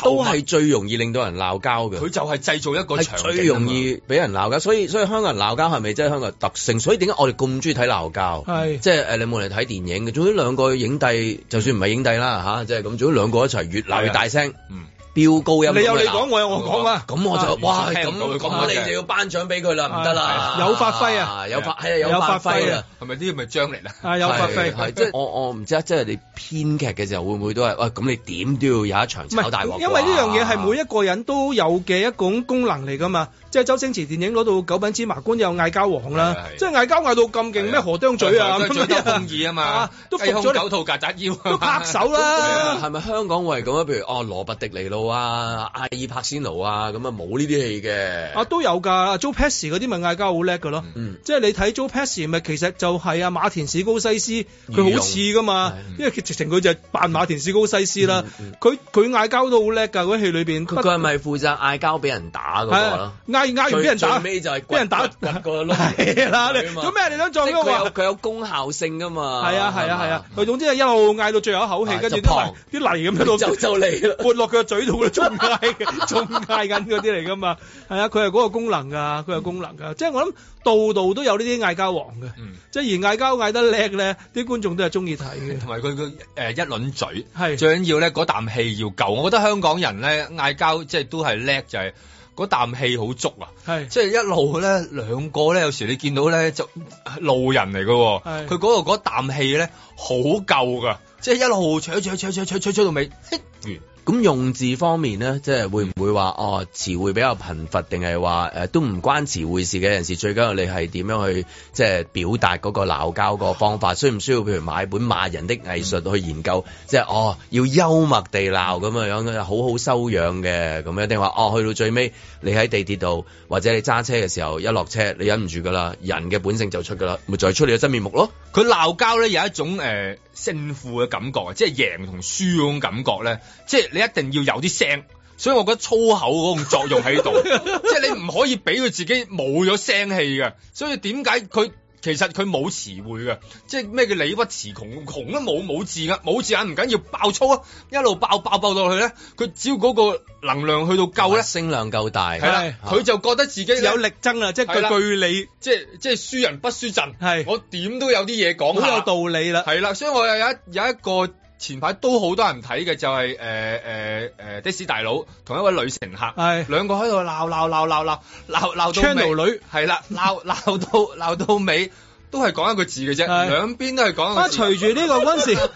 Speaker 2: 都係最容易令到人鬧交嘅。
Speaker 3: 佢就係製造一個
Speaker 2: 係
Speaker 3: 場景啊嘛
Speaker 2: 最容易俾人鬧交，所以所以香港人鬧交係咪真係香港人特性？所以點解我哋咁中意睇鬧交？
Speaker 4: 係
Speaker 2: 即係呃誒，你冇嚟睇電影嘅，總之兩個影帝，就算唔係影帝啦吓，即係咁，總之兩個一齊越鬧越大聲，
Speaker 3: 嗯，
Speaker 2: 飆高音咁樣鬧。
Speaker 4: 啊你有你講，我有我講啊。
Speaker 2: 咁我就哇，
Speaker 3: 聽唔到
Speaker 2: 咁
Speaker 3: 佢講
Speaker 2: 咁
Speaker 3: 乜嘢
Speaker 2: 你就要頒獎俾佢啦，唔得啦，
Speaker 4: 係有發揮啊
Speaker 2: 有發係啊
Speaker 4: 有
Speaker 2: 有
Speaker 4: 發
Speaker 2: 發
Speaker 4: 揮
Speaker 2: 揮
Speaker 4: 啊
Speaker 2: 啊。
Speaker 3: 係咪呢啲咪張力啊？
Speaker 4: 啊，有發
Speaker 2: 係係
Speaker 4: 揮。
Speaker 2: 即係我我唔知啊，即係你編劇嘅時候會唔會都係喂咁你點都要有一場
Speaker 4: 唔
Speaker 2: 炒大鑊
Speaker 4: 係，因為呢樣嘢係每
Speaker 2: 一
Speaker 4: 一個人都有嘅一種功能嚟㗎嘛。即係周星馳電影攞到九品芝麻官有嗌交王啦
Speaker 3: 係，係
Speaker 4: 即係嗌交嗌到咁勁
Speaker 3: 係啊
Speaker 4: 咩？河釘嘴啊，
Speaker 3: 河
Speaker 4: 咁
Speaker 3: 釘嘴
Speaker 4: 樣
Speaker 3: 鬥公義啊嘛，
Speaker 4: 都服
Speaker 3: 雞胸
Speaker 4: 咗
Speaker 3: 九
Speaker 4: 你，
Speaker 3: 套曱甴腰啊嘛，
Speaker 4: 都拍手啦。
Speaker 2: 係咪香港會係咁啊？譬如哦羅拔迪尼路啊、阿爾柏仙奴啊，咁啊冇呢啲戲
Speaker 4: 啊，
Speaker 2: 嘅。
Speaker 4: 都有㗎，Joe Pesci 嗰啲咪嗌交好叻㗎咯。
Speaker 2: 嗯，
Speaker 4: 即係你睇 Joe Pesci 咪其實就係阿馬田史高西斯，佢好似噶嘛
Speaker 2: 御，
Speaker 4: 因為佢直情佢就係扮馬田史高西斯啦
Speaker 2: 嗯嗯。
Speaker 4: 佢佢嗌交都好叻㗎，嗰啲戲裏邊，
Speaker 2: 佢佢係咪負責嗌交俾人打嗰
Speaker 4: 係
Speaker 2: 個
Speaker 4: 啊
Speaker 2: 咯？
Speaker 4: 嗌嗌完俾人打，
Speaker 2: 最最
Speaker 4: 俾
Speaker 2: 尾就係
Speaker 4: 人打
Speaker 2: 掘個窿。
Speaker 4: [laughs] 係啦，你
Speaker 2: 佢啊嘛
Speaker 4: 做咩你想
Speaker 2: 即
Speaker 4: 撞
Speaker 2: 係
Speaker 4: 到我
Speaker 2: 佢有
Speaker 4: 啊？
Speaker 2: 佢有功效性噶嘛？
Speaker 4: 係啊係啊係啊
Speaker 2: 嘛，
Speaker 4: 佢總之係一路嗌到最後一口氣，
Speaker 2: 啊
Speaker 4: 跟住
Speaker 2: 就
Speaker 4: 啲
Speaker 2: 砰
Speaker 4: 泥啲泥咁樣
Speaker 2: [laughs] 就
Speaker 4: 度
Speaker 2: 就嚟啦。
Speaker 4: 潑落佢個嘴度，佢仲嗌 [laughs] 嘅，仲嗌緊嗰啲嚟㗎嘛。係啊，佢係嗰個功能㗎，佢係功能㗎。即係我諗度度都有呢啲嗌交王嘅，
Speaker 3: 嗯
Speaker 4: 即係而嗌交嗌得叻咧，啲觀眾都係中意睇嘅。
Speaker 3: 同埋佢佢誒一輪嘴。
Speaker 4: 係
Speaker 3: 最緊要咧嗰啖氣要夠，我覺得香港人咧嗌交即係都係叻，就係嗰啖氣好足啊！
Speaker 4: 係
Speaker 3: 即係一路咧兩個咧，有時你見到咧就呃路人嚟嘅喎，
Speaker 4: 係
Speaker 3: 佢嗰度嗰啖氣咧好夠噶，即係一路扯扯扯扯扯扯扯到尾，嘿完
Speaker 2: 咁用字方面咧，即係會唔會話哦詞彙比較貧乏，定係話誒都唔關詞彙事嘅？有陣時最緊要你係點樣去即係表達嗰個鬧交個方法，需唔需要譬如買本罵人的藝術去研究，即係哦要幽默地鬧咁樣樣，好好修養嘅咁樣，定話哦去到最尾你喺地鐵度或者你揸車嘅時候一落車你忍唔住㗎啦，人嘅本性就出㗎啦，咪就係出你嘅真面目咯。
Speaker 3: 佢鬧交咧有一種誒、呃、勝負嘅感覺啊，即係贏同輸嗰種感覺咧，即係你一定要有啲聲。所以我覺得粗口嗰種作用喺度，
Speaker 4: [laughs]
Speaker 3: 即係你唔可以俾佢自己冇咗聲氣嘅。所以點解佢其實佢冇詞彙嘅，即係咩叫理屈詞窮，窮都冇冇字噶，冇字眼唔緊要，爆粗啊，一路爆爆爆到落去咧，佢只要嗰個能量去到夠咧，
Speaker 2: 聲量夠大，
Speaker 3: 係啦，佢就覺得自己呢
Speaker 4: 有力爭啊啦，即係
Speaker 3: 係啦
Speaker 4: 佢據理
Speaker 3: 即係即係輸人不輸陣，
Speaker 4: 係
Speaker 3: 我點都有啲嘢講
Speaker 4: 好
Speaker 3: 下
Speaker 4: 有。道理 [laughs] 啦。
Speaker 3: 係啦，所以我有一有一個前排都好多人睇嘅，就係誒呃誒誒呃的士大佬同一位女乘
Speaker 4: [laughs]
Speaker 3: 客，
Speaker 4: 係
Speaker 3: 兩個喺度鬧鬧鬧鬧鬧鬧鬧到
Speaker 4: Channel
Speaker 3: 尾
Speaker 4: 女
Speaker 3: 係
Speaker 4: [laughs]
Speaker 3: 啦，鬧鬧到鬧到尾都係講一個字嘅啫，
Speaker 4: 係
Speaker 3: 兩邊都係講一
Speaker 4: 啊！
Speaker 3: 個字。
Speaker 4: 隨住呢個嗰陣時，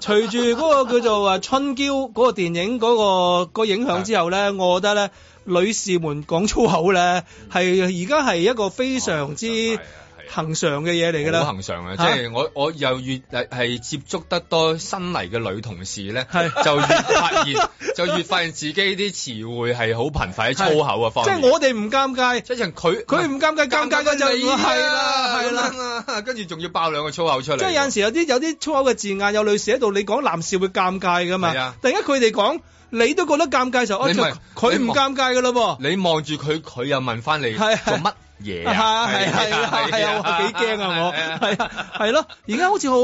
Speaker 4: 隨住嗰個叫做啊春嬌嗰個電影嗰、個、個影響之後咧，我覺得咧女士們講粗口咧係而家係一個非常
Speaker 3: 哦
Speaker 4: 之恒常嘅嘢嚟㗎
Speaker 3: 啊好
Speaker 4: 啦。
Speaker 3: 恒常啊！即
Speaker 4: 嚇
Speaker 3: 係我我又越呃係接觸得多新嚟嘅女同事咧，
Speaker 4: 係
Speaker 3: 就越發現就越發現自己啲詞彙係好頻繁喺粗口嘅啊方
Speaker 4: [laughs] 即
Speaker 3: 面。
Speaker 4: 係我哋唔尷尬，
Speaker 3: 即係佢
Speaker 4: 佢唔尷尬，尷尬嘅就係啦，係啦。
Speaker 3: 啦，啊咁樣跟住仲要爆兩個粗口出嚟，
Speaker 4: 即係有陣時有啲有啲粗口嘅字眼，有女士喺度，你講男士會尷尬噶嘛？
Speaker 3: 係啊
Speaker 4: 突然間佢哋講，你都覺得尷尬嘅時候，哦
Speaker 3: 你咪
Speaker 4: 佢
Speaker 3: 你
Speaker 4: 唔
Speaker 3: 望
Speaker 4: 尷尬噶啦噃。
Speaker 3: 你望住佢，佢又問翻你做
Speaker 4: 係啊
Speaker 3: 乜嘢啊？
Speaker 4: 啊，係係啦，係啊，我幾驚啊，我係啊，係咯，而家好似好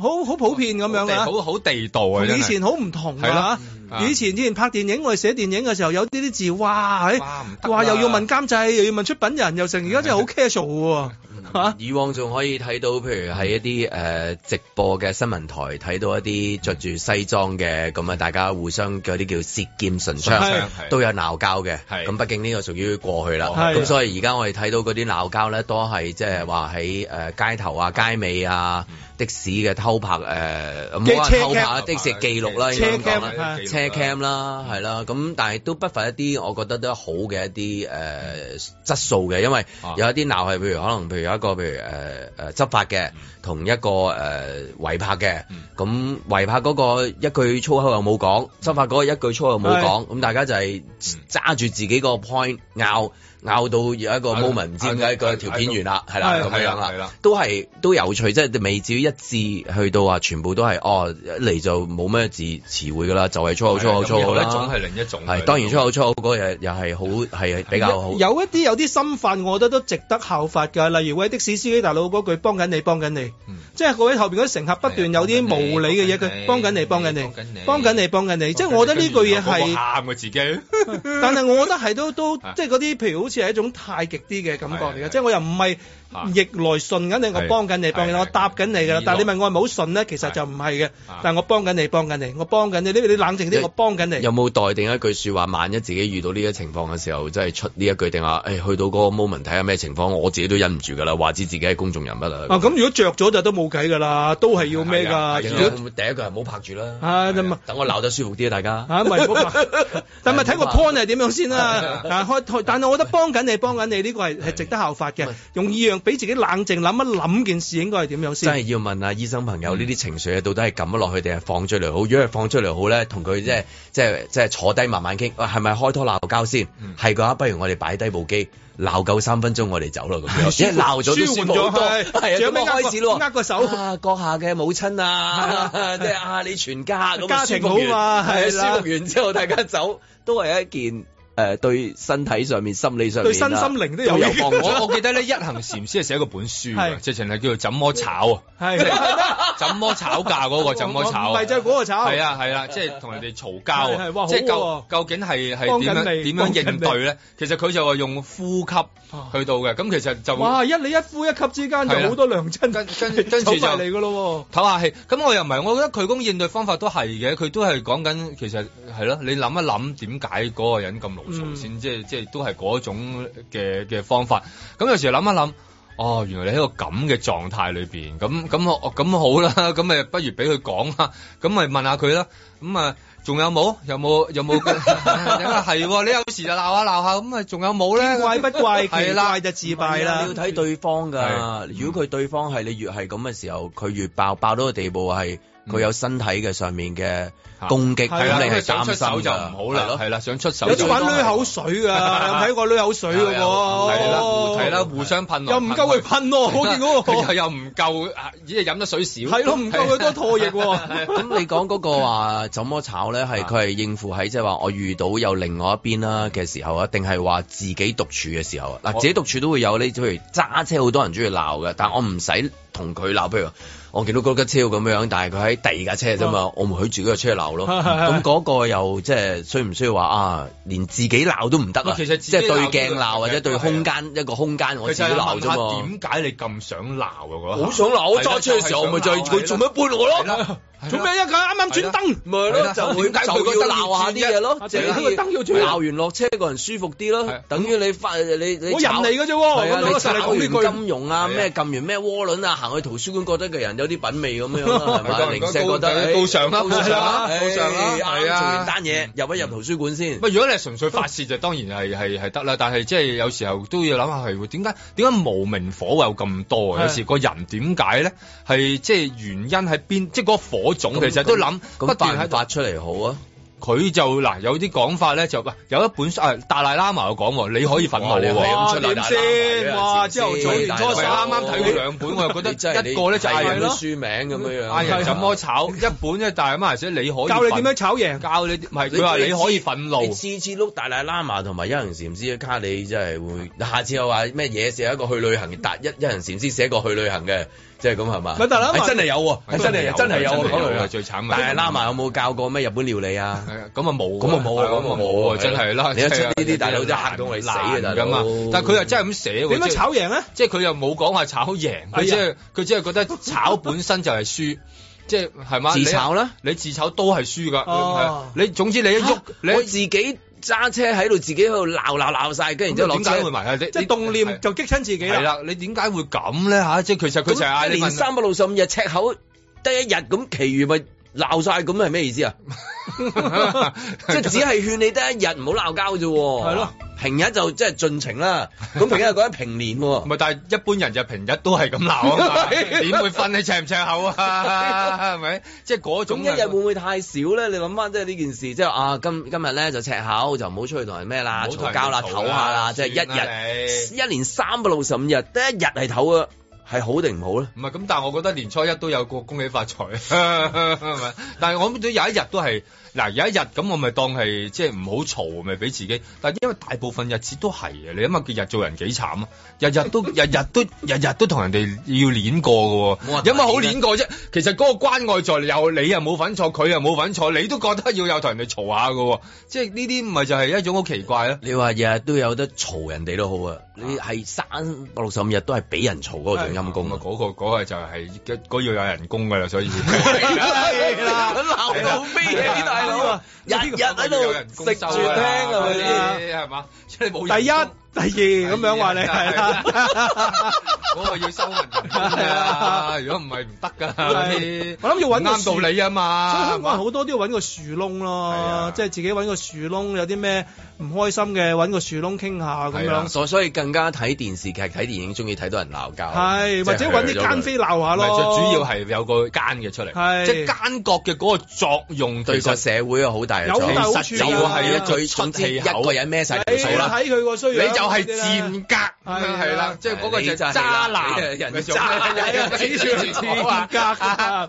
Speaker 4: 好好普遍咁樣
Speaker 3: 地
Speaker 4: 啊，
Speaker 3: 好好地道啊！
Speaker 4: 同
Speaker 3: 真係
Speaker 4: 以前好唔同
Speaker 3: 係咯
Speaker 4: 啊。
Speaker 3: 嗯
Speaker 4: 以前以前拍電影，我哋寫電影嘅時候，有啲啲字，哇，唉
Speaker 3: 哇唔
Speaker 4: 哎
Speaker 3: 得啦
Speaker 4: 哇又要問監製，又要問出品人，又成，而家真係好 casual 喎，
Speaker 3: 嗯
Speaker 4: 嚇
Speaker 2: 以往仲可以睇到，譬如喺一啲誒、呃直播嘅新聞台睇到一啲着住西裝嘅咁啊，大家互相嗰啲叫舌劍唇槍，
Speaker 3: 係係
Speaker 2: 都有鬧交嘅。
Speaker 3: 係
Speaker 2: 咁畢竟呢個屬於過去啦。
Speaker 4: 係
Speaker 2: 咁所以而家我哋睇到嗰啲鬧交咧，多係即係話喺誒街頭啊、街尾啊、的士嘅偷拍誒，冇、
Speaker 4: 嗯
Speaker 2: 話
Speaker 4: 車
Speaker 2: 偷拍
Speaker 4: cam
Speaker 2: 啊的士記錄啦，應
Speaker 4: 車
Speaker 2: 該咁
Speaker 4: cam
Speaker 2: 講啦。
Speaker 4: 係
Speaker 2: 車 cam 啦，係啦，咁但係都不乏一啲我覺得都好嘅一啲誒、呃、質素嘅，因為
Speaker 3: 啊
Speaker 2: 有一啲鬧係譬如可能譬如有一個譬如誒誒、呃呃、執法嘅，同一個誒、呃、違拍嘅，咁違拍嗰個一句粗口又冇講，執法嗰個一句粗口又冇講，咁大家就係揸住自己個 point 拗拗到有一個
Speaker 3: 係啦
Speaker 2: moment 唔知點解個條片完啦，係啦
Speaker 4: 係
Speaker 2: 咁樣啊
Speaker 3: 係啊
Speaker 2: 啦
Speaker 3: 啦，
Speaker 2: 都係都有趣，即係未至於一致去到話全部都係哦一嚟就冇咩字詞彙㗎啦，就係粗口粗口粗口
Speaker 3: 啊有
Speaker 2: 啦。
Speaker 3: 一種係另一種，啊
Speaker 2: 係當然粗口粗口嗰個又係好係比較好
Speaker 4: 有。有一啲有啲心法，我覺得都值得效法㗎。例如位的士司機大佬嗰句幫緊你，幫緊你，
Speaker 3: 嗯
Speaker 4: 即係嗰位後邊嗰啲乘客不斷有啲無理嘅嘢，佢啊幫緊你，幫緊你，幫緊你，幫緊你。即係我覺得呢句嘢
Speaker 3: 跟
Speaker 4: 係，
Speaker 3: 住然後嗰個喊嘅自己，
Speaker 4: 但係我覺得係都都
Speaker 3: 啊
Speaker 4: 即係嗰啲譬如好似係一種太極啲嘅感覺嚟
Speaker 3: 係係
Speaker 4: 嘅，即係我又唔係
Speaker 3: 啊
Speaker 4: 逆來順緊你，我
Speaker 3: 係
Speaker 4: 幫緊你，幫緊你，
Speaker 3: 係
Speaker 4: 我答緊你㗎啦
Speaker 3: 係。
Speaker 4: 但係你問我係咪好順咧，其實就唔係嘅
Speaker 3: 啊。
Speaker 4: 但係我幫緊你，幫緊你，我幫緊你，你你冷靜啲，
Speaker 2: 有
Speaker 4: 我幫緊你
Speaker 2: 有。冇待定一句説話？萬一自己遇到呢啲情況嘅時候，真係出呢一句定話，誒、去到嗰個 moment 睇下咩情況，我自己都忍唔住㗎啦，話知自己係公眾人物啦。
Speaker 4: 啊，咁如果着咗就都冇計㗎啦，都係要咩
Speaker 3: 係啊
Speaker 4: 㗎？
Speaker 3: 係啊
Speaker 4: 如
Speaker 2: 如
Speaker 4: 果
Speaker 2: 果第一句係唔好拍住啦，
Speaker 4: 啊咁啊
Speaker 2: 等我鬧得舒服啲啊，大家。
Speaker 4: 啊，咪嗰個 [laughs] 但咪睇個
Speaker 2: 係嗰
Speaker 4: point 係點樣先啦。但開開，但係我覺得幫緊你，幫緊你呢個係係值得效法嘅
Speaker 2: 喂。
Speaker 4: 用異樣俾自己冷靜諗一諗件事應該係點樣
Speaker 2: 真
Speaker 4: 先。嗯
Speaker 2: 係要問啊醫生朋友呢啲情緒啊，到底係撳咗落去定係放出嚟好？如果係放出嚟好咧，同佢即
Speaker 4: 嗯
Speaker 2: 係即係即係坐低慢慢傾，啊喂係咪開拖鬧交先？
Speaker 4: 嗯
Speaker 2: 係嘅話，不如我哋擺低部機，鬧夠三分鐘，我哋走啦咁樣。一鬧咗都
Speaker 4: [laughs] 舒
Speaker 2: 舒
Speaker 4: 緩
Speaker 2: 服好多，
Speaker 4: 咗係
Speaker 2: 係啊，
Speaker 4: 最後
Speaker 2: 咁
Speaker 4: 尾
Speaker 2: 我開始咯喎，
Speaker 4: 握個手
Speaker 2: 啊，閣下嘅母
Speaker 4: [laughs]
Speaker 2: 親啊，即係啊，你全家咁
Speaker 4: 家庭
Speaker 2: 舒服完
Speaker 4: 好嘛
Speaker 2: 係啊
Speaker 4: 係啦
Speaker 2: 舒服完之後大家走，都係一件誒對身體上面、心理上面
Speaker 4: 對
Speaker 2: 啊
Speaker 4: 身心靈都
Speaker 2: 都
Speaker 4: 有
Speaker 2: 有
Speaker 4: 益。 [laughs]
Speaker 2: 幫助。
Speaker 3: 我我記得咧，一行禪師係寫過本書嘅，
Speaker 4: 係
Speaker 3: 直情係叫做《怎麼炒》
Speaker 4: [laughs]
Speaker 3: 啊。 [laughs]
Speaker 4: 係。
Speaker 3: 怎麼炒價嗰個怎麼炒？
Speaker 4: 哦
Speaker 3: 啊
Speaker 4: 唔係就係嗰個炒
Speaker 3: 係啊係啊，即係同人哋嘈交
Speaker 4: 係係
Speaker 3: 啊！
Speaker 4: 哇
Speaker 3: 即係究
Speaker 4: 好
Speaker 3: 究竟係係
Speaker 4: 幫緊
Speaker 3: 點樣
Speaker 4: 你
Speaker 3: 點
Speaker 4: 幫
Speaker 3: 樣
Speaker 4: 緊
Speaker 3: 應對咧？其實佢就話用呼吸去到嘅，咁其實就
Speaker 4: 哇！一你一呼一吸之間就好多良親，
Speaker 3: 啊跟跟跟
Speaker 4: [laughs] 走
Speaker 3: 住
Speaker 4: 埋
Speaker 3: 就
Speaker 4: 嚟噶
Speaker 3: [laughs]
Speaker 4: 咯
Speaker 3: 唞下氣。咁我又唔係，我覺得佢嗰種應對方法都係嘅，佢都係講緊其實係咯，你諗一諗點解嗰個人咁牢騷先，即係即係都係嗰種嘅嘅方法。咁有時諗一諗。哦，原來你喺個咁嘅狀態裏邊，咁咁我咁好啦，咁咪不如俾佢講啦，咁咪問下佢啦，咁啊仲有冇？有冇
Speaker 2: [laughs]
Speaker 3: 有冇？係喎，你有時就鬧下鬧下，咁啊仲有冇
Speaker 4: 喎，
Speaker 3: 咧？
Speaker 4: 怪不怪？
Speaker 3: 係
Speaker 4: 奇
Speaker 3: 啦
Speaker 4: 怪就自敗啦
Speaker 2: 啊你要。睇對方㗎
Speaker 3: 係。
Speaker 2: 如果佢對方係你越係咁嘅時候，佢越爆爆到個地步係佢有身體嘅上面嘅攻擊，
Speaker 3: 嗯係啦，啊
Speaker 2: 咁你係
Speaker 3: 想
Speaker 2: 擔
Speaker 3: 出
Speaker 2: 心
Speaker 3: 手
Speaker 2: 㗎
Speaker 3: 就唔好
Speaker 2: 係咯
Speaker 3: 啦，係啦，想出手
Speaker 4: 有
Speaker 3: 就
Speaker 4: 啲玩濺口水㗎，有哎冇睇過濺口水㗎喎。
Speaker 3: 啊係啊啦，
Speaker 4: 哦
Speaker 3: 係啦，互相噴來
Speaker 4: 又唔夠佢
Speaker 3: 去
Speaker 4: 噴喎，我見嗰
Speaker 3: [laughs] 佢又
Speaker 4: 個
Speaker 3: 又唔夠，啊即係飲得水少。
Speaker 4: 係咯，唔夠佢多唾液
Speaker 3: [laughs] 係啊
Speaker 4: 喎。
Speaker 2: 咁你講嗰個話怎麼炒咧，係佢係應付喺即係話我遇到有另外一邊啦嘅時候啊，定係話自己獨處嘅時候啊？嗱，自己獨處都會有呢，譬如揸車好多人中意鬧嘅，但我唔使同佢鬧，譬如。哦我見到嗰架車咁樣，但係佢喺第二架車啫
Speaker 3: 啊
Speaker 2: 嘛，我咪去住嗰架車
Speaker 3: [laughs]
Speaker 2: 鬧咯。咁嗰個又即係需唔需要話啊？連自己鬧都唔得啊！
Speaker 3: 其實自
Speaker 2: 即
Speaker 3: 己
Speaker 2: 係對
Speaker 3: 鬧
Speaker 2: 鏡
Speaker 3: 都
Speaker 2: 鬧或者對空間一個空間，我
Speaker 3: 其
Speaker 2: 自己
Speaker 3: 實係
Speaker 2: 鬧
Speaker 3: 問
Speaker 2: 啫
Speaker 3: 下
Speaker 2: 嘛。
Speaker 3: 點解你咁想鬧啊？嗰下
Speaker 2: 好想鬧，我揸車嘅時候咪就係
Speaker 3: 係啦就係
Speaker 2: 佢做咩搬我
Speaker 3: 係啦
Speaker 2: 咯？
Speaker 4: 做咩啊？佢啱啱轉燈。
Speaker 2: 咪係咯，就會
Speaker 3: 點解
Speaker 2: 就
Speaker 3: 佢覺
Speaker 2: 要
Speaker 3: 得
Speaker 2: 鬧下啲嘢
Speaker 4: 要轉
Speaker 2: 咯，
Speaker 4: 一
Speaker 2: 就係呢
Speaker 4: 啊點解
Speaker 2: 啲
Speaker 4: 個燈要轉
Speaker 2: 鬧完落車個人舒服啲咯
Speaker 3: 係，
Speaker 2: 等於你發你你
Speaker 4: 我人嚟嘅啫喎
Speaker 2: 係啊
Speaker 4: 咁
Speaker 2: 你
Speaker 4: 我
Speaker 2: 炒
Speaker 4: 實力講呢句
Speaker 2: 完金融啊，
Speaker 3: 係啊
Speaker 2: 咩撳完咩窩輪啊，行去圖書館覺得個人有啲品味咁樣啦，係
Speaker 3: [laughs] 係
Speaker 2: 嘛？
Speaker 3: 當然
Speaker 2: 零舍覺
Speaker 3: 高
Speaker 2: 得哎
Speaker 3: 高尚啦
Speaker 2: 高尚啦，
Speaker 3: [laughs] 高尚啦
Speaker 2: 唉
Speaker 3: 係啊
Speaker 2: 啱做完單嘢入一入圖書館先
Speaker 3: 唔。係，如果你係純粹發泄就當然係係係得啦，但係即係有時候都要諗下係喎點解點解無名火有咁多啊？有時個人點解咧係即係原因喺邊？即係嗰個火種其實都諗不
Speaker 2: 咁
Speaker 3: 斷
Speaker 2: 發
Speaker 3: 喺
Speaker 2: 唔發出嚟好啊？
Speaker 3: 佢就嗱有啲講法咧就喂有一本書啊達賴喇嘛有講喎，你可以憤怒
Speaker 2: 哇你
Speaker 3: 喎
Speaker 2: 可以咁
Speaker 4: 哇
Speaker 2: 出嚟
Speaker 4: 點
Speaker 2: 大
Speaker 4: 先？
Speaker 2: 喇
Speaker 4: 哇！
Speaker 2: 嘛
Speaker 4: 朝頭
Speaker 2: 你
Speaker 4: 早
Speaker 2: 係
Speaker 4: 年初
Speaker 2: 大
Speaker 3: 我
Speaker 2: 喇
Speaker 4: 三
Speaker 2: 嘛
Speaker 3: 啱啱睇過兩本，我又覺
Speaker 2: 你真係
Speaker 3: 得
Speaker 2: 你
Speaker 3: 一個咧就
Speaker 2: 嗌
Speaker 3: 係
Speaker 2: 人
Speaker 4: 咯
Speaker 2: 啲書名咁樣樣，
Speaker 3: 嗌人怎麼炒，一本咧大係咁，或者你可以
Speaker 4: 教你點
Speaker 3: 憤
Speaker 4: 樣炒贏。
Speaker 3: 教你啲，唔係佢話你可以憤
Speaker 2: 你
Speaker 3: 怒。
Speaker 2: 次次碌大奶喇嘛同埋一行禪師嘅卡，你真係會下次又話咩嘢寫一個去旅 [laughs] 行，達一一行禪師寫一個去旅行嘅，即係咁係嘛？
Speaker 4: 咪大喇嘛
Speaker 2: 係真係有喎，哎係真係有真係有
Speaker 3: 真係有
Speaker 2: 講旅
Speaker 3: 啊
Speaker 2: 行
Speaker 3: 最慘咪
Speaker 2: 大奶喇嘛有冇教過咩日本料理啊？
Speaker 3: 係啊咁啊冇，
Speaker 2: 咁啊冇啊
Speaker 3: 係咁啊冇啊，
Speaker 2: 咁啊冇啊
Speaker 3: 真係啦！
Speaker 2: 你一出
Speaker 3: 真係
Speaker 2: 呢啲大佬真係嚇到我哋死啊大佬
Speaker 3: 難㗎嘛但係佢又真係咁寫喎，
Speaker 4: 點樣
Speaker 3: 即係
Speaker 4: 炒贏啊咧？
Speaker 3: 即係佢又冇講話炒贏，
Speaker 4: 哎呀
Speaker 3: 佢即係佢只係覺得炒本身就係輸， [laughs] 即係係嘛？
Speaker 2: 自炒啦，
Speaker 3: 你，你自炒都係輸㗎。
Speaker 4: 哦
Speaker 3: 係你總之你一喐，你
Speaker 2: 我自己揸車喺度，自己喺度鬧鬧鬧晒，跟住然之後落
Speaker 3: 點解會
Speaker 2: 車。
Speaker 3: 埋啊？即
Speaker 4: 即係動念就激親自己啊
Speaker 3: 係
Speaker 4: 啦。
Speaker 3: 啦，你點解會咁咧嚇？即係其實佢就係嗌
Speaker 2: 咁
Speaker 3: 你
Speaker 2: 連
Speaker 3: [laughs] 問。
Speaker 2: 三百六十五日赤口得一日，咁其餘咪鬧晒，咁係咩意思啊？ [laughs] 即係只係勸你得一日唔好鬧交啫喎。
Speaker 4: 係咯，
Speaker 2: 平日就即係盡情 [laughs] 啦。咁平日講緊平年
Speaker 3: 唔
Speaker 2: 喎。
Speaker 3: 係，但係一般人就平日都係咁鬧
Speaker 2: [laughs]
Speaker 3: 啊嘛，點會瞓你赤唔赤口啊？係咪？即係嗰
Speaker 2: 咁
Speaker 3: 種
Speaker 2: 一日會唔會太少咧？你諗翻即係呢件事，即係啊今今日咧就赤口，就唔好出去同人咩啦，
Speaker 3: 唔好同
Speaker 2: 啊嘈
Speaker 3: 人
Speaker 2: 交啦，
Speaker 3: 嘈
Speaker 2: 唞下啦，
Speaker 3: 啦
Speaker 2: 即係一
Speaker 3: 算啦
Speaker 2: 日一年三百六十五日，得一日係唞啊，係好定唔好咧？
Speaker 3: 唔係咁，但係我覺得年初一都有個恭喜發財， [laughs] 係咪但係我諗到有一日都係嗱，有一日咁我咪當係即係唔好嘈，咪俾自己。但係因為大部分日子都係嘅，你諗下佢日做人幾慘啊！日日都 [laughs] 日日都日日都同人哋要攣過嘅
Speaker 2: 冇話
Speaker 3: 喎，有乜好
Speaker 2: 大件啊
Speaker 3: 攣過啫？其實嗰個關愛在又你又冇份錯，佢又冇份錯，你都覺得要有同人哋嘈下嘅喎，即係呢啲咪就係一種好奇怪咯。
Speaker 2: 你話日日都有得嘈人哋都好啊，你係三百六十五日都係俾人嘈嗰個仲陰公
Speaker 3: 咁啊
Speaker 2: 啊！
Speaker 3: 嗰個嗰個就係嗰要有人工㗎啦，所以。
Speaker 2: [laughs]
Speaker 3: [laughs]
Speaker 2: 係啦， [laughs] 鬧到飛起大佬啊！日日喺度食住
Speaker 3: à?
Speaker 2: 聽啊係啊咪先？
Speaker 3: 係嘛？即係你冇人
Speaker 4: 第一、第
Speaker 3: 啊
Speaker 4: 二咁樣話你係啊啦，
Speaker 3: [laughs] 嗰個要收人工啊！如果唔係唔得㗎嗰啲。
Speaker 4: 我諗要揾個
Speaker 3: 啱道理啊嘛。
Speaker 4: 所以香港人好多都要揾個樹窿
Speaker 3: 係
Speaker 4: 咯
Speaker 3: 啊，
Speaker 4: 即係自己揾個樹窿，有啲咩唔開心嘅揾個樹窿傾下咁
Speaker 3: 係啊
Speaker 4: 樣。
Speaker 2: 所所以更加睇電視劇、睇電影，中意睇到人鬧交，
Speaker 4: 係，或者揾啲奸妃鬧下
Speaker 3: 啊係
Speaker 4: 咯。
Speaker 3: 啊就主要係有個奸嘅出嚟，
Speaker 4: 係
Speaker 3: 即係奸角嘅嗰個作用
Speaker 2: 對
Speaker 3: 對
Speaker 2: 個
Speaker 3: 個
Speaker 2: 社會有好大嘅作
Speaker 4: 有好大好
Speaker 2: 用
Speaker 4: 處啊
Speaker 2: 就係一最
Speaker 3: 出
Speaker 2: 總之
Speaker 3: 氣
Speaker 2: 一
Speaker 3: 口
Speaker 2: 個人孭晒條數
Speaker 4: 係啊
Speaker 2: 啦
Speaker 4: 啦，。睇佢個衰
Speaker 3: 你
Speaker 4: 樣
Speaker 3: 就
Speaker 4: 嗰
Speaker 3: 係
Speaker 4: 啲啦
Speaker 3: 賤格，係啦，即係嗰個就係渣男，
Speaker 2: 你就係
Speaker 3: 渣
Speaker 2: 啦你就係人
Speaker 3: 男，指住我啊，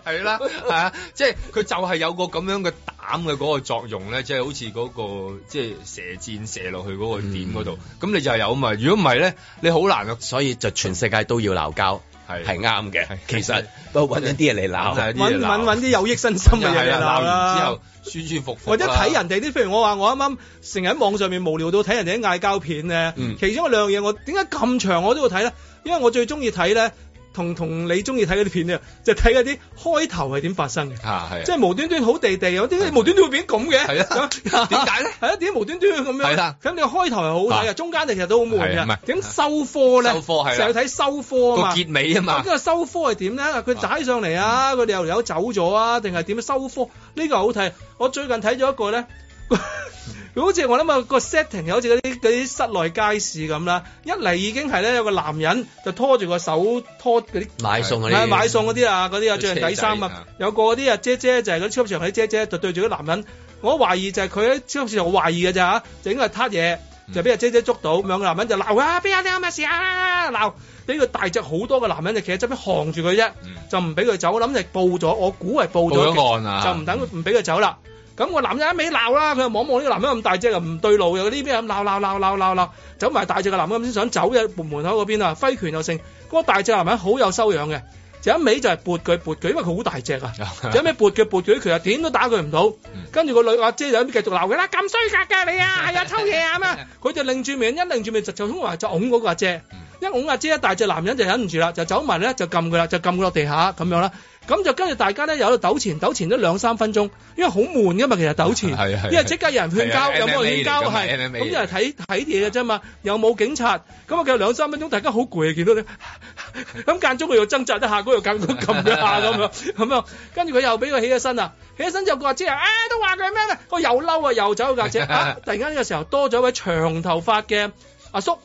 Speaker 3: [laughs] 係啦，係啊，即係佢就係有個咁樣嘅膽嘅嗰個作用咧，即係好似嗰個即係射箭射落去嗰個點嗰度，咁你就係有嘛。如果唔係咧，你好難啊，
Speaker 2: 所以就全世界都要鬧交，
Speaker 3: 係
Speaker 2: 係啱嘅
Speaker 3: 係。
Speaker 2: 其實都揾一啲嘢嚟鬧，
Speaker 3: 係啲
Speaker 4: 揾
Speaker 3: 嘢
Speaker 4: 揾揾
Speaker 3: 鬧
Speaker 4: 啲有益身心嘅
Speaker 3: 係
Speaker 4: 嘢嚟鬧
Speaker 3: 啦，鬧完之
Speaker 4: 啦
Speaker 3: 後。舒舒服服，
Speaker 4: 或者睇。人哋啲，譬如我話我啱啱成日喺網上面無聊到睇人哋啲嗌交片咧，
Speaker 2: 嗯
Speaker 4: 其中一兩樣我點解咁長我都要睇咧？因為我最中意睇咧，同同你中意睇嗰啲片咧，就睇嗰啲開頭係點發生嘅。
Speaker 3: 啊，係啊啊
Speaker 4: 即係無端端好地地，有啲無端端會變咁嘅，
Speaker 3: 係啊
Speaker 4: 咁
Speaker 3: 點解咧？
Speaker 4: 係 [laughs] 啊，點解無端端咁樣？
Speaker 3: 係啦
Speaker 4: 咁你開頭係好睇
Speaker 3: 啊
Speaker 4: 啊，中間其實都好悶
Speaker 3: 係啊唔
Speaker 4: 嘅。
Speaker 3: 係
Speaker 4: 點收科咧？
Speaker 3: 收科係啦
Speaker 4: 就要睇收科啊嘛
Speaker 3: 個。結尾啊嘛
Speaker 4: 咁呢。個收科係點咧？佢踩上嚟啊，佢哋又有走咗啊，定係點收科？呢個好睇。我最近睇咗一個咧，佢 [laughs] 好似我諗啊個 setting 好似嗰啲嗰啲室內街市咁啦。一嚟已經係咧有個男人就拖住個手拖嗰啲。
Speaker 2: 買餸嗰
Speaker 4: 係
Speaker 2: 啲
Speaker 4: 買餸嗰啲啊，嗰啲啊
Speaker 3: 啲
Speaker 4: 着人底衫
Speaker 3: 車仔啊
Speaker 4: 啊，有個嗰啲啊姐姐就係嗰啲超級市場嗰啲姐姐，就對住啲男人，我懷疑就係佢喺超級市場，我懷疑嘅咋，就應該係撻嘢，就俾阿姐姐捉到，咁樣個男人就鬧啊，邊有啲咁嘅事啊，鬧，俾個大隻好多嘅男人就企喺側邊行住佢啫
Speaker 3: 嗯，
Speaker 4: 就唔俾佢走，我諗就報咗，我估係報
Speaker 3: 報
Speaker 4: 咗
Speaker 3: 咗案啊
Speaker 4: 嘅，就唔
Speaker 3: À,
Speaker 4: 等佢唔俾佢走啦。咁個男人一味鬧啦，佢又望望呢個男人咁大隻，又唔對路，又呢邊咁鬧鬧鬧鬧鬧鬧，走埋大隻嘅男人咁先想走嘅門門口嗰邊啊，揮拳又剩。嗰、個大隻男人好有修養嘅，就一味就係撥佢撥佢，因為佢好大隻啊，就一味撥佢撥佢，其實點都打佢唔到。跟住個女阿姐就喺邊繼續鬧佢啦，咁衰格㗎你啊，係啊抽嘢啊嘛，佢就擰住面一擰住面就就衝埋就擁嗰個阿姐，一擁阿姐一大隻男人就忍唔住啦，就走埋咧就撳佢啦，就撳佢落地下咁樣啦。咁就跟住大家咧有喺度糾纏，糾纏咗兩三分鐘，因為好悶噶嘛，其實糾
Speaker 3: [laughs] 係啊係係
Speaker 4: 纏，因為即刻有人勸
Speaker 3: 係啊
Speaker 4: 交，有冇人勸交
Speaker 3: MMA 嚟㗎嘛
Speaker 4: 係，
Speaker 3: MMA
Speaker 4: 咁有人睇睇嘢嘅啫嘛，又冇警察，咁啊佢兩三分鐘，大家好攰啊，見到你， [laughs] 咁間中佢又掙扎一下，嗰度間中撳
Speaker 3: [laughs]
Speaker 4: 一下咁樣，咁樣，跟住佢又俾佢起咗身啊，起咗身就個阿姐啊，都話佢咩咩，我又嬲啊，又走個阿
Speaker 3: [laughs]
Speaker 4: 姐，啊突然間呢個時候多咗一位長頭髮嘅阿
Speaker 3: [laughs]
Speaker 4: 叔。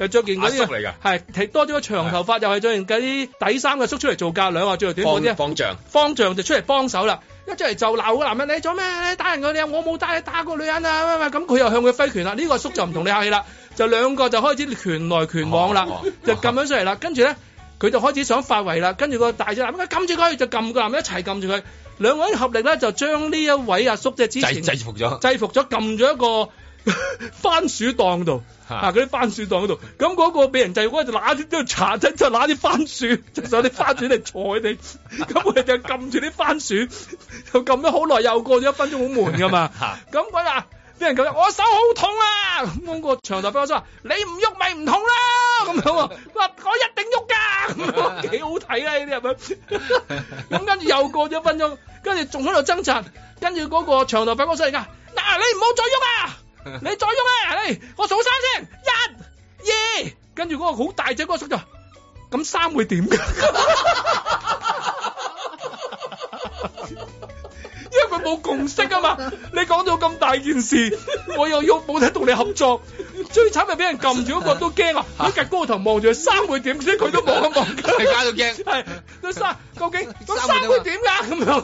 Speaker 4: 又着件嗰啲
Speaker 3: 阿叔嚟㗎
Speaker 4: 係提多咗個長頭髮，又係着件嗰啲底衫嘅叔出嚟做嫁娘啊，着條短褲啫
Speaker 2: 方。方丈。
Speaker 4: 方丈就出嚟幫手啦，一出嚟就鬧個男人，你做咩？你打人佢哋啊！我冇打你，打個女人啊！咁佢又向佢揮拳啦，呢、個叔就唔同你客氣啦， [laughs] 就兩個就開始拳來拳往啦，
Speaker 3: 哦哦
Speaker 4: 就撳咗出嚟啦，跟住咧佢就開始想發圍啦，跟住個大隻男人撳住佢，就撳個男人一齊撳住佢，兩個人合力咧就將呢一位阿叔即係之
Speaker 3: 制
Speaker 4: 前
Speaker 3: 制服咗，
Speaker 4: 制服咗，撳咗一個 [laughs] 番薯檔度。啊！嗰啲番薯檔嗰度，咁嗰個俾人制服嗰個就揦啲都查親，就揦啲番薯， [laughs] 就上啲番薯嚟坐佢哋。咁我哋就撳住啲番薯， [laughs] 又撳咗好耐，又過咗一分鐘，好悶噶嘛。咁嗰日 [laughs] 啊啲人咁樣，我手好痛啊！咁嗰個長頭髮我話：你唔喐咪唔痛啦！咁樣喎，佢話我一定喐㗎，咁 [laughs] 樣幾好睇啊！呢啲係咪？咁 [laughs] 跟住又過咗一分鐘，跟住仲喺度掙扎，跟住嗰個長頭髮嗰個嚟㗎，嗱你唔好再喐啊！ [laughs] 你再喐啊！你我數三先，一、二，跟住嗰個好大隻嗰個叔就話咁三會點㗎？ [laughs] 因為佢冇共識啊嘛！你講到咁大件事，我又要冇得同你合作，最慘係俾人撳住嗰個都驚啊！佢趌高個頭望住佢三會點，即係佢都望一望
Speaker 3: 你
Speaker 4: 佢。
Speaker 3: 加到驚。
Speaker 4: 係，佢三究竟咁
Speaker 3: 三
Speaker 4: 三
Speaker 3: 會
Speaker 4: 會點㗎？咁樣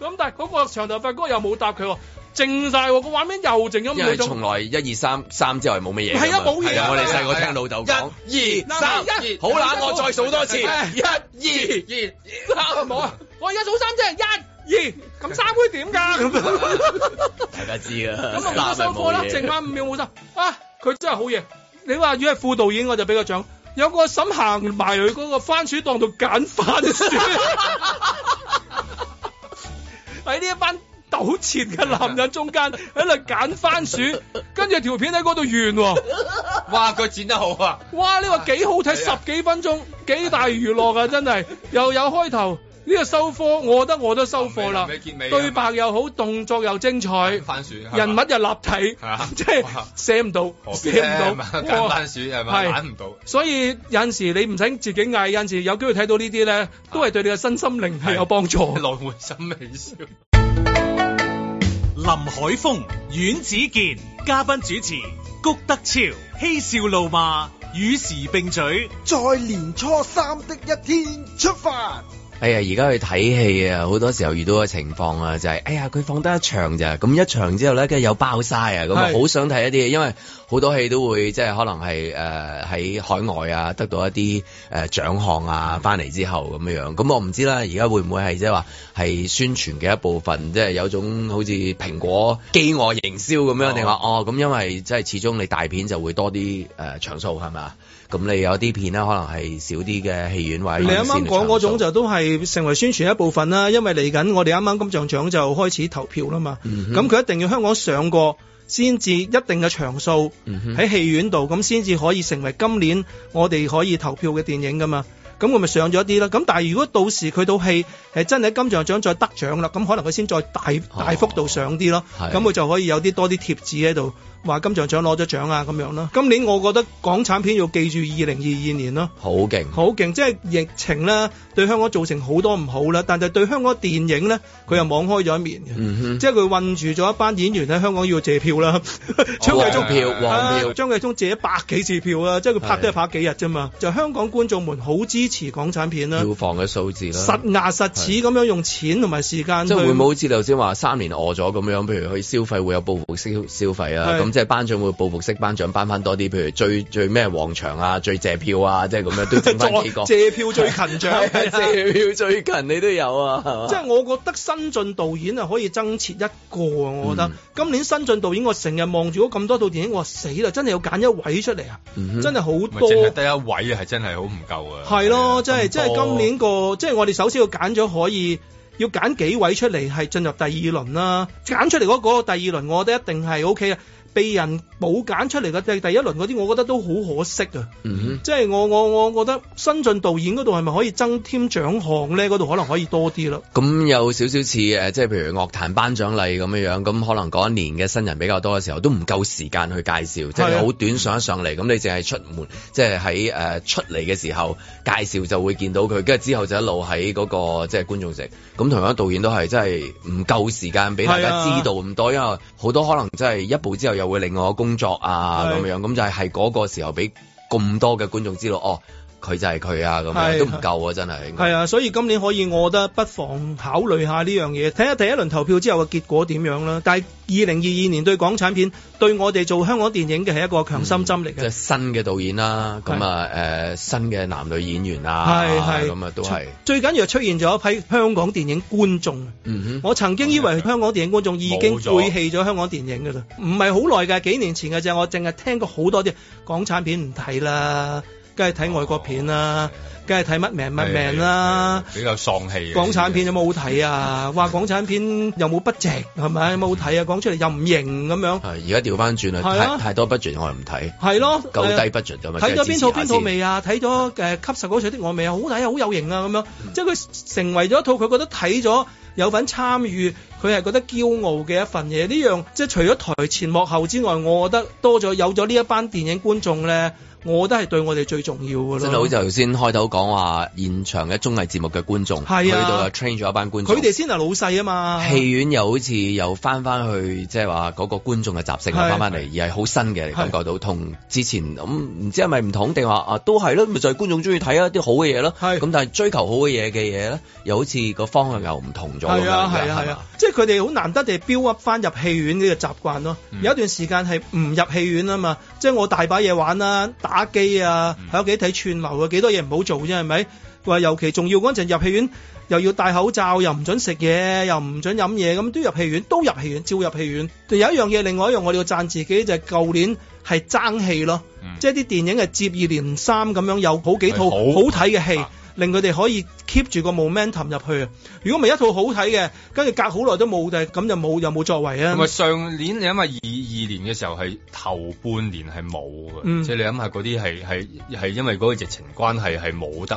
Speaker 4: 咁但係嗰個長頭髮哥又冇答佢喎，靜晒喎，個畫面又靜咗
Speaker 2: 因
Speaker 4: 五
Speaker 2: 為
Speaker 4: 秒
Speaker 2: 從
Speaker 4: 鐘。
Speaker 2: 來一二三三之外冇乜嘢㗎嘛。
Speaker 4: 係啊冇嘢㗎啊
Speaker 2: 係我哋細個聽老豆講，
Speaker 4: 一
Speaker 2: 二三
Speaker 4: 一
Speaker 2: 好啦，我再數多次，一
Speaker 4: 哎
Speaker 2: 二
Speaker 4: 啊
Speaker 2: 三，
Speaker 4: 冇啊！我而家數三啫，一、二，咁三會點㗎？
Speaker 2: 大家知啊，
Speaker 4: 咁啊，冇收貨啦，剩翻五秒冇收啊！佢真係好嘢。你話如果係副導演，我就俾個獎。有個嬸行埋去嗰個番薯檔度揀番薯，哎喺呢一班糾纏嘅男人中間喺度揀番薯，跟住條片喺嗰度完喎。
Speaker 3: 哇，佢剪得好啊！
Speaker 4: 哇！呢個幾好睇，十幾分鐘幾大娛樂
Speaker 3: [laughs]
Speaker 4: 啊！真係又有開頭，呢個收科，我覺得我都收貨啦
Speaker 3: 臨尾結尾。啊
Speaker 4: 對白又好，動作又精
Speaker 3: [laughs]
Speaker 4: 彩，
Speaker 3: 番薯係嘛
Speaker 4: 人物又立體
Speaker 3: 係 [laughs] 啊，
Speaker 4: 即係
Speaker 3: 哇
Speaker 4: 寫唔到，
Speaker 3: 何
Speaker 4: 寫
Speaker 3: 必咧？
Speaker 4: 唔
Speaker 3: [laughs] 嘛
Speaker 4: 到，
Speaker 3: 揀
Speaker 4: 哇
Speaker 3: 番薯係咪
Speaker 4: 係
Speaker 3: 揀唔到？
Speaker 4: 所以有陣時你唔使自己嗌，有陣時有機會睇到呢啲
Speaker 3: 啊
Speaker 4: 咧，都係對你嘅身心靈係有幫助。
Speaker 3: 來回心微笑。
Speaker 1: 林海峰、阮子健，嘉賓主持谷德超，嬉笑怒罵，與時並舉，
Speaker 5: 在年初三的一天出發。
Speaker 2: 哎呀，而家去睇戲啊，好多時候遇到嘅情況啊，就係、哎呀，佢放得一場咋，咁一場之後咧，跟住又爆晒啊，咁啊
Speaker 4: 係
Speaker 2: 好想睇一啲嘢，因為好多戲都會即係可能係誒喺海外啊，得到一啲誒、呃、獎項啊，翻嚟之後咁樣樣。咁我唔知啦，而家會唔會係即係話係宣傳嘅一部分，即係有種好似蘋果飢餓營銷咁樣，定話哦咁，因為即係始終你大片就會多啲誒、呃、場數係嘛，咁你有啲片咧可能係少啲嘅戲院或者
Speaker 4: 你啱
Speaker 2: 院線
Speaker 4: 啱講
Speaker 2: 嘅
Speaker 4: 嗰
Speaker 2: 場數
Speaker 4: 種就都係成為宣傳一部分啦，因為嚟緊我哋啱啱金像獎就開始投票啦嘛，
Speaker 2: 嗯哼
Speaker 4: 咁佢、一定要香港上過先至一定嘅場數
Speaker 2: 嗯哼
Speaker 4: 喺戲院度，咁先至可以成為今年我哋可以投票嘅電影噶嘛。咁我咪上咗一啲啦，咁但係如果到時佢套戲係真係喺金像獎再得獎啦，咁可能佢先再大
Speaker 2: 哦
Speaker 4: 大幅度上啲咯，
Speaker 2: 係
Speaker 4: 咁佢就可以有啲多啲貼紙喺度話金像獎攞咗獎啊咁樣咯。今年我覺得港產片要記住二零二二年咯。
Speaker 2: 好勁，
Speaker 4: 好勁，即係疫情啦，對香港造成好多唔好啦，但係對香港電影咧，佢又網開咗一面嘅，
Speaker 2: 嗯哼
Speaker 4: 即係佢困住咗一班演員喺香港要借票啦， [laughs] 張繼
Speaker 2: 黃
Speaker 4: 聰。
Speaker 2: 票
Speaker 3: 啊
Speaker 2: 黃
Speaker 4: 啊
Speaker 2: 票，
Speaker 4: 張繼聰借咗百幾次票啊！即係佢拍都係拍幾日啫嘛，就香港觀眾們好支持港產片啦，
Speaker 2: 票房嘅數字啦，
Speaker 4: 實牙實齒咁樣用錢同埋時間
Speaker 2: 即係
Speaker 4: 去
Speaker 2: 會唔會好似你頭先話三年餓咗咁樣？譬如去消費會有報復式消費啊，
Speaker 4: 係。
Speaker 2: 咁即係頒獎會報復式頒獎頒翻多啲，譬如最最咩旺場啊，最借票啊，即係咁樣都整翻幾
Speaker 4: [laughs]
Speaker 2: 個
Speaker 4: 借票最勤獎，
Speaker 2: 係啊 [laughs] 借票最近你都有啊，係嘛
Speaker 4: [laughs] 即係我覺得新晉導演啊可以增設一個啊，我覺得、
Speaker 2: 嗯
Speaker 4: 今年新晉導演我成日望住嗰咁多套電影，我話死啦，真係要揀一位出嚟啊，
Speaker 2: 嗯哼
Speaker 4: 真係好
Speaker 3: 咪淨係
Speaker 4: 多。
Speaker 3: 得一位係真係好唔夠啊！
Speaker 4: 係咯，即
Speaker 3: 係啊
Speaker 4: 係即係今年個，即係我哋首先要揀咗可以要揀幾位出嚟係進入第二輪啦，揀出嚟嗰個第二輪，我覺得一定係 O K 啊。被人冇揀出嚟嘅第第一輪嗰啲，我覺得都好可惜啊！
Speaker 2: 嗯
Speaker 4: 即係我我我覺得新晉導演嗰度係咪可以增添獎項咧？嗰度可能可以多啲咯。
Speaker 2: 哼，咁有少少似誒，即係譬如樂壇頒獎禮咁樣樣，咁可能嗰一年嘅新人比較多嘅時候，都唔夠時間去介紹，即
Speaker 4: 係
Speaker 2: 係
Speaker 4: 啊
Speaker 2: 好短上一上嚟，咁你淨係出啊門，即係喺誒出嚟嘅時候介紹就會見到佢，跟住之後就一路喺嗰、個即係觀眾席。咁同樣導演都係真係唔夠時間俾大
Speaker 4: 係
Speaker 2: 家
Speaker 4: 啊
Speaker 2: 知道咁多，因為好多可能真係一步之後又會另外工作啊
Speaker 4: 係
Speaker 2: 咁樣，咁就係係嗰個時候俾咁多嘅觀眾知道，哦，佢就係佢啊咁樣，
Speaker 4: 係
Speaker 2: 都唔夠啊真係。應該
Speaker 4: 係啊，所以今年可以，我覺得不妨考慮下呢樣嘢，睇下第一輪投票之後嘅結果點樣啦。但係二零二二年對港產片，對我哋做香港電影嘅係一個強心針嚟
Speaker 2: 嗯即係
Speaker 4: 嘅。
Speaker 2: 新嘅導演啦，咁啊誒新嘅男女演員啊，
Speaker 4: 係係
Speaker 2: 咁啊都係，
Speaker 4: 最緊要係出現咗一批香港電影觀眾。
Speaker 2: 嗯哼，
Speaker 4: 我曾經以為香港電影觀眾已經
Speaker 3: 冇咗
Speaker 4: 背棄咗香港電影㗎啦，唔係好耐㗎，幾年前嘅啫。我淨係聽過好多啲港產片唔睇啦，梗係睇外國片啦，梗係睇乜名乜名啦。
Speaker 3: 係，係係比較喪氣嘅。
Speaker 4: 港產片有冇好
Speaker 2: [laughs]
Speaker 4: 睇啊？話港產片有冇不值係咪？有冇好睇啊？講出嚟又唔型咁樣，
Speaker 2: 係而家調翻轉啦，
Speaker 4: 係啊
Speaker 2: 太太多 budget 我又唔睇，
Speaker 4: 係咯，
Speaker 2: 夠
Speaker 4: 係啊
Speaker 2: 低 budget 咁啊，
Speaker 4: 睇咗
Speaker 2: 即係支
Speaker 4: 邊
Speaker 2: 持
Speaker 4: 套
Speaker 2: 下
Speaker 4: 邊套
Speaker 2: 先
Speaker 4: 未啊？睇咗誒《吸十九歲的我》未啊？好睇啊，好有型啊咁樣，
Speaker 2: 嗯
Speaker 4: 即係佢成為咗一套佢覺得睇咗有份參與，佢係覺得驕傲嘅一份嘢。呢樣即係除咗台前幕後之外，我覺得多咗有咗呢一班電影觀眾咧，我覺得係對我哋最重要嘅咯。
Speaker 2: 真係好似頭先開頭講話，現場嘅綜藝節目嘅觀眾，
Speaker 4: 係啊
Speaker 2: 去到啊 train 咗一班觀眾。
Speaker 4: 佢哋先係老細啊嘛。
Speaker 2: 戲院又好似又翻翻去，即係話嗰個觀眾嘅習性又
Speaker 4: 係
Speaker 2: 翻翻嚟，而係好新嘅，你感覺到同之前咁唔知係咪唔同定話啊都係咯，咪就係觀眾中意睇啊一啲好嘅嘢咯。
Speaker 4: 係
Speaker 2: 咁，但係追求好嘅嘢嘅嘢咧，又好似個方向又唔同咗咁樣
Speaker 4: 係啊
Speaker 2: 嘅
Speaker 4: 係啊
Speaker 2: 係
Speaker 4: 係
Speaker 2: 嘛
Speaker 4: 啊，即係佢哋好難得地 build up 翻入戲院呢個習慣咯。
Speaker 2: 嗯
Speaker 4: 有一段時間係唔入戲院啊嘛，即係我大把嘢玩啦，打機啊，
Speaker 2: 嗯
Speaker 4: 喺屋企睇串流啊，幾多嘢唔好做啫，係咪？話尤其仲要嗰陣入戲院，又要戴口罩，又唔准食嘢，又唔准飲嘢，咁都入戲院，都入戲院，照入戲院。有一樣嘢，另外一樣我哋要讚自己就係舊年係爭氣咯，即係啲電影係接二連三咁樣有好幾套
Speaker 3: 嗯
Speaker 4: 好
Speaker 3: 係好
Speaker 4: 睇嘅戲
Speaker 3: 啊，
Speaker 4: 令佢哋可以 keep 住個 momentum 入去啊！如果唔係一套好睇嘅，跟住隔好耐都冇嘅，咁就冇又冇作為啊
Speaker 3: 同！埋上年你諗下二二年嘅時候係頭半年係冇嘅，
Speaker 4: 嗯
Speaker 3: 即係你諗下嗰啲係係係因為嗰個疫情關係係冇得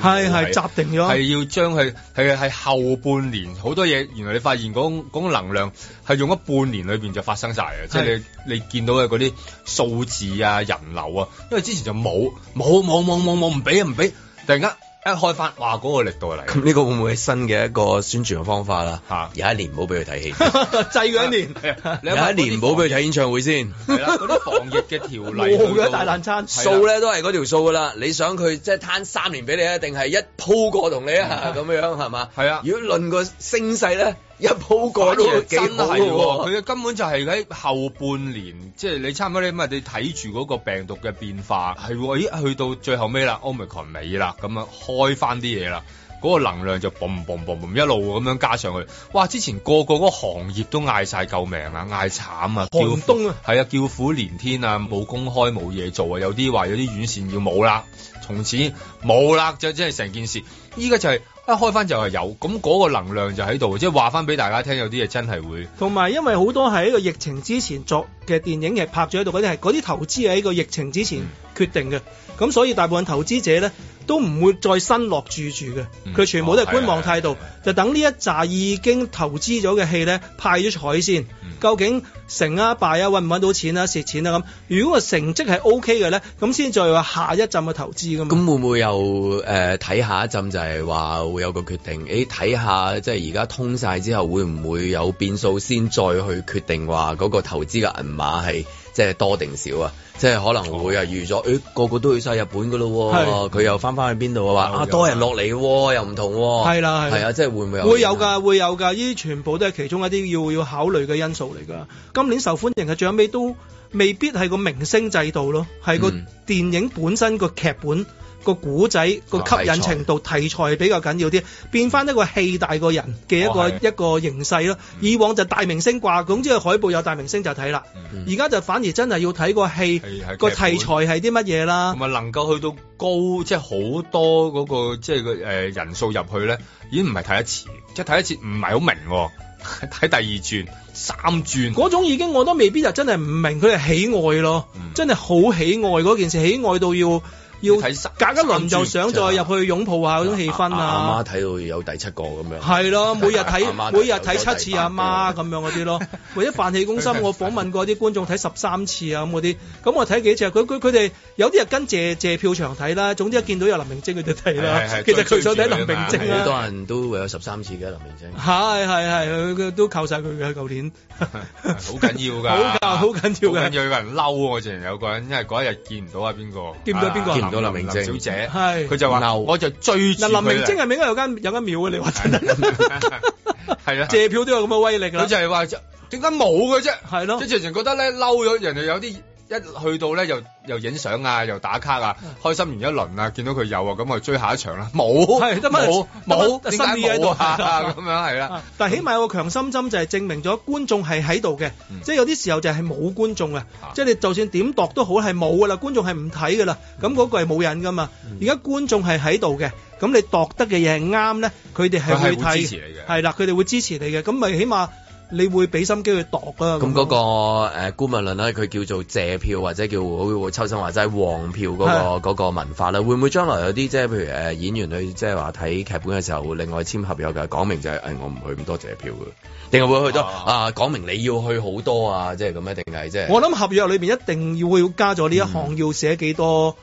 Speaker 4: 係
Speaker 3: 冇
Speaker 4: 係
Speaker 3: 喺
Speaker 4: 集定咗，
Speaker 3: 係要將佢係係後半年好多嘢，原來你發現嗰種嗰種能量係用咗半年裏邊就發生晒嘅，即係你你見到嘅嗰啲數字啊、人流啊，因為之前就冇冇冇冇冇冇唔俾啊唔俾，突然間一開翻，哇嗰、個力度
Speaker 4: [laughs]
Speaker 3: 嚟，
Speaker 2: 咁呢個會唔會係新嘅一個宣傳嘅方法啦？
Speaker 3: 嚇
Speaker 2: 有一年唔好俾佢睇
Speaker 4: [laughs]
Speaker 2: 戲，
Speaker 4: 制咗一年，
Speaker 2: [laughs]
Speaker 3: 你
Speaker 2: 有
Speaker 3: 諗下
Speaker 2: 一年唔好俾佢睇演唱會先。
Speaker 3: 係啦，嗰啲防疫嘅條例
Speaker 4: 冇
Speaker 3: 去
Speaker 4: 嘅大
Speaker 3: 到
Speaker 4: 爛餐。
Speaker 2: 數咧都係嗰條數噶啦，你想佢即係攤三年俾你啊，定係一鋪過同你啊咁樣係嘛？
Speaker 3: 係嗯啊
Speaker 2: 如果論個升勢咧，一鋪
Speaker 3: 反
Speaker 2: 過都
Speaker 3: 而
Speaker 2: 幾
Speaker 3: 真
Speaker 2: 好
Speaker 3: 係喎，
Speaker 2: 喎。
Speaker 3: 佢根本就係喺後半年，即係你差唔多你咪你睇住嗰個病毒嘅變化，係喎，咦去到最後尾啦，Omicron 尾啦，咁啊開翻啲嘢啦。嗰個能量就嘣嘣嘣嘣一路咁樣加上去，哇！之前個個嗰個行業都嗌晒救命啊，嗌慘啊，
Speaker 4: 寒冬啊
Speaker 3: 叫苦，係啊，叫苦連天啊，冇工開冇嘢做啊，有啲話有啲院線要冇啦，從此冇啦，就即係成件事。依家就係、一開翻就係有，咁嗰個能量就喺度，即係話翻俾大家聽，有啲嘢真係會
Speaker 4: 同埋因為好多係喺個疫情之前作嘅電影係拍咗喺度，嗰啲係嗰啲投資係喺個疫情之
Speaker 3: 嗯
Speaker 4: 前決定嘅，咁、所以大部分投資者咧都唔會再新落注住嘅，
Speaker 3: 嗯
Speaker 4: 佢全部都係觀
Speaker 3: 哦
Speaker 4: 望
Speaker 3: 係啊
Speaker 4: 態度
Speaker 3: 係啊係，
Speaker 4: 就等呢一紮已經投資咗嘅戲咧派咗彩先，
Speaker 3: 嗯
Speaker 4: 究竟成啊敗啊揾唔揾到錢啊蝕錢啊咁，如果個成績係 O K 嘅咧，咁先再話下一陣嘅投資噶嘛。
Speaker 2: 咁會唔會又誒睇、下一陣就係話會有個決定？誒睇下即係而家通晒之後，會唔會有變數先再去決定話嗰個投資嘅銀碼係即係多定少啊？即係可能會啊預咗，誒、個個都去晒日本噶咯喎，
Speaker 4: 哦係
Speaker 2: 佢又翻翻去邊度啊？話
Speaker 3: 又
Speaker 2: 啊多人落嚟喎，又唔同喎，
Speaker 4: 係啦係啦
Speaker 2: 係啊，即係會唔會有啊
Speaker 4: 會有
Speaker 2: 影響
Speaker 4: 㗎，會有㗎，呢啲全部都係其中一啲要要考慮嘅因素嚟㗎。今年受歡迎嘅最後尾都未必係個明星制度咯，係個
Speaker 2: 嗯
Speaker 4: 電影本身個劇本、個古仔、個
Speaker 2: 啊
Speaker 4: 吸
Speaker 2: 題材
Speaker 4: 引程度、題材比較緊要啲，變翻一個戲大過人嘅一個、
Speaker 3: 哦係
Speaker 4: 一個形勢咯。以往就大明星掛，總之係海報有大明星就睇啦。
Speaker 3: 嗯
Speaker 4: 而家就反而真係要睇個戲
Speaker 3: 係係
Speaker 4: 個
Speaker 3: 劇
Speaker 4: 題
Speaker 3: 本
Speaker 4: 材係啲乜嘢啦
Speaker 3: 同。埋能夠去到高，即係好多嗰、個即係個誒人數入去咧，已經唔係睇一次，即係睇一次唔係好明喎， [laughs] 睇第二轉、三轉，
Speaker 4: 嗰種已經我都未必就真係唔明佢係喜愛咯，
Speaker 3: 嗯
Speaker 4: 真係好喜愛嗰件事，喜愛到要要
Speaker 3: 睇三
Speaker 4: 隔一輪就想再入去擁抱下嗰種氣氛
Speaker 2: 阿阿媽
Speaker 4: 啊！
Speaker 2: 睇到有第七個咁樣，
Speaker 4: 係咯，每日
Speaker 2: 阿媽
Speaker 4: 睇
Speaker 2: 睇
Speaker 4: 每日睇七次阿媽咁樣嗰啲咯，或者飯氣攻心，我訪問過啲觀眾睇十三次啊咁嗰啲，咁我睇幾次啊，佢佢佢哋有啲係跟謝謝票場睇啦，總之一見到有林明晶佢就睇
Speaker 3: 係係
Speaker 4: 啦
Speaker 3: 係，
Speaker 4: [laughs] 其實佢想睇林明晶
Speaker 3: 追住佢
Speaker 2: 好
Speaker 3: 啊嘛
Speaker 4: 啦，
Speaker 2: 多人都會有十三次嘅林明晶。
Speaker 4: 係係係，佢佢都靠晒佢嘅舊年， [laughs]
Speaker 3: 好緊要㗎，
Speaker 4: 好㗎好緊要㗎
Speaker 3: 好緊要有人嬲我，之前有個人因為嗰一日見唔到啊邊個，
Speaker 4: 見唔到邊個
Speaker 3: 啊
Speaker 2: 見唔到林明晶
Speaker 3: 小姐，
Speaker 4: 係
Speaker 3: 佢就話
Speaker 2: 嬲
Speaker 3: 我就 [laughs] 追住
Speaker 4: 嗱林
Speaker 3: 佢
Speaker 4: 明
Speaker 3: 嚟
Speaker 4: 晶係咪應該有間有間廟啊？你話真係？
Speaker 3: [laughs] 係啊，
Speaker 4: 借票都有咁嘅威力啦
Speaker 3: 佢。就係話點解冇嘅啫？
Speaker 4: 係咯
Speaker 3: 即係直情覺得咧嬲咗人哋有啲一去到咧又又影相啊，又打卡啊，開心完一輪啊，見到佢有啊，咁我追下一場啦，冇，
Speaker 4: 係得返
Speaker 3: 冇冇，
Speaker 4: 得
Speaker 3: 點
Speaker 4: 返
Speaker 3: 解
Speaker 4: 新意喺
Speaker 3: 冇
Speaker 4: 度
Speaker 3: 啊？咁樣係啦
Speaker 4: 啊，但係起碼有個強心針就係證明咗觀眾係喺度嘅，即係有啲時候就係冇觀眾啊
Speaker 3: 嗯啊，
Speaker 4: 即係你就算點度都好係冇噶啦，觀眾係唔睇噶啦，咁嗰個係冇癮噶嘛。
Speaker 3: 嗯
Speaker 4: 而家觀眾係喺度嘅，咁你度得嘅嘢係啱咧，佢哋係
Speaker 3: 佢係
Speaker 4: 會
Speaker 3: 會
Speaker 4: 睇
Speaker 3: 支持你嘅
Speaker 4: 係啦，佢哋會支持你嘅，咁咪起碼你會俾心機去度啦。
Speaker 2: 咁嗰個誒顧問論咧，佢叫做借票或者叫好似秋生話齋黃票嗰
Speaker 4: 係
Speaker 2: 個嗰個文化啦，會唔會將來有啲即係譬如誒演員去即係話睇劇本嘅時候，另外簽合約嘅講明就係哎誒我唔去咁多借票嘅，定係會去多啊講明你要去好多啊，即係咁啊，定係即係
Speaker 4: 我諗合約裏面一定要會加咗呢一項，要寫幾多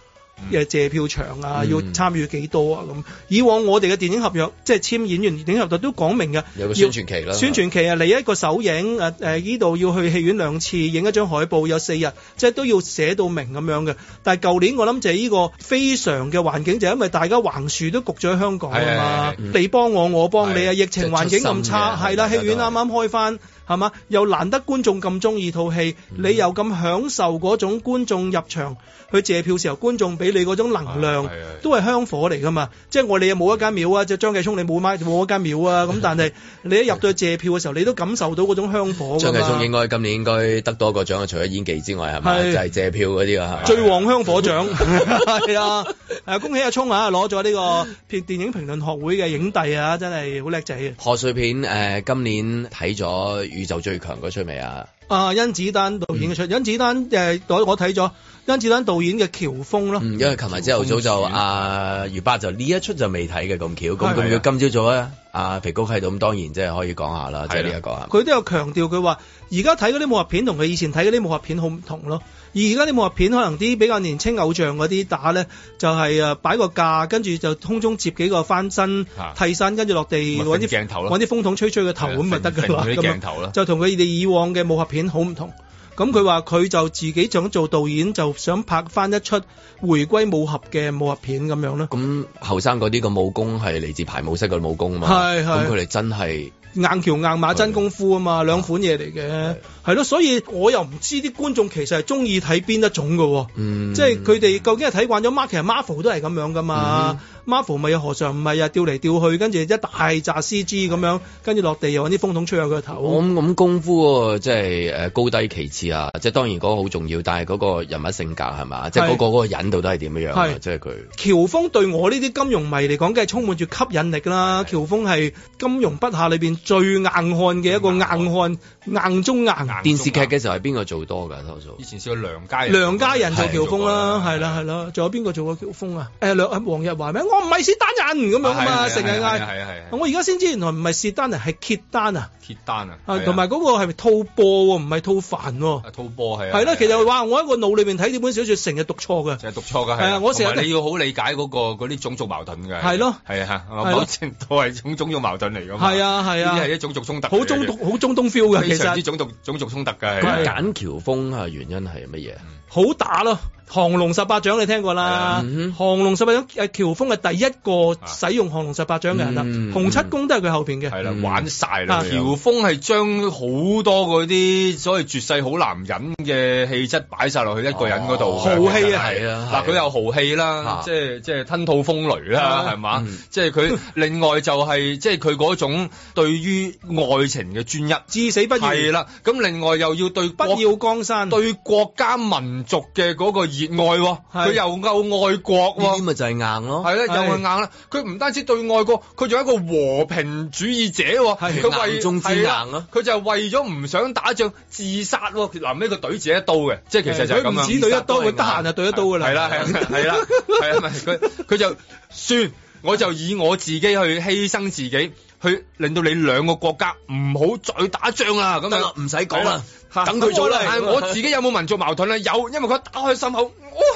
Speaker 4: 嘅借票場啊，
Speaker 2: 嗯
Speaker 4: 要參與幾多啊咁。以往我哋嘅電影合約，即係簽演員電影合約都講明嘅，
Speaker 2: 有個宣傳期啦，
Speaker 4: 宣傳期啊，嚟一個首映，誒誒依度要去戲院兩次，影一張海報，有四日，即係都要寫到明咁樣嘅。但係舊年我諗就係呢個非常嘅環境，就係因為大家橫豎都焗咗喺香港啊嘛
Speaker 3: 係係係，
Speaker 2: 嗯
Speaker 4: 你幫我，我幫你啊，
Speaker 2: 係
Speaker 4: 疫情環境咁差，
Speaker 2: 即係出
Speaker 4: 係啦，
Speaker 2: 心嘅大家都
Speaker 4: 戲院
Speaker 2: 係
Speaker 4: 啱啱開翻。係嘛？又難得觀眾咁中意套戲，你又咁享受嗰種觀眾入場去借票時候，觀眾俾你嗰種能量
Speaker 3: 係係係，
Speaker 4: 都係香火嚟噶嘛。即係我哋又冇一間廟啊，即係張繼聰你冇買冇一間廟啊。
Speaker 2: [laughs]
Speaker 4: 咁但係你一入到去借票嘅時候，你都感受到嗰種香火㗎
Speaker 2: 張繼
Speaker 4: 嘛
Speaker 2: 聰應該今年應該得多個獎啊，除咗演技之外係咪？
Speaker 4: 係
Speaker 2: 就係借票嗰啲啊，係咪
Speaker 4: 最旺香火
Speaker 2: [laughs]
Speaker 4: 獎係啊！誒，恭喜阿聰啊，攞咗呢個電影評論學會嘅影帝啊，真係好叻仔啊！
Speaker 2: 賀歲片誒、呃今年睇咗宇宙最強嗰出未啊？
Speaker 4: 啊，甄子丹導演嘅出，
Speaker 2: 嗯
Speaker 4: 甄子丹誒，我我睇咗甄子丹導演嘅《喬峰》咯。
Speaker 2: 嗯，因為琴日朝頭早就阿余伯就呢一出就未睇嘅咁巧，咁咁
Speaker 3: 係啊
Speaker 2: 佢今朝早咧，阿肥高喺度，咁當然即係可以講下啦，即係呢一個啊。
Speaker 4: 佢都有強調佢話，而家睇嗰啲武俠片同佢以前睇嗰啲武俠片好唔同咯。而而家啲武俠片可能啲比較年青偶像嗰啲打咧，就係誒擺個架，跟住就空中接幾個翻身
Speaker 3: 啊
Speaker 4: 替身，跟住落地
Speaker 3: 咪
Speaker 4: 揾啲
Speaker 3: 揈鏡頭咯
Speaker 4: 揾啲風筒吹吹個頭咁咪得㗎啦。
Speaker 3: 揈揈嗰啲
Speaker 4: 咁啊
Speaker 3: 鏡頭啦
Speaker 4: 就同佢哋以往嘅武俠片好唔同。咁佢話佢就自己想做導演，就想拍翻一出回歸武俠嘅武俠片咁樣咯，
Speaker 2: 咁後生嗰啲個武功係嚟自排舞室嘅武功啊嘛，
Speaker 4: 係係
Speaker 2: 咁佢哋真係
Speaker 4: 硬橋硬馬真功夫啊嘛，兩款嘢嚟嘅，係咯，所以我又唔知啲觀眾其實係中意睇邊一種嘅喎。
Speaker 2: 嗯，
Speaker 4: 即係佢哋究竟係睇慣咗 Marvel，其實 Marvel 都係咁樣噶嘛。Marvel 咪有何嘗唔係啊？調嚟調去，跟住一大扎 CG 咁樣，跟住落地又揾啲風筒吹下佢個
Speaker 2: 我
Speaker 4: 頭。
Speaker 2: 咁咁功夫喎，即係誒高低其次啊！即係當然嗰個好重要，但係嗰個人物性格係嘛，即係嗰個嗰個人到底係點樣樣啊
Speaker 4: 係
Speaker 2: 即係佢
Speaker 4: 喬峰對我呢啲金融迷嚟講，梗係充滿住吸引力啦。喬峰係金融筆下裏邊最硬漢嘅一個硬漢，硬中硬。
Speaker 2: 電視劇嘅時候係邊個做多㗎？多數
Speaker 3: 以前試過梁家人，
Speaker 4: 梁家仁做
Speaker 2: 係
Speaker 4: 喬峰
Speaker 3: 啊
Speaker 4: 啦，係啦係啦，仲有邊個做過喬峰啊？誒梁啊黃日華咩？我唔係薛丹人咁樣啊嘛，
Speaker 3: 啊係啊
Speaker 4: 成日
Speaker 3: 係啊係啊
Speaker 4: 嗌。
Speaker 3: 係啊係啊
Speaker 4: 我而家先知原來唔係薛丹人，係揭丹啊！
Speaker 3: 鐵單啊，
Speaker 4: 啊，同埋嗰個係咪吐波喎，唔係吐凡喎。
Speaker 3: 阿吐波係啊，
Speaker 4: 係啦，其
Speaker 3: 係啊
Speaker 4: 實話我喺個腦裏邊睇呢本小説，成日讀錯嘅。
Speaker 3: 就係讀錯㗎，
Speaker 4: 係
Speaker 3: 係
Speaker 4: 啊我成日
Speaker 3: 同埋你要好理解嗰個嗰啲種族矛盾㗎，
Speaker 4: 係咯
Speaker 3: 係啊，
Speaker 4: 係咯
Speaker 3: 某程度係種種族矛盾嚟㗎嘛，
Speaker 4: 係，啊係
Speaker 3: 呢啲
Speaker 4: 啊
Speaker 3: 係，一種族衝突嚟嘅，
Speaker 4: 好中東好中東 feel 嘅，
Speaker 3: 非
Speaker 4: 其
Speaker 3: 常之
Speaker 4: 實
Speaker 3: 種族種族衝突
Speaker 2: 咁
Speaker 3: 㗎，係啊
Speaker 2: 揀喬峰嘅原因係乜嘢？
Speaker 4: 好打咯。降龍十八掌你聽過
Speaker 3: 啊
Speaker 4: 啦，
Speaker 2: 嗯哼
Speaker 4: 降龍十八掌誒喬峰係第一個使用降龍十八掌嘅人啦，
Speaker 2: 嗯
Speaker 4: 洪七公都係佢後邊嘅。
Speaker 3: 係啦
Speaker 2: 嗯，
Speaker 3: 玩晒啦。
Speaker 4: 啊
Speaker 3: 喬峰係將好多嗰啲所謂絕世好男人嘅氣質擺晒落去一個人嗰度，
Speaker 2: 哦
Speaker 4: 豪氣啊
Speaker 3: 係
Speaker 2: 係啊
Speaker 3: 嗱，佢又豪氣啦
Speaker 2: 啊，
Speaker 3: 即係即係吞吐風雷啦，
Speaker 4: 啊
Speaker 3: 係嘛
Speaker 2: 嗯？
Speaker 3: 即係佢另外就係即係佢嗰種對於愛情嘅專一，
Speaker 4: 至死不
Speaker 3: 係
Speaker 4: 渝，
Speaker 3: 啦。咁另外又要對
Speaker 4: 不
Speaker 3: 國
Speaker 4: 要江山。
Speaker 3: 對國家民族嘅嗰個熱愛喎，
Speaker 4: 係
Speaker 3: 佢又夠愛國
Speaker 2: 呢
Speaker 3: 喎
Speaker 2: 啲。咪就係硬咯。
Speaker 3: 係啦，
Speaker 4: 哦係
Speaker 3: 又係硬啦。佢唔單止對外國，佢仲係一個和平主義者喎。
Speaker 4: 係
Speaker 3: 佢為
Speaker 2: 硬中之
Speaker 3: 係啦
Speaker 2: 硬咯
Speaker 3: 佢就係為咗唔想打仗自殺喎。臨尾佢懟自己一刀嘅，即係其實就係
Speaker 4: 呃
Speaker 3: 咁
Speaker 4: 佢
Speaker 3: 樣。
Speaker 4: 唔止對一刀
Speaker 3: 自殺都係
Speaker 4: 佢得閒就對一刀㗎啦
Speaker 3: 係啦，係
Speaker 4: [laughs]
Speaker 3: 啦係啦，係啦，咪佢佢就算我就以我自己去犧牲自己，去令到你兩個國家唔好再打仗啦。咁
Speaker 2: 得
Speaker 3: 樣
Speaker 2: 啦，唔使講啦，
Speaker 3: 嚇
Speaker 2: 等佢做啦
Speaker 3: 咁我但係我自己有冇民族矛盾咧？有，因為佢一打開心口，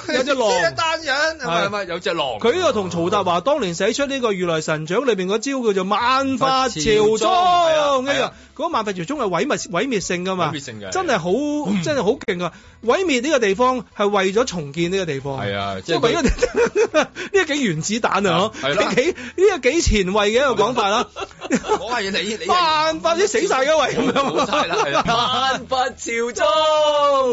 Speaker 3: 我
Speaker 4: 有隻狼
Speaker 3: 一單人係咪係咪有隻狼？
Speaker 4: 佢呢個同曹達華當年寫出呢個《如來神掌》裏邊嗰招叫做萬法朝宗，
Speaker 3: 朝
Speaker 4: 跟
Speaker 3: 宗係啊
Speaker 4: 住
Speaker 3: 係啊
Speaker 4: 嗰個萬法朝宗係毀滅毀滅性噶嘛，
Speaker 3: 毀滅性嘅嗯
Speaker 4: 真係好真係好勁啊！毀滅呢個地方係為咗重建呢個地方，
Speaker 3: 係啊，
Speaker 4: 即
Speaker 3: 即
Speaker 4: 係
Speaker 3: 係
Speaker 4: 哦為咗 [laughs] 呢個幾原子彈啊！
Speaker 3: 啊係啦
Speaker 4: 嗬，幾呢個幾前衛嘅一個講法啦。 [laughs]
Speaker 3: 我係你，你
Speaker 4: 萬法啲死晒嘅喂咁
Speaker 3: 好晒
Speaker 4: [laughs]
Speaker 3: 啦，係啊
Speaker 4: 樣，
Speaker 3: 啦。
Speaker 2: 萬不朝
Speaker 4: 我
Speaker 2: 宗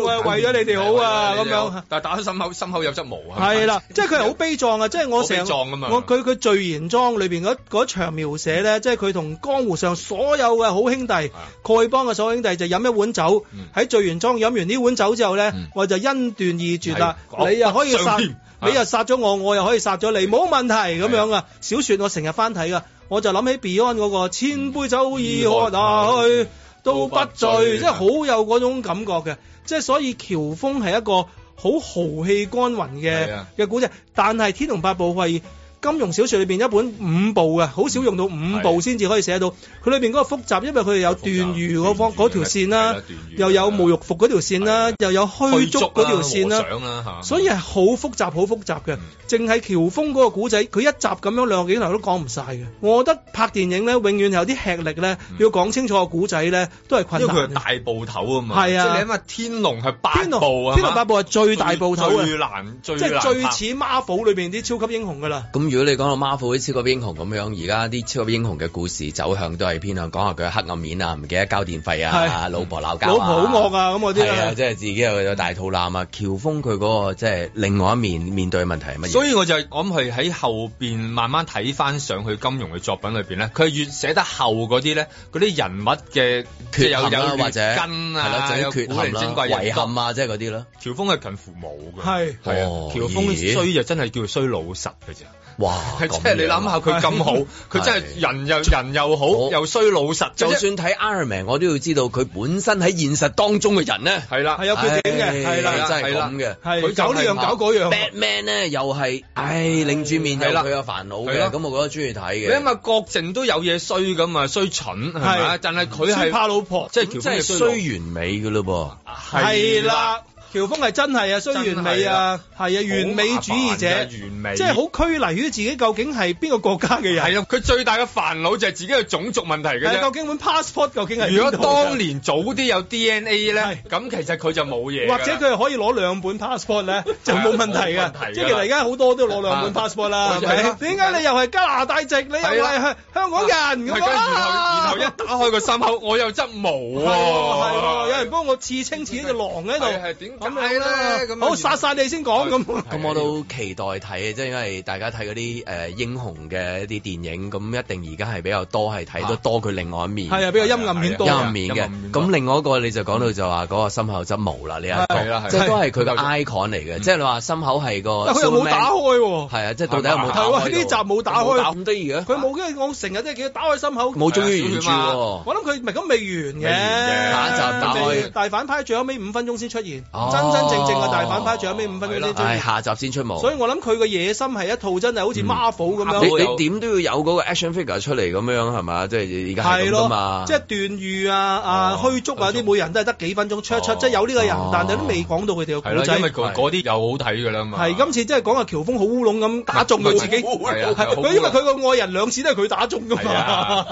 Speaker 4: 係
Speaker 3: [laughs]
Speaker 4: 為咗你哋好啊咁樣。，
Speaker 3: 但係打咗心口，心口有執毛啊， [laughs]
Speaker 4: 係啦，即係佢係好悲壯啊！即係我成日
Speaker 3: 好悲壯㗎嘛
Speaker 4: 我佢佢《聚賢莊》裏邊嗰嗰場描寫咧，即係佢同江湖上所有嘅好兄弟，丐幫嘅所有兄弟就飲一碗酒
Speaker 3: 啊嗯，
Speaker 4: 喺聚賢莊飲完呢碗酒之後咧
Speaker 3: 嗯，
Speaker 4: 我就恩斷義絕啦。
Speaker 3: 係
Speaker 4: 你又可以
Speaker 3: 講不
Speaker 4: 殺
Speaker 3: 上添，啊
Speaker 4: 你又殺咗我，我又可以殺咗你，冇問題咁
Speaker 3: 係啊
Speaker 4: 樣啊！小説我成日翻睇噶，我就諗起 Beyond 嗰個千杯酒已
Speaker 3: 嗯
Speaker 4: 喝下去。都不
Speaker 3: 醉
Speaker 4: 醉，即係好有嗰種感覺嘅。即係所以喬峰係一個好豪氣干雲
Speaker 3: 係
Speaker 4: 嘅
Speaker 3: 啊
Speaker 4: 嘅古仔，但係《天龍八部》係金庸小説裏邊一本五部嘅，好少用到五
Speaker 3: 係
Speaker 4: 部先至可以寫到。佢裏邊嗰個複雜，因為佢哋有段譽嗰方嗰
Speaker 3: 段譽
Speaker 4: 條線
Speaker 3: 係
Speaker 4: 啦
Speaker 3: 啊啦段，譽
Speaker 4: 又有沐浴服嗰條線啦
Speaker 3: 係啊，
Speaker 4: 又有虛竹嗰條線啦
Speaker 3: 和。尚啦嚇，
Speaker 4: 所以係好複雜，好複雜嘅。
Speaker 3: 嗯
Speaker 4: 淨係喬峰嗰個古仔，佢一集咁樣兩個幾頭都講唔晒嘅。我覺得拍電影咧，永遠有啲吃力咧，要講清楚個古仔咧，都係困
Speaker 3: 嗯因為
Speaker 4: 難嘅。
Speaker 3: 佢係大部頭啊嘛，
Speaker 4: 係啊
Speaker 3: 即係你諗下天龍係八
Speaker 4: 天龍
Speaker 3: 部啊嘛，
Speaker 4: 天龍八部係最大部頭
Speaker 3: 最
Speaker 4: 嘅，
Speaker 3: 難最
Speaker 4: 即係
Speaker 3: 難
Speaker 4: 最
Speaker 3: 拍
Speaker 4: 似 Marvel 裏邊啲超級英雄㗎啦。
Speaker 2: 咁如果你講到 Marvel 啲超級英雄咁樣，而家啲超級英雄嘅故事走向都係偏向講下佢黑暗面啊，唔記得交電費
Speaker 4: 係
Speaker 2: 啊，老婆鬧交啊，
Speaker 4: 老婆好惡啊，咁嗰啲
Speaker 2: 係啊，
Speaker 4: 啊
Speaker 2: 即係自己又有大肚腩啊。喬峰佢嗰個即係另外一面面對嘅問題係乜嘢？
Speaker 3: 所以我就我諗係喺後邊慢慢睇翻上去金庸嘅作品裏邊咧，佢係越寫得後嗰啲咧，嗰啲人物嘅即係
Speaker 2: 缺
Speaker 3: 有
Speaker 2: 陷啦，
Speaker 3: 有
Speaker 2: 或者
Speaker 3: 根啊，
Speaker 2: 係
Speaker 3: 有
Speaker 2: 咯，整缺
Speaker 3: 古
Speaker 2: 陷
Speaker 3: 靈
Speaker 2: 啦
Speaker 3: 精、怪
Speaker 2: 遺
Speaker 3: 人多
Speaker 2: 憾啊，即係嗰啲咯。
Speaker 3: 喬峰係近乎冇嘅，
Speaker 4: 係
Speaker 3: 係
Speaker 2: 哦
Speaker 3: 啊，喬峰
Speaker 2: 咦
Speaker 3: 衰就真係叫衰老實嘅啫。
Speaker 2: 哇！
Speaker 3: 係即
Speaker 2: 咁
Speaker 3: 係你
Speaker 2: 樣啊
Speaker 3: 諗下佢
Speaker 2: [laughs]
Speaker 3: 咁好，佢真係人又人又好，
Speaker 2: 我
Speaker 3: 又衰老實，
Speaker 2: 就算睇 Iron Man，我都要知道佢本身喺現實當中嘅人咧，
Speaker 3: 係啦
Speaker 4: 係，有背景嘅，
Speaker 2: 唉
Speaker 4: 係啦，
Speaker 2: 真係
Speaker 3: 係啦
Speaker 2: 咁嘅。
Speaker 4: [laughs] 係
Speaker 3: 佢就係
Speaker 4: 搞呢樣搞嗰樣。
Speaker 2: Batman 咧又係，唉，擰住面有
Speaker 3: 係啦
Speaker 2: 佢嘅煩惱
Speaker 3: 係啦
Speaker 2: 嘅，咁我覺得中意
Speaker 3: 你
Speaker 2: 睇
Speaker 3: 諗
Speaker 2: 嘅。
Speaker 3: 下郭靖都有嘢衰咁啊，衰蠢係咪
Speaker 4: 係？
Speaker 3: 但係佢
Speaker 4: 佢怕
Speaker 3: 係
Speaker 4: 老婆，
Speaker 3: 即係
Speaker 2: 咁真
Speaker 3: 喬峰
Speaker 2: 係
Speaker 3: 係
Speaker 2: 衰
Speaker 3: 衰老
Speaker 2: 完美嘅咯
Speaker 4: 係啦，喬峰係真係啊，衰完美啊，係啊，完美主義者，
Speaker 3: 好啊麻煩㗎完美
Speaker 4: 即係好拘泥於自己究竟係邊個國家嘅人。
Speaker 3: 係啊，佢最大嘅煩惱就係自己嘅種族問題嘅
Speaker 4: 係究
Speaker 3: 啫。
Speaker 4: 竟本 passport 究竟係邊
Speaker 3: 如果
Speaker 4: 度啊㗎
Speaker 3: 當年早啲有 DNA 咧
Speaker 4: 係，
Speaker 3: 咁其實佢就冇嘢㗎啦。
Speaker 4: 或者佢係可以攞兩本 passport
Speaker 3: [laughs]
Speaker 4: 咧，就冇問題
Speaker 3: 冇問題㗎啦
Speaker 4: 嘅。即係其實而家好多都攞兩本 passport 啦，係
Speaker 3: [laughs] 係
Speaker 4: 咪
Speaker 3: 啦？
Speaker 4: 點解你又係加拿大籍，你又
Speaker 3: 係啦
Speaker 4: 係香香港人
Speaker 3: 係
Speaker 4: 咁
Speaker 3: 跟住然後然
Speaker 4: 啊？
Speaker 3: 後一打開個心口，我又執毛
Speaker 4: 係喎係
Speaker 3: 喎，
Speaker 4: 喎，有人幫我刺青刺咗隻狼喺度，
Speaker 3: 係係點解
Speaker 4: 咁樣
Speaker 3: 咧
Speaker 4: 啦
Speaker 3: 咁啊樣
Speaker 4: 好殺晒你先講咁。
Speaker 2: 噃。咁啊我都期待睇嘅，即係因為大家睇嗰啲誒英雄嘅一啲電影，咁一定而家係比較多係睇得多佢另外一面。
Speaker 4: 係啊，比較陰暗面多
Speaker 2: 陰
Speaker 4: 啊。
Speaker 2: 暗面
Speaker 3: 陰暗面
Speaker 2: 嘅，
Speaker 3: 多
Speaker 2: 咁另外一個你就講到就話嗰個心口執毛啦，呢一
Speaker 3: 係啦係啦
Speaker 2: 個，即係都係佢個
Speaker 3: 係啦
Speaker 2: icon 嚟嘅，即係你話心口係個
Speaker 4: 但佢又冇
Speaker 2: Superman
Speaker 4: 打開喎，
Speaker 2: 係啊，即係到底有冇
Speaker 4: 係
Speaker 2: 打開
Speaker 4: 喎
Speaker 2: 到？
Speaker 4: 呢集冇打開
Speaker 2: 有打咁得意嘅，
Speaker 4: 佢冇嘅，我成日都係見佢打開心口。
Speaker 2: 冇忠於原著
Speaker 3: 係啊
Speaker 2: 喎。
Speaker 4: 我諗佢唔係咁未完嘅，啊
Speaker 3: 未完
Speaker 2: 嘅下一集打開
Speaker 4: 大反派最後尾五分鐘先出現，
Speaker 2: 哦
Speaker 4: 真真正正嘅大反派最後尾五分鐘先出
Speaker 2: 唉，
Speaker 4: 現。
Speaker 2: 下集先出冇。
Speaker 4: 所以我諗佢嘅野心係一套真係好似 Marvel 咁
Speaker 2: 你
Speaker 4: 樣，
Speaker 2: 嗯你點都要有嗰個 action figure 出嚟咁樣係嘛？即係而家係
Speaker 4: 係
Speaker 2: 咁噶
Speaker 4: 咯
Speaker 2: 嘛，。
Speaker 4: 即係段譽啊、啊
Speaker 3: 哦
Speaker 4: 虛竹啊啲，每人都係得幾分鐘出一出，
Speaker 3: 哦
Speaker 4: 即係有呢個人
Speaker 2: 哦，
Speaker 4: 但係都未講到佢哋嘅
Speaker 3: 係
Speaker 4: 故
Speaker 3: 啦，因
Speaker 4: 仔。
Speaker 3: 為嗰嗰啲又好睇㗎啦嘛。啊
Speaker 4: 係今次真係講阿喬峰好烏龍咁打中佢自己，
Speaker 3: 係啊
Speaker 4: 係
Speaker 3: 好烏龍
Speaker 4: 佢因為佢個愛人兩次都係佢打中噶
Speaker 3: 係啊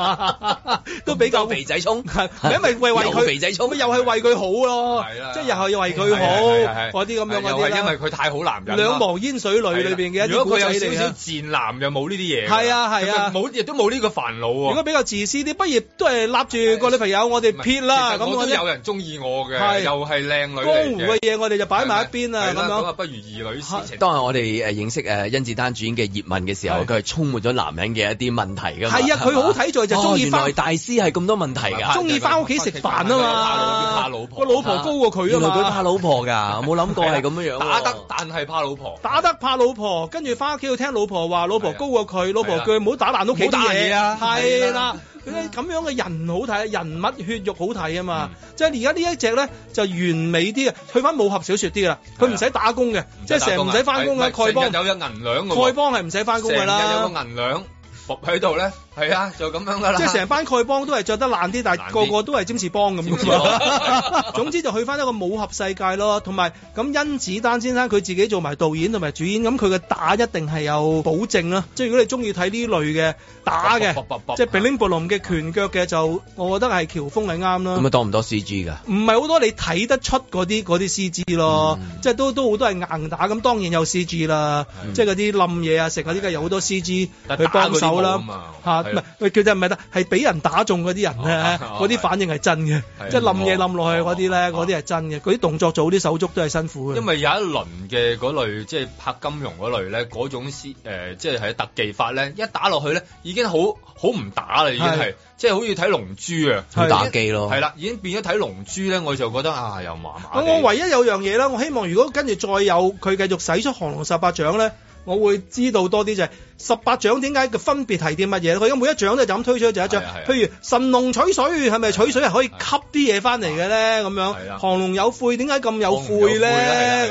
Speaker 4: 嘛， [laughs] 都比較
Speaker 2: 肥仔衝，
Speaker 4: 係因為為為
Speaker 2: 有
Speaker 4: 佢
Speaker 2: 肥仔衝
Speaker 4: 咪又係為佢好咯
Speaker 3: 係啦，
Speaker 4: 即係又係為佢
Speaker 3: 係啊係啊係啊
Speaker 4: 好嗰啲咁樣
Speaker 3: 又
Speaker 4: 嗰
Speaker 3: 係
Speaker 4: 啲
Speaker 3: 因為
Speaker 4: 啦。
Speaker 3: 佢太好男人啦。啊
Speaker 4: 兩忘煙水裏裏邊嘅一
Speaker 3: 如
Speaker 4: 啲
Speaker 3: 果
Speaker 4: 故
Speaker 3: 佢
Speaker 4: 仔
Speaker 3: 有少
Speaker 4: 嚟
Speaker 3: 少
Speaker 4: 嘅。
Speaker 3: 賤男，又冇呢啲嘢㗎。
Speaker 4: 係啊係啊
Speaker 3: 佢冇亦都冇呢個煩
Speaker 4: 如
Speaker 3: 惱
Speaker 4: 果
Speaker 3: 喎。
Speaker 4: 比較自私啲，不如都係揦住個女朋友，我哋撇啦
Speaker 3: 其實
Speaker 4: 咁
Speaker 3: 我
Speaker 4: 嗰
Speaker 3: 都有
Speaker 4: 啲
Speaker 3: 人中意我嘅，
Speaker 4: 係啊
Speaker 3: 又係靚女嚟
Speaker 4: 江湖嘅嘢，我哋就擺埋一邊啊
Speaker 3: 係
Speaker 4: 咁
Speaker 3: 啦咁啊
Speaker 4: 樣。
Speaker 3: 不如兒女事情。
Speaker 2: 當日我哋誒認識誒甄子丹主演嘅葉問嘅時候，
Speaker 4: 係
Speaker 2: 佢係充滿咗男人嘅一啲問題㗎嘛。
Speaker 4: 係啊佢
Speaker 2: 嘛
Speaker 4: 好睇在就鍾意
Speaker 2: 哦原來
Speaker 4: 返
Speaker 2: 大師係咁多問題㗎。
Speaker 4: 中意啊翻屋企食飯啊嘛，
Speaker 3: 怕老婆
Speaker 4: 個老婆高過佢啊
Speaker 2: 原來佢怕
Speaker 4: 嘛，
Speaker 2: 老婆㗎，我冇諗過係咁樣樣喎。
Speaker 3: 打得，但係怕老婆。
Speaker 4: 打得怕老婆，跟住翻屋企要聽老婆話，老婆高過佢，老婆佢唔好打爛屋企
Speaker 3: 啊唔好
Speaker 4: 啲
Speaker 3: 打爛嘢
Speaker 4: 嘢
Speaker 3: 啊
Speaker 4: 係啦，佢啲咁樣嘅人好睇，人物血肉好睇啊嘛，
Speaker 3: 嗯
Speaker 4: 即係而家呢一隻咧就完美啲嘅，啊去翻武俠小説啲㗎啦，佢唔使打工嘅，即係成日唔使翻工嘅，
Speaker 3: 啊
Speaker 4: 啊
Speaker 3: 係
Speaker 4: 丐幫
Speaker 3: 成日有一銀兩嘅喎
Speaker 4: 丐幫係唔使翻工㗎
Speaker 3: 成日有
Speaker 4: 啦。
Speaker 3: 個銀兩伏喺度咧，係啊，就咁樣噶啦。
Speaker 4: 即係成班丐幫都係着得爛啲，但係個個都係占士邦咁
Speaker 3: 士邦
Speaker 4: 嘅。 [laughs] 總之就去翻一個武俠世界咯，同埋咁甄子丹先生佢自己做埋導演同埋主演，咁佢嘅打一定係有保證啦。即係如果你中意睇呢類嘅打嘅
Speaker 3: 卜卜卜卜，
Speaker 4: 即係 bling b 嘅拳腳嘅，就我覺得係喬峰係啱
Speaker 2: 咁
Speaker 4: 啦
Speaker 2: 啊。多唔多 CG 㗎？
Speaker 4: 唔係好多你睇得出嗰啲嗰啲 C G 咯，即係都都好多係硬打，咁當然有 C G 啦，即係嗰啲冧嘢啊，食嗰啲梗係有好多 C G
Speaker 3: 但
Speaker 4: 去幫手
Speaker 3: 打嗰啲冇啊
Speaker 4: 啦
Speaker 3: 嘛，
Speaker 4: 嚇
Speaker 3: 係
Speaker 4: 唔係佢叫就唔係得，係俾人打中嗰啲人咧，
Speaker 3: 哦
Speaker 4: 嗰啲反應係真嘅
Speaker 3: 係，
Speaker 4: 即係冧嘢冧落去嗰啲
Speaker 3: 哦
Speaker 4: 咧，嗰啲係真嘅，嗰啲動作做啲手足都係辛苦嘅。
Speaker 3: 因為有一輪嘅嗰類即係拍金融嗰類咧，嗰種誒、呃即係係特技法咧，一打落去咧已經好好唔打啦，已經係
Speaker 4: 係
Speaker 3: 即係好似睇龍珠啊，
Speaker 2: 好打機咯
Speaker 3: 係啦，已經變咗睇龍珠咧，我就覺得啊又麻麻
Speaker 4: 咁
Speaker 3: 地。
Speaker 4: 我唯一有樣嘢啦，我希望如果跟住再有佢繼續使出降龍十八掌咧，我會知道多啲就係十八獎點解嘅分別係啲乜嘢咧佢而家每一獎都係就咁推出就一
Speaker 3: 係
Speaker 4: 獎
Speaker 3: 啊係啊，
Speaker 4: 譬如神龍取水係咪取水係可以吸啲嘢翻嚟嘅咧？咁
Speaker 3: 係
Speaker 4: 樣
Speaker 3: 啊
Speaker 4: 降龍有悔點解咁有
Speaker 3: 悔啊
Speaker 4: 悔咧？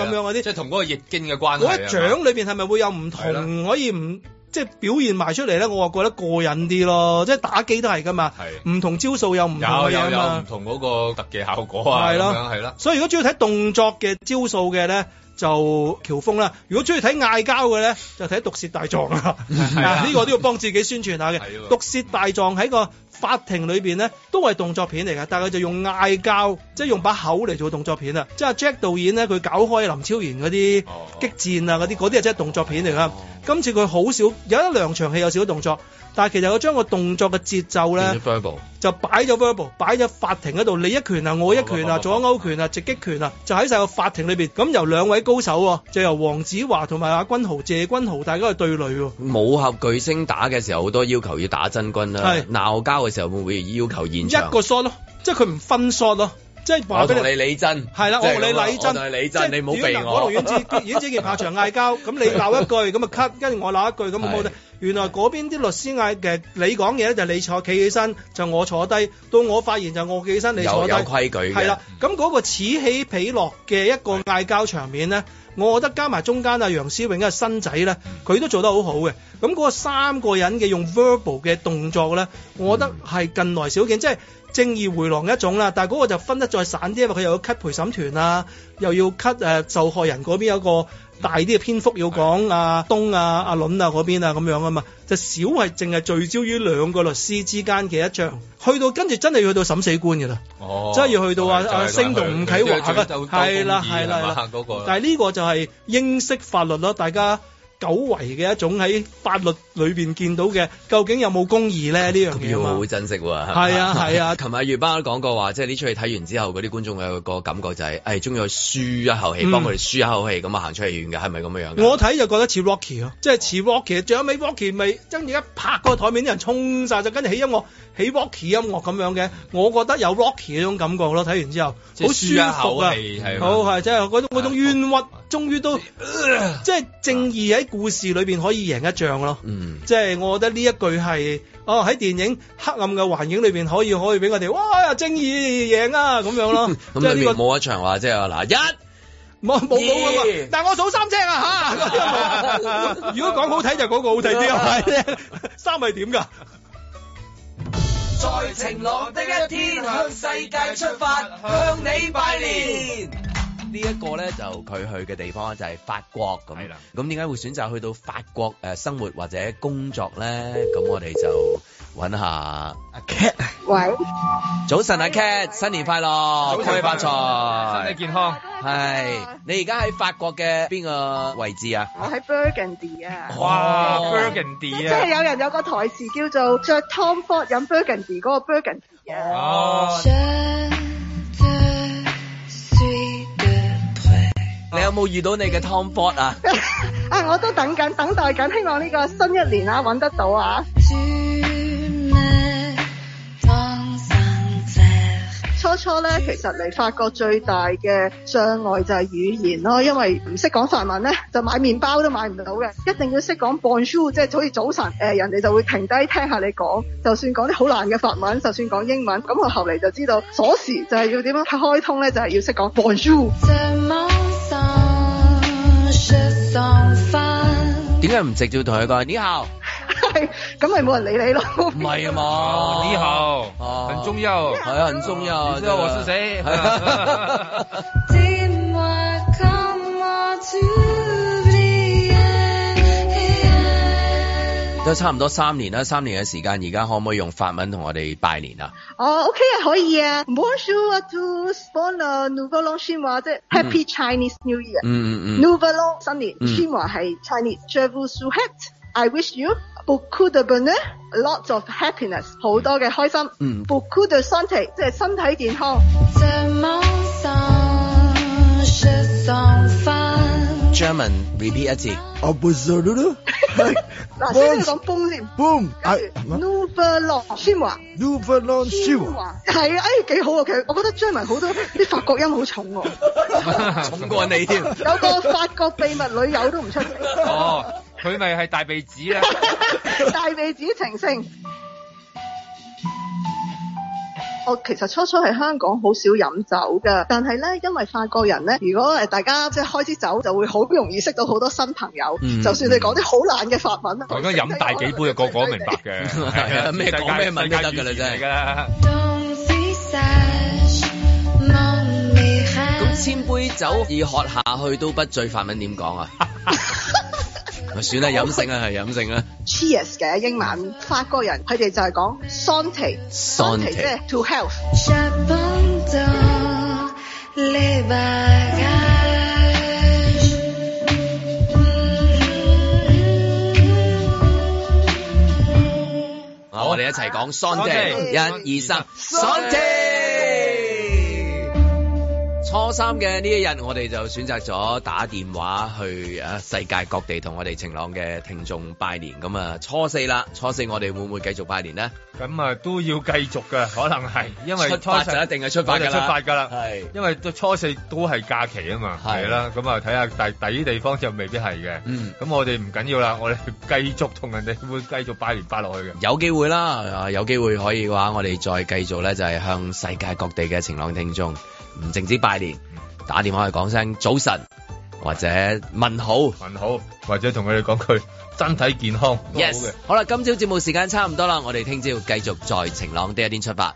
Speaker 4: 咁樣嗰啲
Speaker 3: 即係同嗰個易經嘅關係
Speaker 4: 嗰
Speaker 3: 啊。
Speaker 4: 一獎裏邊係咪會有唔
Speaker 3: 係啦
Speaker 4: 同可以唔即係表現埋出嚟咧？我話覺得過癮啲咯，即係打機都係噶嘛，
Speaker 3: 係
Speaker 4: 唔同招數有唔同
Speaker 3: 有
Speaker 4: 嘅
Speaker 3: 有
Speaker 4: 嘢
Speaker 3: 有
Speaker 4: 啊
Speaker 3: 唔
Speaker 4: 嘛。
Speaker 3: 同嗰個特技效果啊，
Speaker 4: 係
Speaker 3: 咁
Speaker 4: 咯
Speaker 3: 樣係啦。
Speaker 4: 所以如果中意睇動作嘅招數嘅咧，就喬峰啦；如果中意睇嗌交嘅咧，就睇《毒舌大狀》啦。
Speaker 3: 係啊
Speaker 4: 啊呢個都要幫自己宣傳下嘅，《
Speaker 3: 係喎
Speaker 4: 毒舌大狀》喺個法庭裏邊咧都係動作片嚟㗎，但係佢就用嗌交，即係用把口嚟做動作片啊！即係阿 Jack 導演咧，佢搞開林超賢嗰啲。
Speaker 3: 哦
Speaker 4: 激戰啊嗰啲，嗰啲係真係動作片嚟噶。今次佢好少有一兩場戲有少少動作，但係其實佢將個動作嘅節奏
Speaker 2: 變
Speaker 4: 咧
Speaker 2: 咗 verbal，
Speaker 4: 就擺咗 verbal，擺咗法庭嗰度，你一拳啊，我一拳啊，
Speaker 3: 哦
Speaker 4: 左勾拳啊，直擊拳啊，就喺晒個法庭裏邊。咁由兩位高手喎，就由黃子華同埋阿君豪、謝君豪，大家去對壘喎。
Speaker 2: 武俠巨星打嘅時候好多要求要打真軍啦
Speaker 4: 係，
Speaker 2: 鬧交嘅時候會唔會要求現場
Speaker 4: 一？個 shot 咯，即係佢唔分 shot 咯，即係話
Speaker 2: 我
Speaker 4: 俾
Speaker 2: 同
Speaker 4: 你
Speaker 2: 你。理真，
Speaker 4: 係啦，
Speaker 2: 即
Speaker 4: 我
Speaker 2: 係
Speaker 4: 同你
Speaker 2: 咁啊
Speaker 4: 禮真，
Speaker 2: 我同你理
Speaker 4: 即係
Speaker 2: 真，你唔好避
Speaker 4: 如果嗱
Speaker 2: 我。
Speaker 4: 同
Speaker 2: [laughs]
Speaker 4: 阮子阮子健下場嗌交，咁你鬧一句，咁啊 cut，跟住我鬧一句，咁啊冇得
Speaker 2: 係。
Speaker 4: 原來嗰邊啲律師嗌嘅，你講嘢咧就你坐企起身，就我坐低，到我發言就我企起身，你坐
Speaker 2: 有
Speaker 4: 低
Speaker 2: 有。規矩
Speaker 4: 係
Speaker 2: 嘅
Speaker 4: 啦，，咁嗰個此起彼落嘅一個嗌交場面咧，我覺得加埋中間啊楊思永嘅新仔咧，佢都做得好好嘅。咁嗰個三個人嘅用 verbal 嘅動作咧，我覺得係近來少見，即係正義回廊嘅一種啦。但係嗰個就分得再散啲，因為佢又要 cut 陪審團啊，又要 cut 誒、呃受害人嗰邊有一個。大啲嘅篇幅要講啊東啊阿倫啊嗰邊啊咁樣啊嘛，就少係淨係聚焦於兩個律師之間嘅一仗，去到跟住真係要去到審死官嘅啦。
Speaker 3: 哦
Speaker 4: 真係要去到啊
Speaker 3: 就係
Speaker 4: 啊
Speaker 3: 就係
Speaker 4: 星同伍啟華
Speaker 3: 佢佢佢
Speaker 4: 係啦
Speaker 3: 佢佢
Speaker 4: 係啦
Speaker 3: 佢
Speaker 4: 係啦
Speaker 3: 嗰個
Speaker 4: 但係啊呢個就係英式法律咯，大家久違嘅一種喺法律裏邊見到嘅，究竟有冇公義咧呢樣
Speaker 2: 咁
Speaker 4: 嘢
Speaker 2: 要
Speaker 4: 啊嘛
Speaker 2: 好？珍惜喎。
Speaker 4: 係
Speaker 2: [laughs]
Speaker 4: 啊係啊
Speaker 2: 琴日月巴都講過話，即係呢出戲睇完之後，嗰啲觀眾有個感覺就係，誒，終於去舒一口氣，
Speaker 4: 嗯
Speaker 2: 幫佢哋舒一口氣，咁啊行出戲院嘅，係咪咁樣樣㗎？
Speaker 4: 我睇就覺得似 Rocky 咯，即係似 Rocky，最後尾 Rocky 咪跟住一拍個台面啲人衝晒，就跟住起音樂，起 Rocky 音樂咁樣嘅，我覺得有 Rocky 嗰種感覺咯。睇完之後
Speaker 3: 即係
Speaker 4: 好
Speaker 3: 舒一
Speaker 4: 舒服
Speaker 3: 口
Speaker 4: 啊！
Speaker 3: 氣係
Speaker 4: 好
Speaker 3: 嘛啊
Speaker 4: 係，即係嗰種嗰種冤屈，終於都呃即係正義喺故事裏邊可以贏一仗咯。
Speaker 2: 嗯，
Speaker 4: 即係我覺得呢一句係哦喺電影黑暗嘅環境裏邊可以可以俾我哋哇正義贏啊咁樣咯， [laughs] [laughs] 即
Speaker 2: 咁
Speaker 4: 係
Speaker 2: 裏
Speaker 4: 呢
Speaker 2: 面
Speaker 4: 個
Speaker 2: 冇一場話即係話嗱一。
Speaker 4: 冇冇冇咁啊
Speaker 2: 咦！
Speaker 4: 但係我數三隻啊嚇，
Speaker 2: [laughs]
Speaker 4: 如果講好睇就嗰個好睇啲啊，係咪三係點㗎？
Speaker 7: 在晴朗的一天向世界出發，向你拜年。
Speaker 2: 呢一個咧就佢去嘅地方就係法國咁
Speaker 3: 係啦，
Speaker 2: 咁點解會選擇去到法國誒生活或者工作咧？咁我哋就揾下
Speaker 5: 阿 Cat 啊
Speaker 8: 喂，
Speaker 2: 早晨阿 Cat，新年快樂，恭喜發
Speaker 3: 身體
Speaker 2: 財。
Speaker 3: 健康。
Speaker 2: 係，你而家喺法國嘅邊個位置啊？
Speaker 11: 我喺 Burgundy 啊，
Speaker 3: 哇
Speaker 2: 哦
Speaker 11: 即即
Speaker 3: Burgundy
Speaker 11: 係
Speaker 3: 啊！
Speaker 11: 有人有個台詞叫做着 Tom Ford 飲 Burgundy 嗰個 Burgundy 啊。
Speaker 3: 哦，
Speaker 2: 你有冇遇到你嘅 Tom Ford 啊？
Speaker 11: 啊，我都等緊，等待緊，希望呢個新一年啊揾得到啊！初初咧，其實嚟法國最大嘅障礙就係語言咯，因為唔識講法文咧，就買麵包都買唔到嘅，一定要識講 bonjour，即係好似早晨，誒、人哋就會停低聽下你講，就算講啲好難嘅法文，就算講英文，咁我後嚟就知道鎖匙就係要點樣開通咧，就係、要識講 bonjour。 [laughs]
Speaker 2: 點解唔直接同佢講你好？
Speaker 11: 係咁咪冇人理你咯。
Speaker 2: 唔係啊嘛，
Speaker 3: 你好
Speaker 2: 哦，
Speaker 3: 很重要。
Speaker 2: 係啊，很重要。
Speaker 3: 你知道我是誰
Speaker 2: 係啊都差唔多三年啦，三年嘅時間，而家可唔可以用法文同我哋拜年啊？
Speaker 11: 哦，OK 啊，可以啊。Bonjour à tous, bon nouvel an chinois，即係 Happy Chinese New Year。
Speaker 2: 嗯嗯嗯，
Speaker 11: Nouvel an 新年
Speaker 2: 嗯
Speaker 11: ，chinois 係 Chinese。Je vous souhaite, I wish you beaucoup de bonheur, lots of happiness，好多嘅開心。
Speaker 2: 嗯
Speaker 11: Beaucoup de santé，即係身體健康。
Speaker 2: 嗯 German repeat 一
Speaker 3: [laughs]
Speaker 2: 次，
Speaker 5: 我背咗啦
Speaker 11: 嗱，先要講 boom 先。
Speaker 5: ，boom，
Speaker 11: 跟住 Nouvel an chinois。
Speaker 5: new for long shoe，
Speaker 11: 係啊，哎幾好啊！其實我覺得張文好多啲法國音好重喎，
Speaker 2: 重過你添。
Speaker 11: 有個法國秘密女友都唔出奇。
Speaker 3: 哦，佢咪係大鼻子咧？
Speaker 4: [laughs]
Speaker 11: [laughs] 大鼻子情聖。我其實初初喺香港好少飲酒㗎，但係咧，因為法國人咧，如果誒大家即係開支酒，就會好容易識到好多新朋友。
Speaker 2: 嗯
Speaker 11: 就算你講啲好爛嘅法文啊，
Speaker 3: 我而家飲嗯大幾杯嘅，個個都明白嘅。
Speaker 2: 係啊咩講咩文都得㗎啦真係
Speaker 3: 係。
Speaker 2: 咁千杯酒已喝下去都不醉，法文點講
Speaker 3: [laughs]
Speaker 2: 啊？咪算啦，飲性啦，係飲啊性啦。
Speaker 11: cheers 嘅英
Speaker 3: 嗯
Speaker 11: 文，法國人佢哋就係講 santé，santé 即
Speaker 2: Santé
Speaker 11: 係 to health。
Speaker 2: 好，我哋一齊講 Sunday，
Speaker 3: Santé
Speaker 2: 一二三，Sunday。初三嘅呢一日，我哋就選擇咗打電話去啊世界各地同我哋晴朗嘅聽眾拜年。咁啊，初四啦，初四我哋會唔會繼續拜年呢？
Speaker 3: 咁啊都要繼續㗎，可能係因為
Speaker 2: 出發
Speaker 3: 初四
Speaker 2: 就一定係出發㗎啦
Speaker 3: 我就出發㗎啦，
Speaker 2: 係
Speaker 3: 因為到初四都係假期啊嘛，
Speaker 2: 係
Speaker 3: 係啦，咁啊睇下第第啲地方就未必係嘅，
Speaker 2: 嗯
Speaker 3: 咁我哋唔緊要啦，我哋繼續同人哋會繼續拜年拜落去嘅。
Speaker 2: 有機會啦，啊有機會可以嘅話，我哋再繼續咧，就係向世界各地嘅晴朗聽眾，唔淨止拜年，打電話去講聲早晨或者問好。
Speaker 3: 問好，或者同佢哋講句身體健康都好嘅。
Speaker 2: Yes，好啦，今朝節目時間差唔多啦，我哋聽朝繼續在晴朗的一天出發。